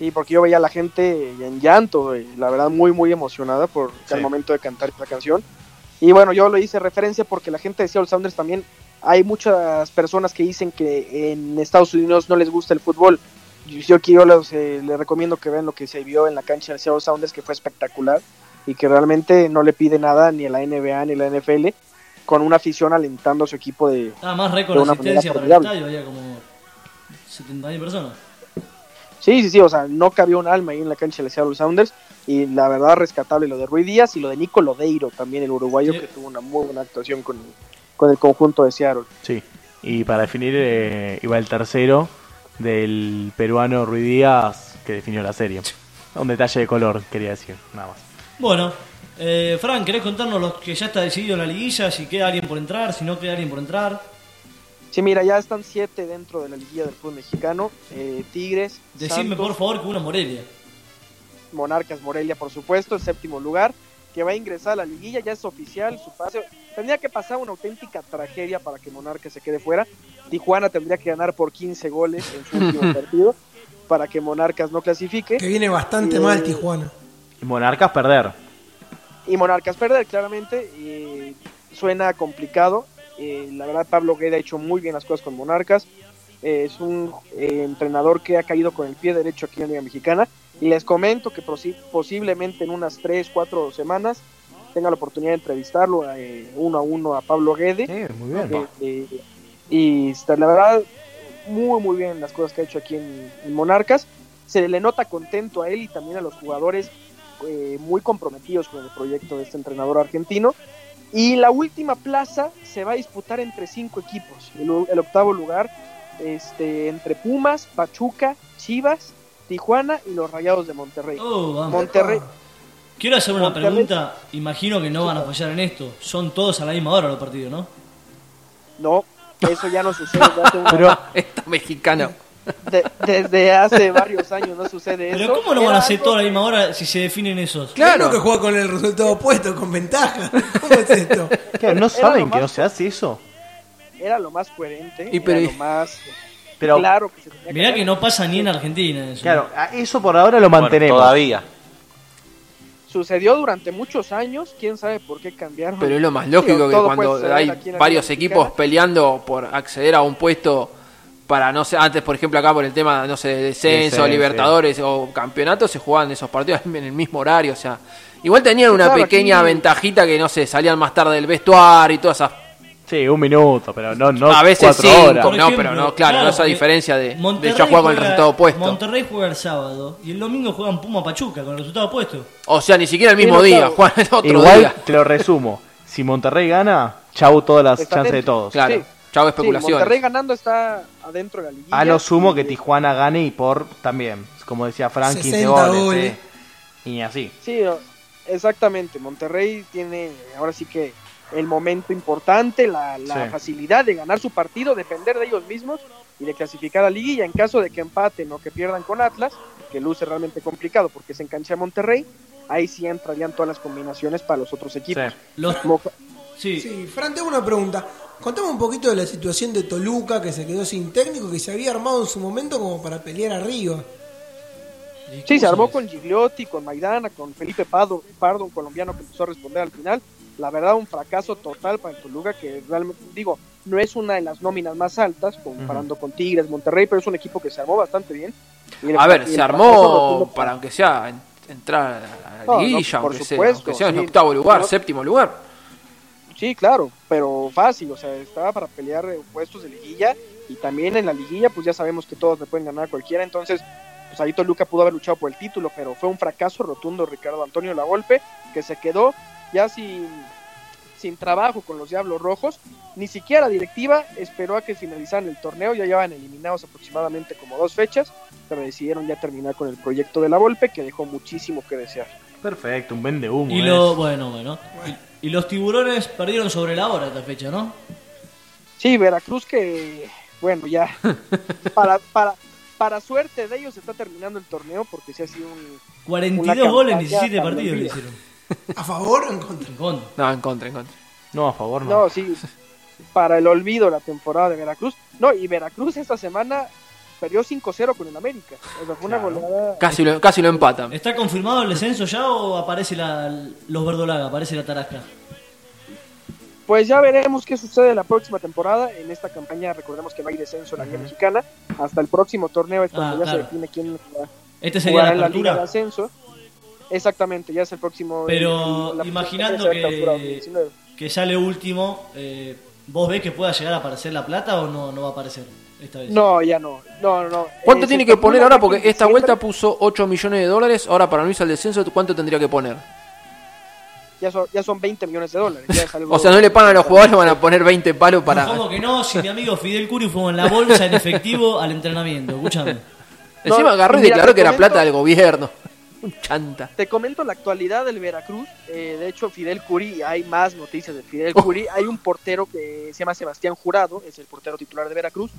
Sí, porque yo veía a la gente en llanto, eh, la verdad muy muy emocionada por el
Sí.
momento de cantar esta canción. Y bueno, yo lo hice referencia porque la gente de Seattle Sounders también hay muchas personas que dicen que en Estados Unidos no les gusta el fútbol. Yo, yo quiero los, eh, les recomiendo que vean lo que se vio en la cancha del Seattle Sounders que fue espectacular y que realmente no le pide nada ni a la NBA ni a la NFL con una afición alentando a su equipo de
Estaba más récord
de
de
una
asistencia para el
manera formidable.
estadio, había como 70.000 personas.
Sí, sí, sí, o sea, no cabía un alma ahí en la cancha de Seattle Sounders y la verdad rescatable lo de Rui Díaz y lo de Nico Lodeiro también, el uruguayo que tuvo una muy buena actuación con, con el conjunto de Seattle.
Sí, y para definir eh, iba el tercero del peruano Ruiz Díaz que definió la serie. Un detalle de color, quería decir, nada más.
Bueno, eh, Fran, ¿querés contarnos los que ya está decidido en la liguilla? Si queda alguien por entrar, si no queda alguien por entrar.
Sí, mira, ya están siete dentro de la liguilla del fútbol mexicano, eh, Tigres,
Decime
Santos,
por favor que uno es Morelia.
Monarcas Morelia, por supuesto, en séptimo lugar, que va a ingresar a la liguilla, ya es oficial su pase. Tendría que pasar una auténtica tragedia para que Monarcas se quede fuera. Tijuana tendría que ganar por 15 goles en su
[LAUGHS]
último partido para que Monarcas no clasifique.
Que viene bastante
Eh,
mal Tijuana.
Y Monarcas perder.
y Monarcas perder, claramente. y suena complicado. eh, la verdad, Pablo Guede ha hecho muy bien las cosas con Monarcas. eh, es un eh, entrenador que ha caído con el pie derecho aquí en la Liga Mexicana. Y les comento que posi- posiblemente en unas 3, 4 semanas tenga la oportunidad de entrevistarlo eh, uno a uno a Pablo Guede.
muy [LAUGHS]
bien. y está- la verdad, muy, muy bien las cosas que ha hecho aquí en, en Monarcas. Se le nota contento a él y también a los jugadores eh, muy comprometidos con el proyecto de este entrenador argentino. Y la última plaza se va a disputar entre cinco equipos. El, u- el octavo lugar este, entre Pumas, Pachuca, Chivas, Tijuana y los Rayados de Monterrey.
Oh, vamos.
Monterrey,
Quiero hacer una pregunta, imagino que no van a fallar en esto. Son todos a la misma hora los partidos, ¿no?
no, eso ya no sucede. desde hace una-
Esta mexicana.
de- desde hace varios años no sucede eso.
Pero ¿cómo no van
Era
a ser
algo-
todos a la misma hora si se definen esos?
Claro. que juega con el resultado opuesto, con ventaja. ¿Cómo es esto?
Claro, ¿No
[LAUGHS] Era
saben
lo
que no
más-
se hace eso?
Era lo más coherente,
Y pero-
era lo más
Pero-
claro que se tenía que
Mirá
hacer.
que no pasa ni en Argentina eso.
Claro, a- eso por ahora lo mantenemos.
todavía.
sucedió durante muchos años, quién sabe por qué cambiaron.
Pero es lo más
Digo,
lógico que
todo puede
cuando
suceder
hay
aquí en la
varios
Liga
equipos
Mexicana.
peleando por acceder a un puesto para, no sé, antes por ejemplo acá por el tema, no sé, de descenso,
Descenso.
libertadores o campeonatos, se jugaban esos partidos [LAUGHS] en el mismo horario, o sea, igual tenían una
Claro,
pequeña
aquí-
ventajita que, no sé, salían más tarde del vestuario y todas esas...
Sí, un minuto, pero no, no
a veces
cuatro
cinco,
horas.
no, pero no, claro, no esa
porque
diferencia de, de
Monterrey
ya jugar con el
juega-
resultado opuesto.
Monterrey juega el sábado y el domingo juegan Puma Pachuca con el resultado opuesto.
O sea, ni siquiera el mismo
Pero,
día,
claro,
juegan [LAUGHS] el otro
Igual
día.
te lo resumo. Si Monterrey gana, chau todas las
Está
chances de
dentro.
todos.
Sí,
Chau
Sí,
especulaciones.
Monterrey ganando está adentro de la liguilla.
A lo sumo que Tijuana gane y por también, como decía Frank, 15
60
goles.
goles.
eh. Y así.
Sí, no, exactamente. Monterrey tiene ahora sí que el momento importante, la, la
Sí.
facilidad de ganar su partido, depender de ellos mismos y de clasificar a liguilla. En caso de que empaten o que pierdan con Atlas, que luce realmente complicado porque se engancha Monterrey, ahí sí entrarían todas las combinaciones para los otros equipos. Como-
Sí.
Fran, tengo una pregunta. Contame un poquito de la situación de Toluca, que se quedó sin técnico, que se había armado en su momento como para pelear arriba.
Sí, se armó con Gigliotti, con Maidana, con Felipe Pardo, Pardo, un colombiano que empezó a responder al final. La verdad, un fracaso total para el Toluca, que realmente, digo, no es una de las nóminas más altas, comparando con Tigres, Monterrey, pero es un equipo que se armó bastante bien. Y el-
A ver,
y el
se
fracaso rotundo
armó para aunque sea en- entrar a
No,
la
no,
liguilla,
por
aunque, sea,
supuesto,
aunque sea en
sí.
octavo lugar,
No.
séptimo lugar.
Sí, claro, pero fácil, o sea, estaba para pelear eh, puestos de liguilla y también en la liguilla, pues ya sabemos que todos le pueden ganar a cualquiera, entonces, pues ahí Toluca pudo haber luchado por el título, pero fue un fracaso rotundo Ricardo Antonio Lagolpe, que se quedó ya sin, sin trabajo con los Diablos Rojos, ni siquiera la directiva esperó a que finalizaran el torneo, ya llevan eliminados aproximadamente como dos fechas, pero decidieron ya terminar con el proyecto de la Volpe, que dejó muchísimo que desear.
Perfecto, un vende humo. ¿eh?
Y lo, bueno, bueno. Y, y los tiburones perdieron sobre la hora esta fecha, ¿no?
Sí, Veracruz que, bueno,
[LAUGHS]
ya, para, para, para suerte de ellos está terminando el torneo porque se ha sido un...
42 goles en 17 partidos le hicieron.
¿A favor o en contra?
En contra.
No, en contra, en contra.
No, a favor
No, sí, para el olvido la temporada de Veracruz. No, y Veracruz esta semana perdió 5-0 con el América. O sea, fue una goleada...
Casi lo, casi lo empatan.
¿Está confirmado el descenso ya o aparece la, los verdolaga, aparece la tarasca?
Pues ya veremos qué sucede la próxima temporada. En esta campaña recordemos que no hay descenso en la Liga Mexicana. Hasta el próximo torneo es cuando
Ah,
ya
claro.
se define quién jugará-
Este sería
jugará
la
en la Liga de
apertura.
Ascenso. Exactamente, ya es el próximo...
Pero
la-
imaginando
la-
que, que sale último, eh, ¿vos ves que pueda llegar a aparecer la plata o no, no va a aparecer esta vez?
No, ya no. no, no, no.
¿Cuánto
Eh,
tiene
se
que
termina
poner
la
ahora?
fecha
Porque
en
esta
diciembre,
vuelta puso 8 millones de dólares. Ahora para no irse al descenso, ¿cuánto tendría que poner?
Ya son, ya son 20 millones de dólares. ya es algo-
[LAUGHS] O sea, no le pagan a los jugadores, van a poner 20 palos para.
¿Cómo que no? Si mi amigo Fidel Curi fue en la bolsa en efectivo al entrenamiento, escúchame.
Encima agarró y
mira,
declaró que era
documento-
plata del gobierno. [LAUGHS] Un chanta.
Te comento la actualidad del Veracruz. eh, de hecho, Fidel Curi, hay más noticias de Fidel
Oh.
Curi. Hay un portero que se llama Sebastián Jurado, es el portero titular de Veracruz.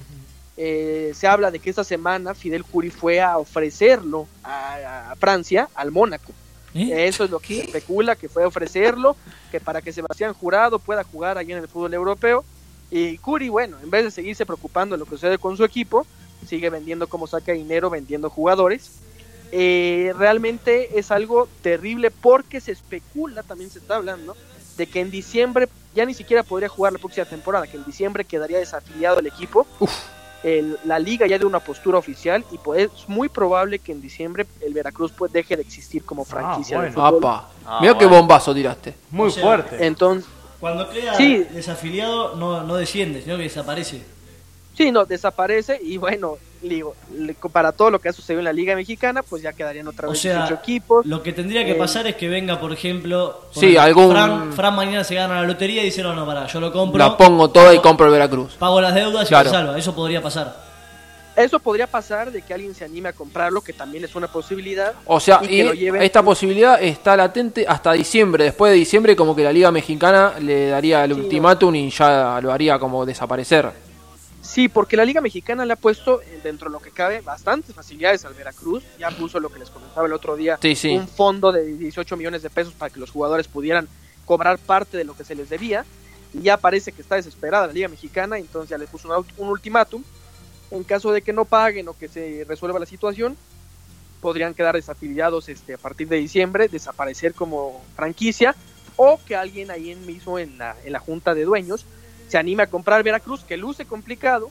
Eh, se habla de que esta semana Fidel Curi fue a ofrecerlo a, a Francia, al Mónaco. Eso es lo que se especula, que fue a ofrecerlo, que para que Sebastián Jurado pueda jugar allí en el fútbol europeo. Y Curi, bueno, en vez de seguirse preocupando de lo que sucede con su equipo, sigue vendiendo como saca dinero, vendiendo jugadores. Eh, realmente es algo terrible porque se especula, también se está hablando, de que en diciembre ya ni siquiera podría jugar la próxima temporada, que en diciembre quedaría desafiliado el equipo. El- la liga ya de una postura oficial y pues, es muy probable que en diciembre el Veracruz pues deje de existir como franquicia. de fútbol.
Apa. Mirá qué bombazo tiraste.
Muy
O sea,
fuerte.
Entonces,
Cuando queda
Sí.
desafiliado, no, no desciende, sino que desaparece.
sí, no, desaparece y bueno, digo, le- para todo lo que ha sucedido en la liga mexicana, pues ya quedarían otra
O
vez
sea,
18 equipos.
Lo que tendría que
Eh,
pasar es que venga, por ejemplo,
Sí,
ponele,
algún-
Fran, Fran mañana se gana la lotería y dice, no, no, pará, yo lo compro,
La pongo toda y compro el Veracruz.
pago las deudas y
Claro.
se salva. Eso podría pasar.
Eso podría pasar de que alguien se anime a comprarlo, que también es una posibilidad.
O sea,
y que
y
lo lleven-
esta posibilidad está latente hasta diciembre. Después de diciembre, como que la Liga Mexicana le daría el ultimátum y ya lo haría como desaparecer.
Sí, porque la Liga Mexicana le ha puesto, eh, dentro de lo que cabe, bastantes facilidades al Veracruz. Ya puso lo que les comentaba el otro día,
Sí, sí.
un fondo de 18 millones de pesos para que los jugadores pudieran cobrar parte de lo que se les debía. Y ya parece que está desesperada la Liga Mexicana, entonces ya le puso un, aut- un ultimátum. En caso de que no paguen o que se resuelva la situación, podrían quedar desafiliados este, a partir de diciembre, desaparecer como franquicia, o que alguien ahí en mismo en la, en la Junta de Dueños se anime a comprar Veracruz, que luce complicado,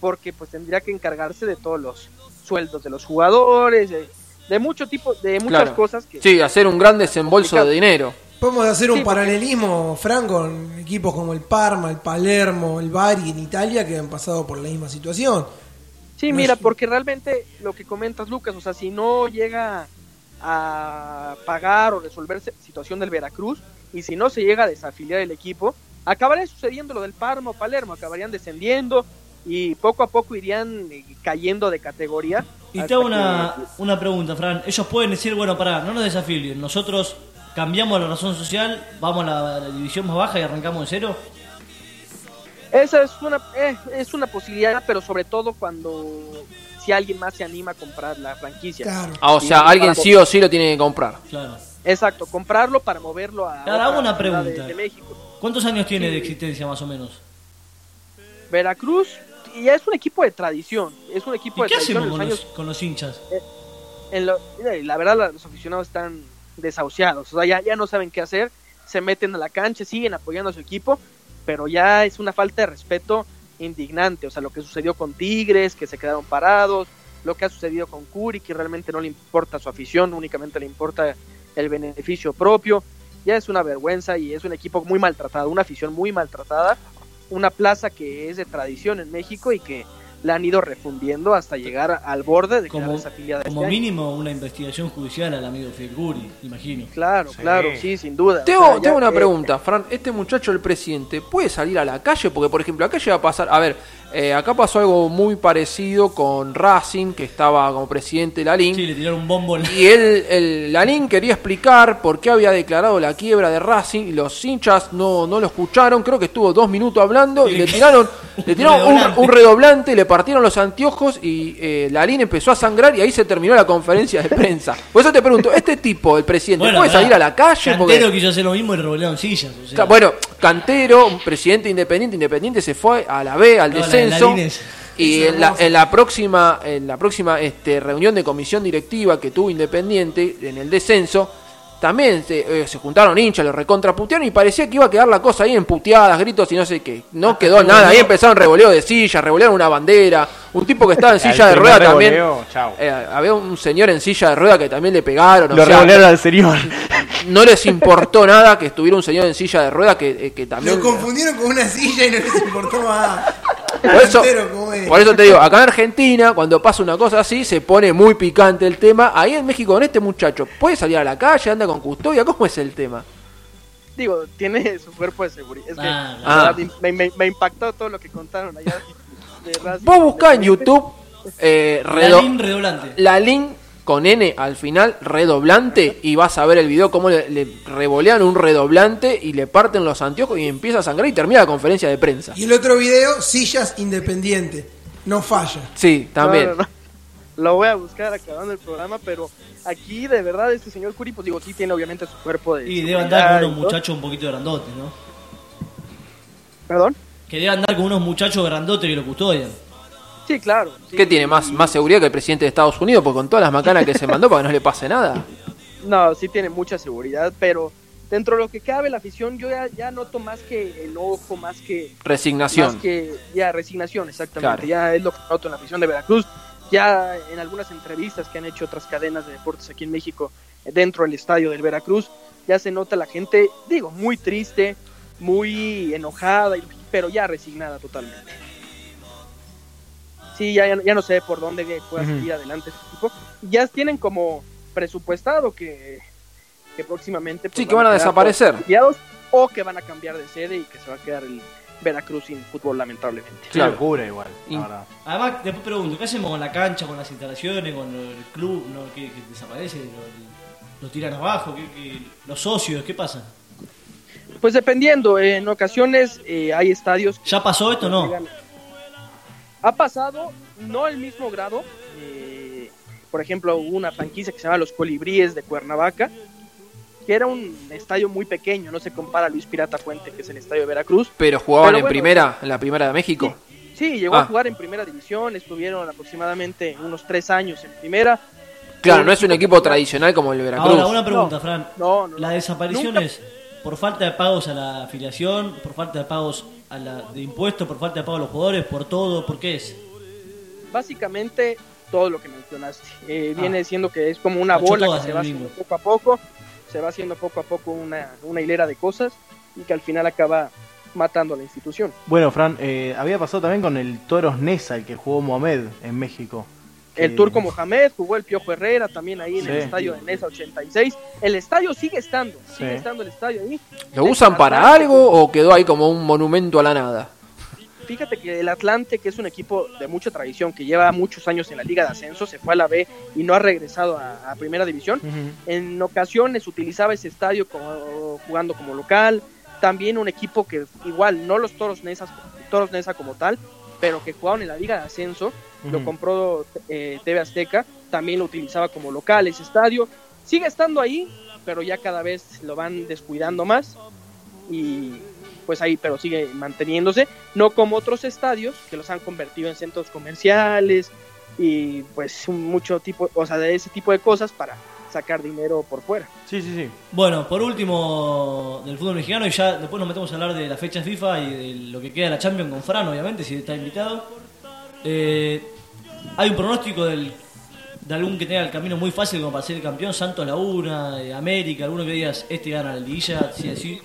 porque pues tendría que encargarse de todos los sueldos de los jugadores, de, de mucho tipo, de muchas
Claro.
cosas que
Sí, hacer un gran desembolso de dinero.
Podemos hacer un paralelismo, Fran, con equipos como el Parma, el Palermo, el Bari en Italia que han pasado por la misma situación.
Sí, mira, porque realmente lo que comentas, Lucas, o sea, si no llega a pagar o resolver situación del Veracruz y si no se llega a desafiliar el equipo, acabaría sucediendo lo del Parma o Palermo, acabarían descendiendo y poco a poco irían eh, cayendo de categoría.
Y te
hasta
hago una,
que-
una pregunta, Fran. Ellos pueden decir, bueno, pará, no nos desafilien. Nosotros cambiamos la razón social, vamos a la, la división más baja y arrancamos de cero.
Esa es una, eh, es una posibilidad, pero sobre todo cuando si alguien más se anima a comprar la franquicia.
Ah, o
Y
sea,
para-
alguien sí o sí lo tiene que comprar.
Claro.
Exacto, comprarlo para moverlo a.
Ahora hago
otra
una
ciudad de-
pregunta.
de México.
¿Cuántos años tiene de existencia más o menos?
Veracruz y es un equipo de tradición. Es un
¿Y
equipo de
qué
tradición.
hacemos
en
con los,
los años,
con los hinchas?
Este
en lo- eh, la verdad, la- los aficionados están desahuciados. O sea, ya, ya no saben qué hacer. Se meten a la cancha, siguen apoyando a su equipo, pero ya es una falta de respeto indignante. O sea, lo que sucedió con Tigres, que se quedaron parados, lo que ha sucedido con Curi, que realmente no le importa su afición, únicamente le importa el beneficio propio. Ya es una vergüenza y es un equipo muy maltratado, una afición muy maltratada, una plaza que es de tradición en México y que la han ido refundiendo hasta llegar al borde de quedar
Como,
desafiliada
como
este año.
mínimo una investigación judicial al amigo Figuri, imagino.
Claro, claro, sí, sin duda. O
Tengo,
sea, ya-
tengo una
eh,
pregunta, Fran. ¿Este muchacho, el presidente, puede salir a la calle? Porque, por ejemplo, acá llega a pasar. A ver, eh, acá pasó algo muy parecido con Racing, que estaba como presidente de la LIN.
le tiraron un bombo.
Y él, el, la LIN quería explicar por qué había declarado la quiebra de Racing. Y los hinchas no, no lo escucharon. Creo que estuvo dos minutos hablando. Y
[LAUGHS]
le tiraron, le tiraron un,
redoblante.
un redoblante, le partieron los anteojos. Y eh, la LIN empezó a sangrar. Y ahí se terminó la conferencia de prensa. Por eso te pregunto, ¿este tipo, el presidente, puede
pará,
salir a la calle? Porque-
Cantero quiso hacer lo mismo y revolearon sillas. o sea.
Ca- Bueno, Cantero, un presidente independiente, independiente se fue a la B, al
No, la- la
descenso.
línea es-
y
es
en la,
hermosa.
en la próxima, en la próxima este, reunión de comisión directiva que tuvo Independiente en el descenso, también se, eh, se juntaron hinchas, los recontraputearon y parecía que iba a quedar la cosa ahí en puteadas, gritos y no sé qué. No quedó
que
nada, ahí
volvió.
empezaron revoleo de sillas, revolearon una bandera, un tipo que estaba en
[LAUGHS] Al
silla de
primer
rueda también.
revoleo, chao.
eh, había un señor en silla de rueda que también le pegaron. o
Lo
sea,
revolearon al
[LAUGHS]
señor.
no les importó nada que estuviera un señor en silla de rueda que, eh, que también.
Lo confundieron con una silla y no les importó más.
Por eso,
Entero, como es.
por eso te digo, acá en Argentina, cuando pasa una cosa así, se pone muy picante el tema. Ahí en México, con este muchacho, puede salir a la calle, anda con custodia. ¿Cómo es el tema?
Digo, tiene su cuerpo de seguridad. Es que
Ah,
la
ah.
verdad, me, me- me impactó todo lo que contaron allá de Racing.
Vos buscá en YouTube eh, redo-
Lalín redoblante.
la link con N al final, redoblante, y vas a ver el video cómo le, le revolean un redoblante y le parten los anteojos y empieza a sangrar y termina la conferencia de prensa.
Y el otro video, sillas independiente. No falla.
Sí, también.
No, no, no. Lo voy a buscar acabando el programa, pero aquí de verdad este señor Curi, pues digo, sí tiene obviamente su cuerpo de
Y debe
seguridad
andar con
y
unos
todo.
muchachos un poquito grandotes, ¿no?
¿Perdón?
Que debe andar con unos muchachos grandotes que lo custodian.
Sí, claro. sí.
¿Qué tiene? ¿Más, ¿Más seguridad que el presidente de Estados Unidos? Porque con todas las macanas que se mandó para que no le pase nada.
No, sí tiene mucha seguridad, pero dentro de lo que cabe la afición, yo ya, ya noto más que enojo, más que...
Resignación.
Más que, ya, resignación, exactamente.
Claro.
Ya es lo que noto en la afición de Veracruz. Ya en algunas entrevistas que han hecho otras cadenas de deportes aquí en México, eh, dentro del estadio del Veracruz, ya se nota la gente, digo, muy triste, muy enojada, y- pero ya resignada totalmente. Sí, ya, ya, ya no sé por dónde pueda
Ujú.
seguir adelante este equipo. Ya tienen como presupuestado que, que próximamente... pues,
Sí, que van a
quedar todos
desaparecer.
desafiliados O que van a cambiar de sede y que se va a quedar el Veracruz sin fútbol, lamentablemente.
locura igual, la
In-
verdad.
Además, después pregunto, ¿qué hacemos con la cancha, con las instalaciones, con el club no, que, que desaparece? ¿Lo, lo tiran abajo? ¿Qué- qué- ¿Los socios? ¿Qué pasa?
Pues dependiendo, eh, en ocasiones eh, hay estadios.
¿Ya pasó esto o no?
Ha pasado, no al mismo grado. eh, por ejemplo, hubo una franquicia que se llama Los Colibríes de Cuernavaca, que era un estadio muy pequeño, no se compara a Luis Pirata Fuente, que es el estadio de Veracruz.
Pero jugaban
Pero
en
bueno.
primera, en la primera de México.
Sí, llegó
Ah.
a jugar en primera división, estuvieron aproximadamente unos tres años en primera. Eh,
Claro, no es un equipo tradicional como el Veracruz.
Ahora, una pregunta, Fran.
No, no,
¿La desaparición es por falta de pagos a la afiliación, por falta de pagos a la, de impuestos, por falta de pagos a los jugadores, por todo? ¿Por qué es?
básicamente todo lo que mencionaste. Eh,
Ah.
Viene siendo que es como una
Ocho
bola
todas
que se
en
va
el mismo.
haciendo poco a poco, se va haciendo poco a poco una, una hilera de cosas y que al final acaba matando a la institución.
Bueno, Fran, eh, había pasado también con el Toros Nesa, el que jugó Mohamed en México.
El turco Mohamed jugó el Piojo Herrera también ahí en el
Sí.
estadio de Mesa 86. El estadio sigue estando, sigue
Sí.
estando el estadio ahí.
¿Lo usan para algo o quedó ahí como un monumento a la nada?
Fíjate que el Atlante, que es un equipo de mucha tradición, que lleva muchos años en la Liga de Ascenso, se fue a la B y no ha regresado a, a Primera División. En ocasiones utilizaba ese estadio como- jugando como local. También un equipo que igual, no los Toros Nesa, Toros Nesa como tal, pero que jugaban en la Liga de Ascenso. Lo
Ujú.
compró eh, TV Azteca. También lo utilizaba como local ese estadio. Sigue estando ahí, pero ya cada vez lo van descuidando más. Y pues ahí, pero sigue manteniéndose. No como otros estadios que los han convertido en centros comerciales y pues un- mucho tipo, o sea, de ese tipo de cosas para sacar dinero por fuera.
Sí, sí, sí.
Bueno, por último del fútbol mexicano y ya después nos metemos a hablar de la fecha FIFA y de lo que queda de la Champions con Fran, obviamente, si está invitado. Eh, hay un pronóstico del, de algún que tenga el camino muy fácil como para ser el campeón, Santos la una, eh, América, alguno que digas, este gana la liguilla, sí, sí.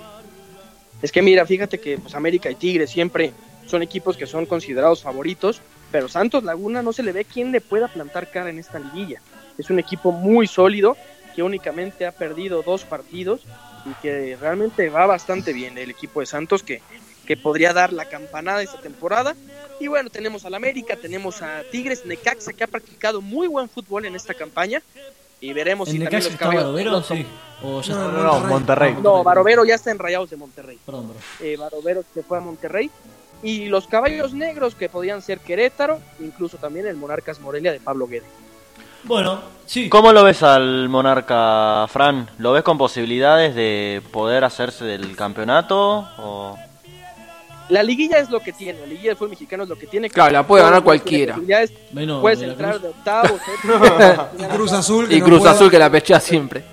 Es que mira, fíjate que pues América y Tigres siempre son equipos que son considerados favoritos, pero Santos Laguna no se le ve quién le pueda plantar cara en esta liguilla. Es un equipo muy sólido que únicamente ha perdido dos partidos y que realmente va bastante bien el equipo de Santos que, que podría dar la campanada esta temporada. Y bueno, tenemos al América, tenemos a Tigres, Necaxa que ha practicado muy buen fútbol en esta campaña y veremos
¿En
si también
Necaxa
los
está
caballos
Barovero? Sí. O ya
No,
está-
no, no, Monterrey. No, Barovero ya está en Rayados de Monterrey.
Perdón, bro.
eh, Barovero se fue a Monterrey. Y los caballos negros que podían ser Querétaro, incluso también el Monarcas Morelia de Pablo Guede.
Bueno, sí.
¿Cómo lo ves al monarca, Fran? ¿Lo ves con posibilidades de poder hacerse del campeonato? O...
La liguilla es lo que tiene, la liguilla del fútbol mexicano es lo que tiene.
Claro, la puede ganar
Todos los
cualquiera.
tienen posibilidades.
Menos
Puedes
Veracruz.
entrar de octavos, ¿eh? séptimo,
Y
final,
Cruz
octavo.
Azul que Y no Cruz pueda. Azul que la pechea siempre.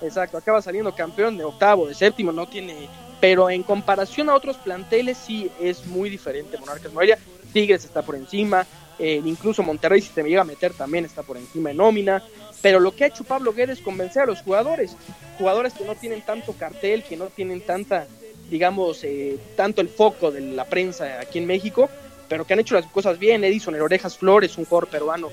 Exacto, acaba saliendo campeón de octavo, de séptimo, no tiene. Pero en comparación a otros planteles, sí es muy diferente Monarcas Morelia. Tigres está por encima, eh, incluso Monterrey, si se me llega a meter, también está por encima en nómina. Pero lo que ha hecho Pablo Guedes es convencer a los jugadores, jugadores que no tienen tanto cartel, que no tienen tanta, digamos, eh, tanto el foco de la prensa aquí en México, pero que han hecho las cosas bien. Edison, el Orejas Flores, un jugador peruano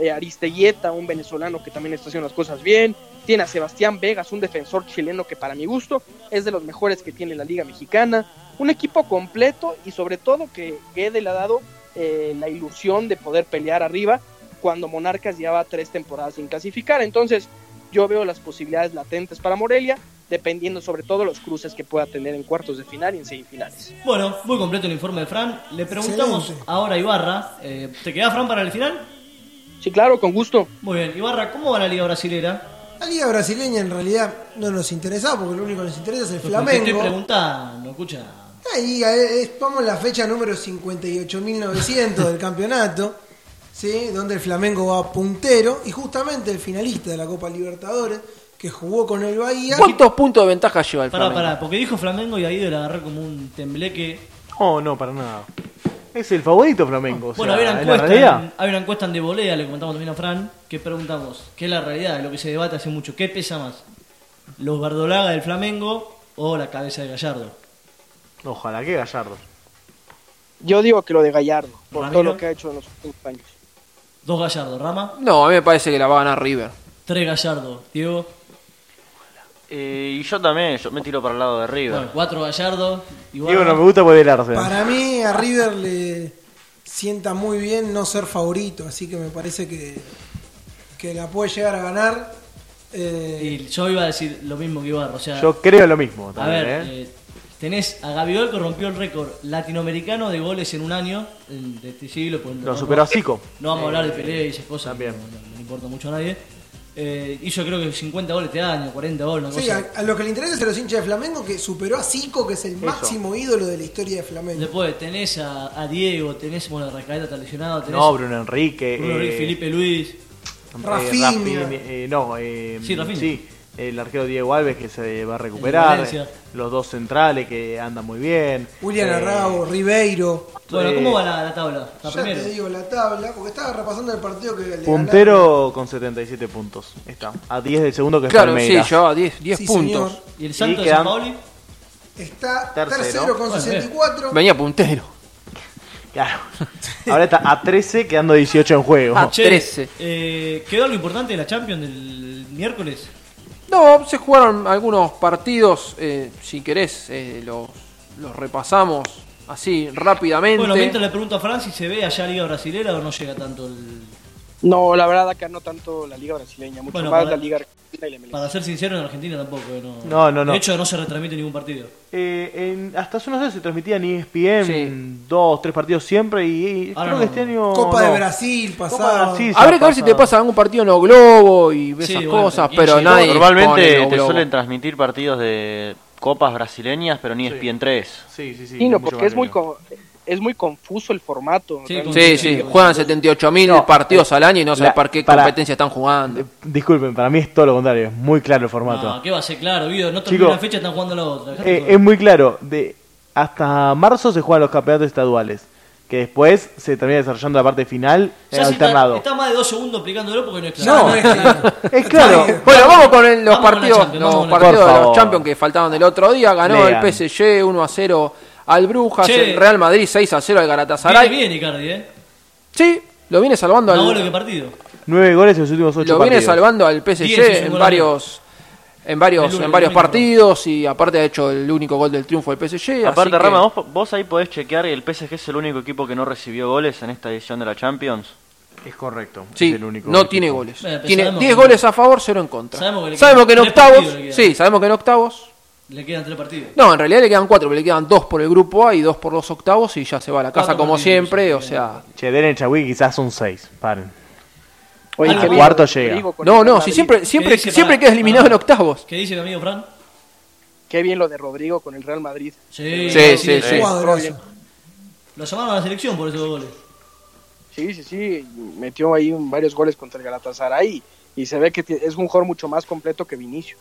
eh, Aristeguieta, un venezolano que también está haciendo las cosas bien. Tiene a Sebastián Vegas, un defensor chileno que para mi gusto es de los mejores que tiene la Liga Mexicana. Un equipo completo y sobre todo que Guede le ha dado eh, la ilusión de poder pelear arriba cuando Monarcas llevaba tres temporadas sin clasificar. Entonces yo veo las posibilidades latentes para Morelia, dependiendo sobre todo los cruces que pueda tener en cuartos de final y en semifinales.
Bueno, muy completo el informe de Fran. Le preguntamos
Excelente.
ahora a Ibarra, eh, ¿te queda Fran para el final?
Sí, claro, con gusto.
Muy bien, Ibarra, ¿cómo va la Liga Brasilera?
La liga brasileña en realidad no nos interesa porque lo único que nos interesa es el
Te estoy
Flamengo.
preguntando, escucha.
La liga es, es- vamos a eh, la fecha número 58.900 del campeonato, ¿sí? donde el Flamengo va puntero y justamente el finalista de la Copa Libertadores que jugó con el Bahía.
¿Cuántos puntos de ventaja lleva el
Pará,
Flamengo?
pará, porque dijo Flamengo y ahí le agarré como un tembleque.
Oh, no, para nada. Es el favorito Flamengo. o
Bueno,
sea,
hay, una
en la
encuesta,
realidad.
en- hay una encuesta en De Volea, le comentamos también a Fran, que preguntamos, ¿qué es la realidad? Lo que se debate hace mucho, ¿qué pesa más? ¿Los verdolaga del Flamengo o la cabeza de Gallardo?
Ojalá que Gallardo.
Yo digo que lo de Gallardo, por
Ramiro.
todo lo que ha hecho en los últimos años.
Dos Gallardo, Rama,
No, a mí me parece que la va a ganar River.
tres Gallardo, Diego,
Eh, y yo también, yo me tiro para el lado de River.
bueno, cuatro Gallardo, Ibarra.
Digo, no me gusta por el Arsenal.
Para mí a River le sienta muy bien no ser favorito, así que me parece que, que la puede llegar a ganar. Eh,
Y yo iba a decir lo mismo que Ibarra, o sea...
Yo creo lo mismo
A
también,
ver, eh, tenés a Gabigol que rompió el récord latinoamericano de goles en un año en- de este siglo. Pues,
Lo superó a Zico.
No vamos a hablar de
Eh,
Pelé y esas cosas. No, no- no le importa mucho a nadie. Eh, hizo creo que 50 goles este año, 40 goles, una
Sí,
cosa.
a, a lo que le interesa es a los hinchas de Flamengo que superó a Zico, que es el
Eso.
máximo ídolo de la historia de Flamengo.
Después tenés a, a Diego, tenés, bueno, Rascaeta está lesionado. Tenés
No, Bruno Enrique.
Bruno Enrique,
eh,
Felipe Luis.
eh,
Rafinha.
eh, no, eh,
Sí, Rafinha.
el arquero Diego Alves que se va a recuperar.
El de Valencia.
Los dos centrales que andan muy bien.
William
eh,
Arrao, Ribeiro.
Bueno,
eh,
¿cómo va la, la tabla? ¿Está
Ya
primero?
te digo la tabla, porque estaba repasando el partido que le
Puntero con 77 puntos. Está. A 10 del segundo que es
Claro,
Palmeiras.
sí, lleva 10, 10
Sí,
puntos.
señor.
¿Y el Santo de
quedan-
San Paoli?
Está
Tercero.
tercero, con
Bueno, bien.
64.
Venía puntero.
Claro. [LAUGHS] Ahora está a 13, quedando 18 en juego.
Ah.
Che, eh, ¿Quedó algo importante de la Champions del miércoles?
No, se jugaron algunos partidos, eh, si querés, eh, los, los repasamos así rápidamente.
Bueno, mientras le pregunto a Fran si se ve allá Liga Brasilera o no llega tanto el.
No, la verdad acá no tanto la liga brasileña, mucho
Bueno,
más
para-
la liga argentina y la MLS.
Para ser sincero, en Argentina tampoco. eh, No,
No, no, no.
De hecho, no se retransmite ningún partido.
Eh, en- hasta hace unos años se transmitía en E ESPN dos, tres partidos siempre y, y creo
Ahora
que
no.
este año...
Copa
no.
de Brasil pasaba.
Copa de Brasil se
Habrá
ha
que ver si te
pasado.
pasa algún partido en los Globo y esas
Sí,
bueno,
cosas,
y
pero
si no,
nadie. pone
Normalmente
los
te
Globo.
suelen transmitir partidos de copas brasileñas, pero ni ESPN 3.
Sí, sí, sí.
Sí, no, porque es muy, con- es muy confuso el formato. realmente.
Sí, sí, juegan 78.000 partidos al año y no sabes
la-
para qué
para-
competencia están jugando.
Disculpen, para mí es todo lo contrario, es muy claro el formato.
Ah, ¿qué va a ser? Claro, Guido, no termina
Chico,
la fecha, están jugando la otra. Dejate
Eh,
joder.
es muy claro, de hasta marzo se juegan los campeonatos estaduales, que después se termina desarrollando la parte final eh,
Ya si está,
alternado.
está más de dos segundos explicándolo porque no es claro.
No, es claro.
Bueno, vamos con el- los
Vamos con la
partidos,
Champions,
los
vamos con la
partidos
Por
de los
favor.
Champions que faltaban del otro día. Ganó
Lean.
el PSG 1 a 0 al Brujas,
Che.
el Real Madrid 6 a 0 al
Viene
Galatasaray.
bien Icardi, ¿eh?
Sí, lo viene salvando
Más
al,
goles que partido.
Nueve goles en los últimos ocho
lo viene
partidos.
salvando al PSG
Diez, hizo un
en
gol
varios en varios
El lunes,
en varios
el domingo.
partidos y aparte ha hecho el único gol del triunfo del PSG
Aparte,
así que-
Rama, vos, vos ahí podés chequear que el PSG es el único equipo que no recibió goles en esta edición de la Champions.
Es correcto.
sí, no tiene goles
Bueno, pero
tiene
sabemos
10
que-
goles a favor 0 en contra
Sabemos que le
sabemos que, en
quedan tres
octavos
partidos, le quedan.
sí sabemos que en octavos
Le quedan tres partidos.
no en realidad le quedan 4 pero le quedan 2 por el grupo A y 2 por los octavos y ya se va a la casa
Cuatro
como
partidos,
siempre o sea
Che, Deren Chagüí quizás son seis, paren.
Oye,
Al
querido,
cuarto llega.
digo con
no
el
no
Real
si
Madrid.
siempre siempre
dice,
siempre
pará,
quedas eliminado
pará.
en octavos
¿Qué dice mi amigo Fran?
Qué bien lo de Rodrigo con el Real Madrid.
Sí,
Sí, sí, sí.
Cuadrazo.
Lo llamaron a la selección por esos goles.
Sí, sí, sí, metió ahí un- varios goles contra el Galatasaray y, y se ve que ti- es un jugador mucho más completo que Vinicius.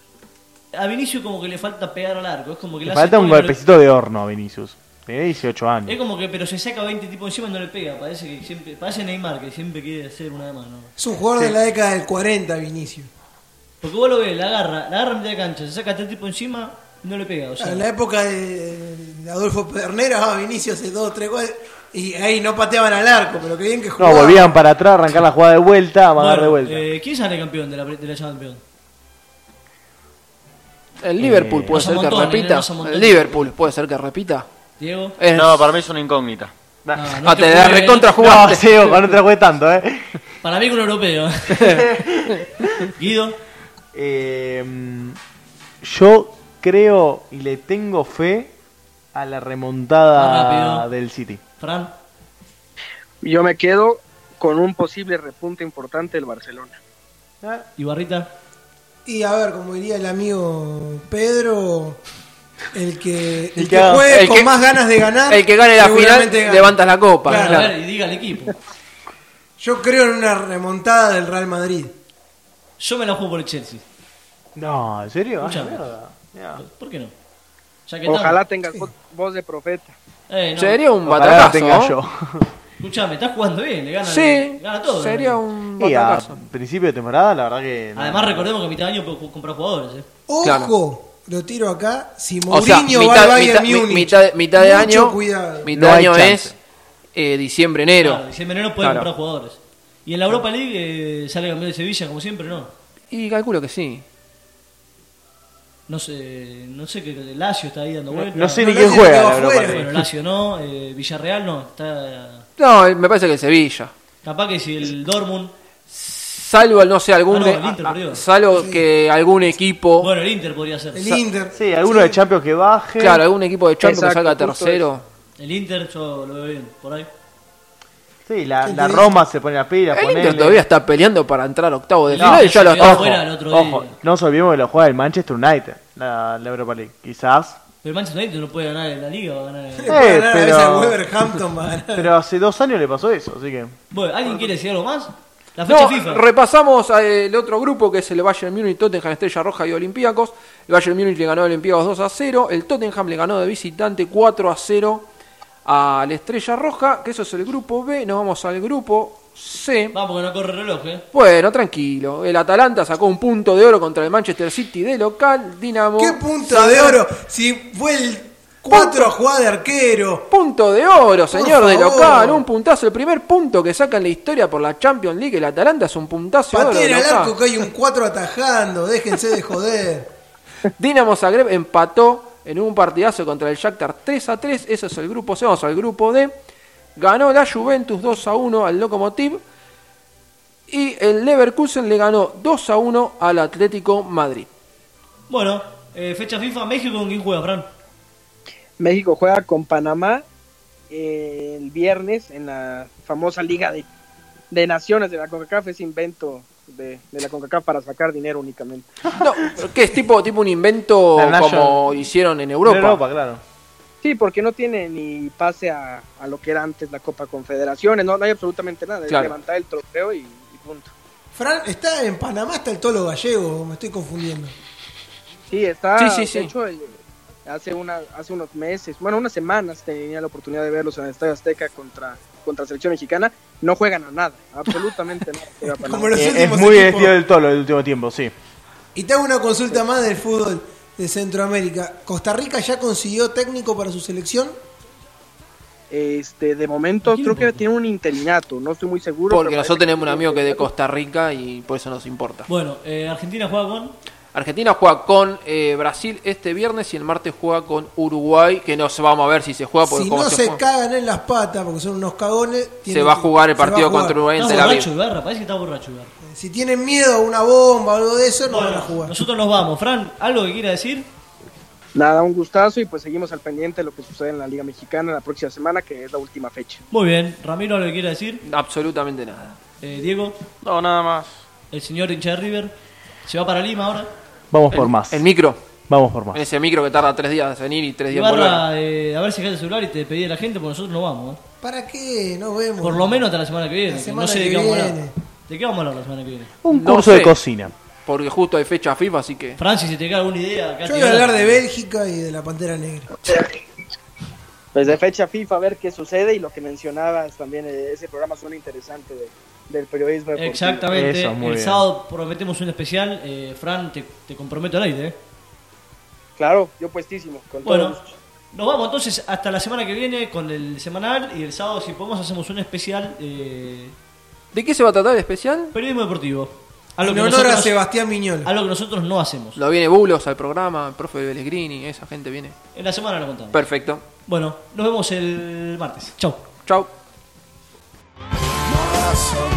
A Vinicius como que le falta pegar al arco. Es como que
Le
hace
falta un
goles, pero-
golpecito de horno a Vinicius. Tiene 18
Es
años.
como que, pero se saca 20 tipos encima y no le pega. Parece que siempre, parece Neymar que siempre quiere hacer una de más, ¿no?
Es un jugador de la década del 40, Vinicius.
Porque vos lo ves, la agarra, la agarra en mitad de cancha, se saca tres tipos encima y no le pega. O sea,
En la época de de Adolfo Pedernera, ah, Vinicius hace dos, tres goles. Y ahí no pateaban al arco, pero que bien que
No,
jugaban.
volvían para atrás, arrancar la jugada de vuelta,
Bueno,
mandar de vuelta.
eh, ¿Quién sale campeón de la, de la Champions?
el Liverpool puede
Nos
ser que
amontonan, eh,
repita
nos amontonan.
el Liverpool puede ser que repita
¿Diego?
Es-
No, para mí es una incógnita.
Ah,
Ah, Eh, te la
juegues,
recontra
[LAUGHS] No,
jugaste.
Seo, no te la jugué tanto, eh.
Para mí que un
[LAUGHS]
europeo. Guido,
Eh, yo creo y le tengo fe a la
Más
remontada
rápido.
del City.
Fran,
Y Yo me quedo con un posible repunte importante del Barcelona.
Ibarrita.
Y a ver, como diría el amigo Pedro, el que, el
que
que
haga-
juegue
el
con
que-
más ganas de ganar.
el que gane la final
seguramente gana.
levantas la copa
Claro.
A
claro.
ver, y diga el equipo.
Yo creo en una remontada del Real Madrid.
Yo me la juego por el Chelsea.
No, ¿en serio? Ah,
Escuchame.
mierda. Ya.
¿Por qué no? Ya que
Ojalá
estamos-
tengas vo- voz de profeta.
Eh, no.
Sería un
Ojalá la
batacazo.
tenga
¿no?
yo.
Escuchame, estás jugando bien, le gana,
Sí,
le gana todo.
sería
¿no?
un
[LAUGHS] Y a
batacazo.
principio de temporada, la verdad que. no.
Además, recordemos que a mitad de año puedes ju- comprar jugadores. ¿eh?
Ojo,
Claro.
lo tiro acá. Si
O sea,
Mourinho va al
mitad,
Bayern
mitad, mi-
Múnich.
mitad de- mitad de
mucho
año,
cuidado.
mitad
No
de
hay
año
chance.
es eh, diciembre, enero.
Claro, diciembre enero puedes
Claro.
comprar jugadores. Y en la Europa League eh, sale campeón de Sevilla, como siempre, ¿no?
Y calculo que sí.
No sé, no sé que Lazio está ahí dando
No,
vueltas.
no sé
No,
ni
no
quién
sé
juega
quién
la
va
Europa
afuera.
Bueno,
League.
Lazio no, eh, Villarreal no, está...
No, el- me parece que el Sevilla.
Capaz que si el Dortmund...
Salvo, no sé, algún.
Ah, no, el Inter
a- a-
perdió.
salvo que algún equipo.
Bueno, el Inter podría ser.
El Inter.
Sí, alguno de Champions que baje.
claro, algún equipo de Champions que
Exacto,
salga
justo
tercero.
El Inter yo lo veo bien, por ahí.
Sí, la,
¿Quién
la
te
Roma se pone la pila.
El Inter
ponele.
todavía está peleando para entrar octavo de
No,
final y ya
se
lo
quedó
está.
fuera. el otro día.
ojo, no nos olvidemos de la jugada del Manchester United, la, la Europa League. Quizás.
Pero el Manchester United no puede ganar en la liga, va a ganar en...
Eh,
[LAUGHS] Va a ganar a
pero-
veces al Wolverhampton va a ganar.
Pero hace dos años le pasó eso, así que.
Bueno, ¿alguien quiere decir algo más? La fecha
No,
FIFA.
repasamos el otro grupo que es el Bayern Múnich, Tottenham, Estrella Roja y Olympiacos. El Bayern Múnich le ganó a Olympiacos 2 a 0. El Tottenham le ganó de visitante 4 a 0 al Estrella Roja, que eso es el grupo B. Nos vamos al grupo C.
Vamos, que no corre el reloj, ¿eh?
Bueno, tranquilo. El Atalanta sacó un punto de oro contra el Manchester City de local. Dinamo.
¿Qué punto de oro? Si fue el Cuatro jugadas de arquero.
Punto de oro, señor de
favor.
local. Un puntazo. El primer punto que saca en la historia por la Champions League. El Atalanta es un puntazo de oro. de
Pateen al
local.
arco que hay un 4 atajando. Déjense de joder.
Dinamo Zagreb empató en un partidazo contra el Shakhtar 3 a 3. Eso es el grupo C. Vamos al grupo D. Ganó la Juventus 2 a 1 al Lokomotiv. Y el Leverkusen le ganó 2 a 1 al Atlético Madrid.
Bueno, eh, fecha FIFA, México, ¿con quién juega, Fran?
México juega con Panamá eh, el viernes en la famosa Liga de, de Naciones de la CONCACAF. Es invento de, de la CONCACAF para sacar dinero únicamente.
Que es tipo, tipo un invento
La Nation.
como hicieron en Europa.
En Europa,
claro.
Sí, porque no tiene ni pase a, a lo que era antes la Copa Confederaciones. No, no hay absolutamente nada. Es
Claro.
levantar el trofeo y, y punto.
Fran, está en Panamá, está el tolo gallego. Me estoy confundiendo.
Sí, está.
Sí, sí, sí.
De hecho, el- hace, una, hace unos meses, bueno, unas semanas tenía la oportunidad de verlos en el Estadio Azteca contra, contra la selección mexicana. No juegan a nada, absolutamente nada.
[LAUGHS]
juega Panamá.
Eh, es muy vestido del tolo el último tiempo, sí.
Y te hago una consulta más del fútbol de Centroamérica. ¿Costa Rica ya consiguió técnico para su selección?
Este, de momento creo que tiene un interinato, no estoy muy seguro.
Porque
pero
nosotros
parece
tenemos un amigo que es de Costa Rica y por eso nos importa.
Bueno, eh, Argentina juega con.
Argentina juega con eh, Brasil este viernes y el martes juega con Uruguay, que no se- vamos a ver si se juega porque
si
cómo
no
se
se,
juega.
cagan en las patas porque son unos cagones. tienen
va a
que-
jugar el
se va a
partido
jugar.
contra Uruguay en
Está
Tel Aviv.
borracho Ibarra, parece que está borracho Ibarra.
Si tienen miedo a una bomba o algo de eso, no van a jugar.
Nosotros nos vamos. Fran, ¿algo que quiera decir?
Nada, un gustazo y pues seguimos al pendiente de lo que sucede en la Liga Mexicana la próxima semana, que es la última fecha.
Muy bien. Ramiro, ¿algo que quiera decir?
Absolutamente nada.
Eh, Diego.
No, nada más.
El señor hincha de River. Se va para Lima ahora.
Vamos
El-
por más.
El Eh, micro.
Vamos por más.
En ese micro que tarda tres días en ir y tres días en volver.
Ibarra, eh, a ver si dejas el celular y te despedí de la gente porque nosotros no vamos. eh.
¿Para qué? No vemos.
Por lo menos hasta la semana que viene.
La
que
semana
no sé de
que
qué vamos a
viene.
hablar. ¿De qué vamos a hablar la semana que viene?
Un
No
curso
sé.
de cocina.
Porque justo hay fecha FIFA, así que.
Francis, si te queda alguna idea. acá
Yo
te
voy a
hablo.
hablar de Bélgica y de la Pantera Negra.
Pues de fecha FIFA, a ver qué sucede y lo que mencionabas también, eh, ese programa suena interesante de- del periodismo. deportivo.
Exactamente.
Eso,
el
muy bien.
sábado prometemos un especial. Eh, Fran, te, te comprometo al aire. eh.
Claro, yo puestísimo. Con todo
Bueno,
gusto.
nos vamos entonces hasta la semana que viene con el semanal y el sábado, si podemos, hacemos un especial. eh,
¿De qué se va a tratar el especial?
Periodismo deportivo.
En honor a Sebastián Miñola.
Algo que nosotros no hacemos.
Lo viene Bulos al programa, el profe Bellegrini, esa gente viene.
En la semana lo contamos.
Perfecto.
Bueno, nos vemos el martes. Chau.
Chau.
Awesome.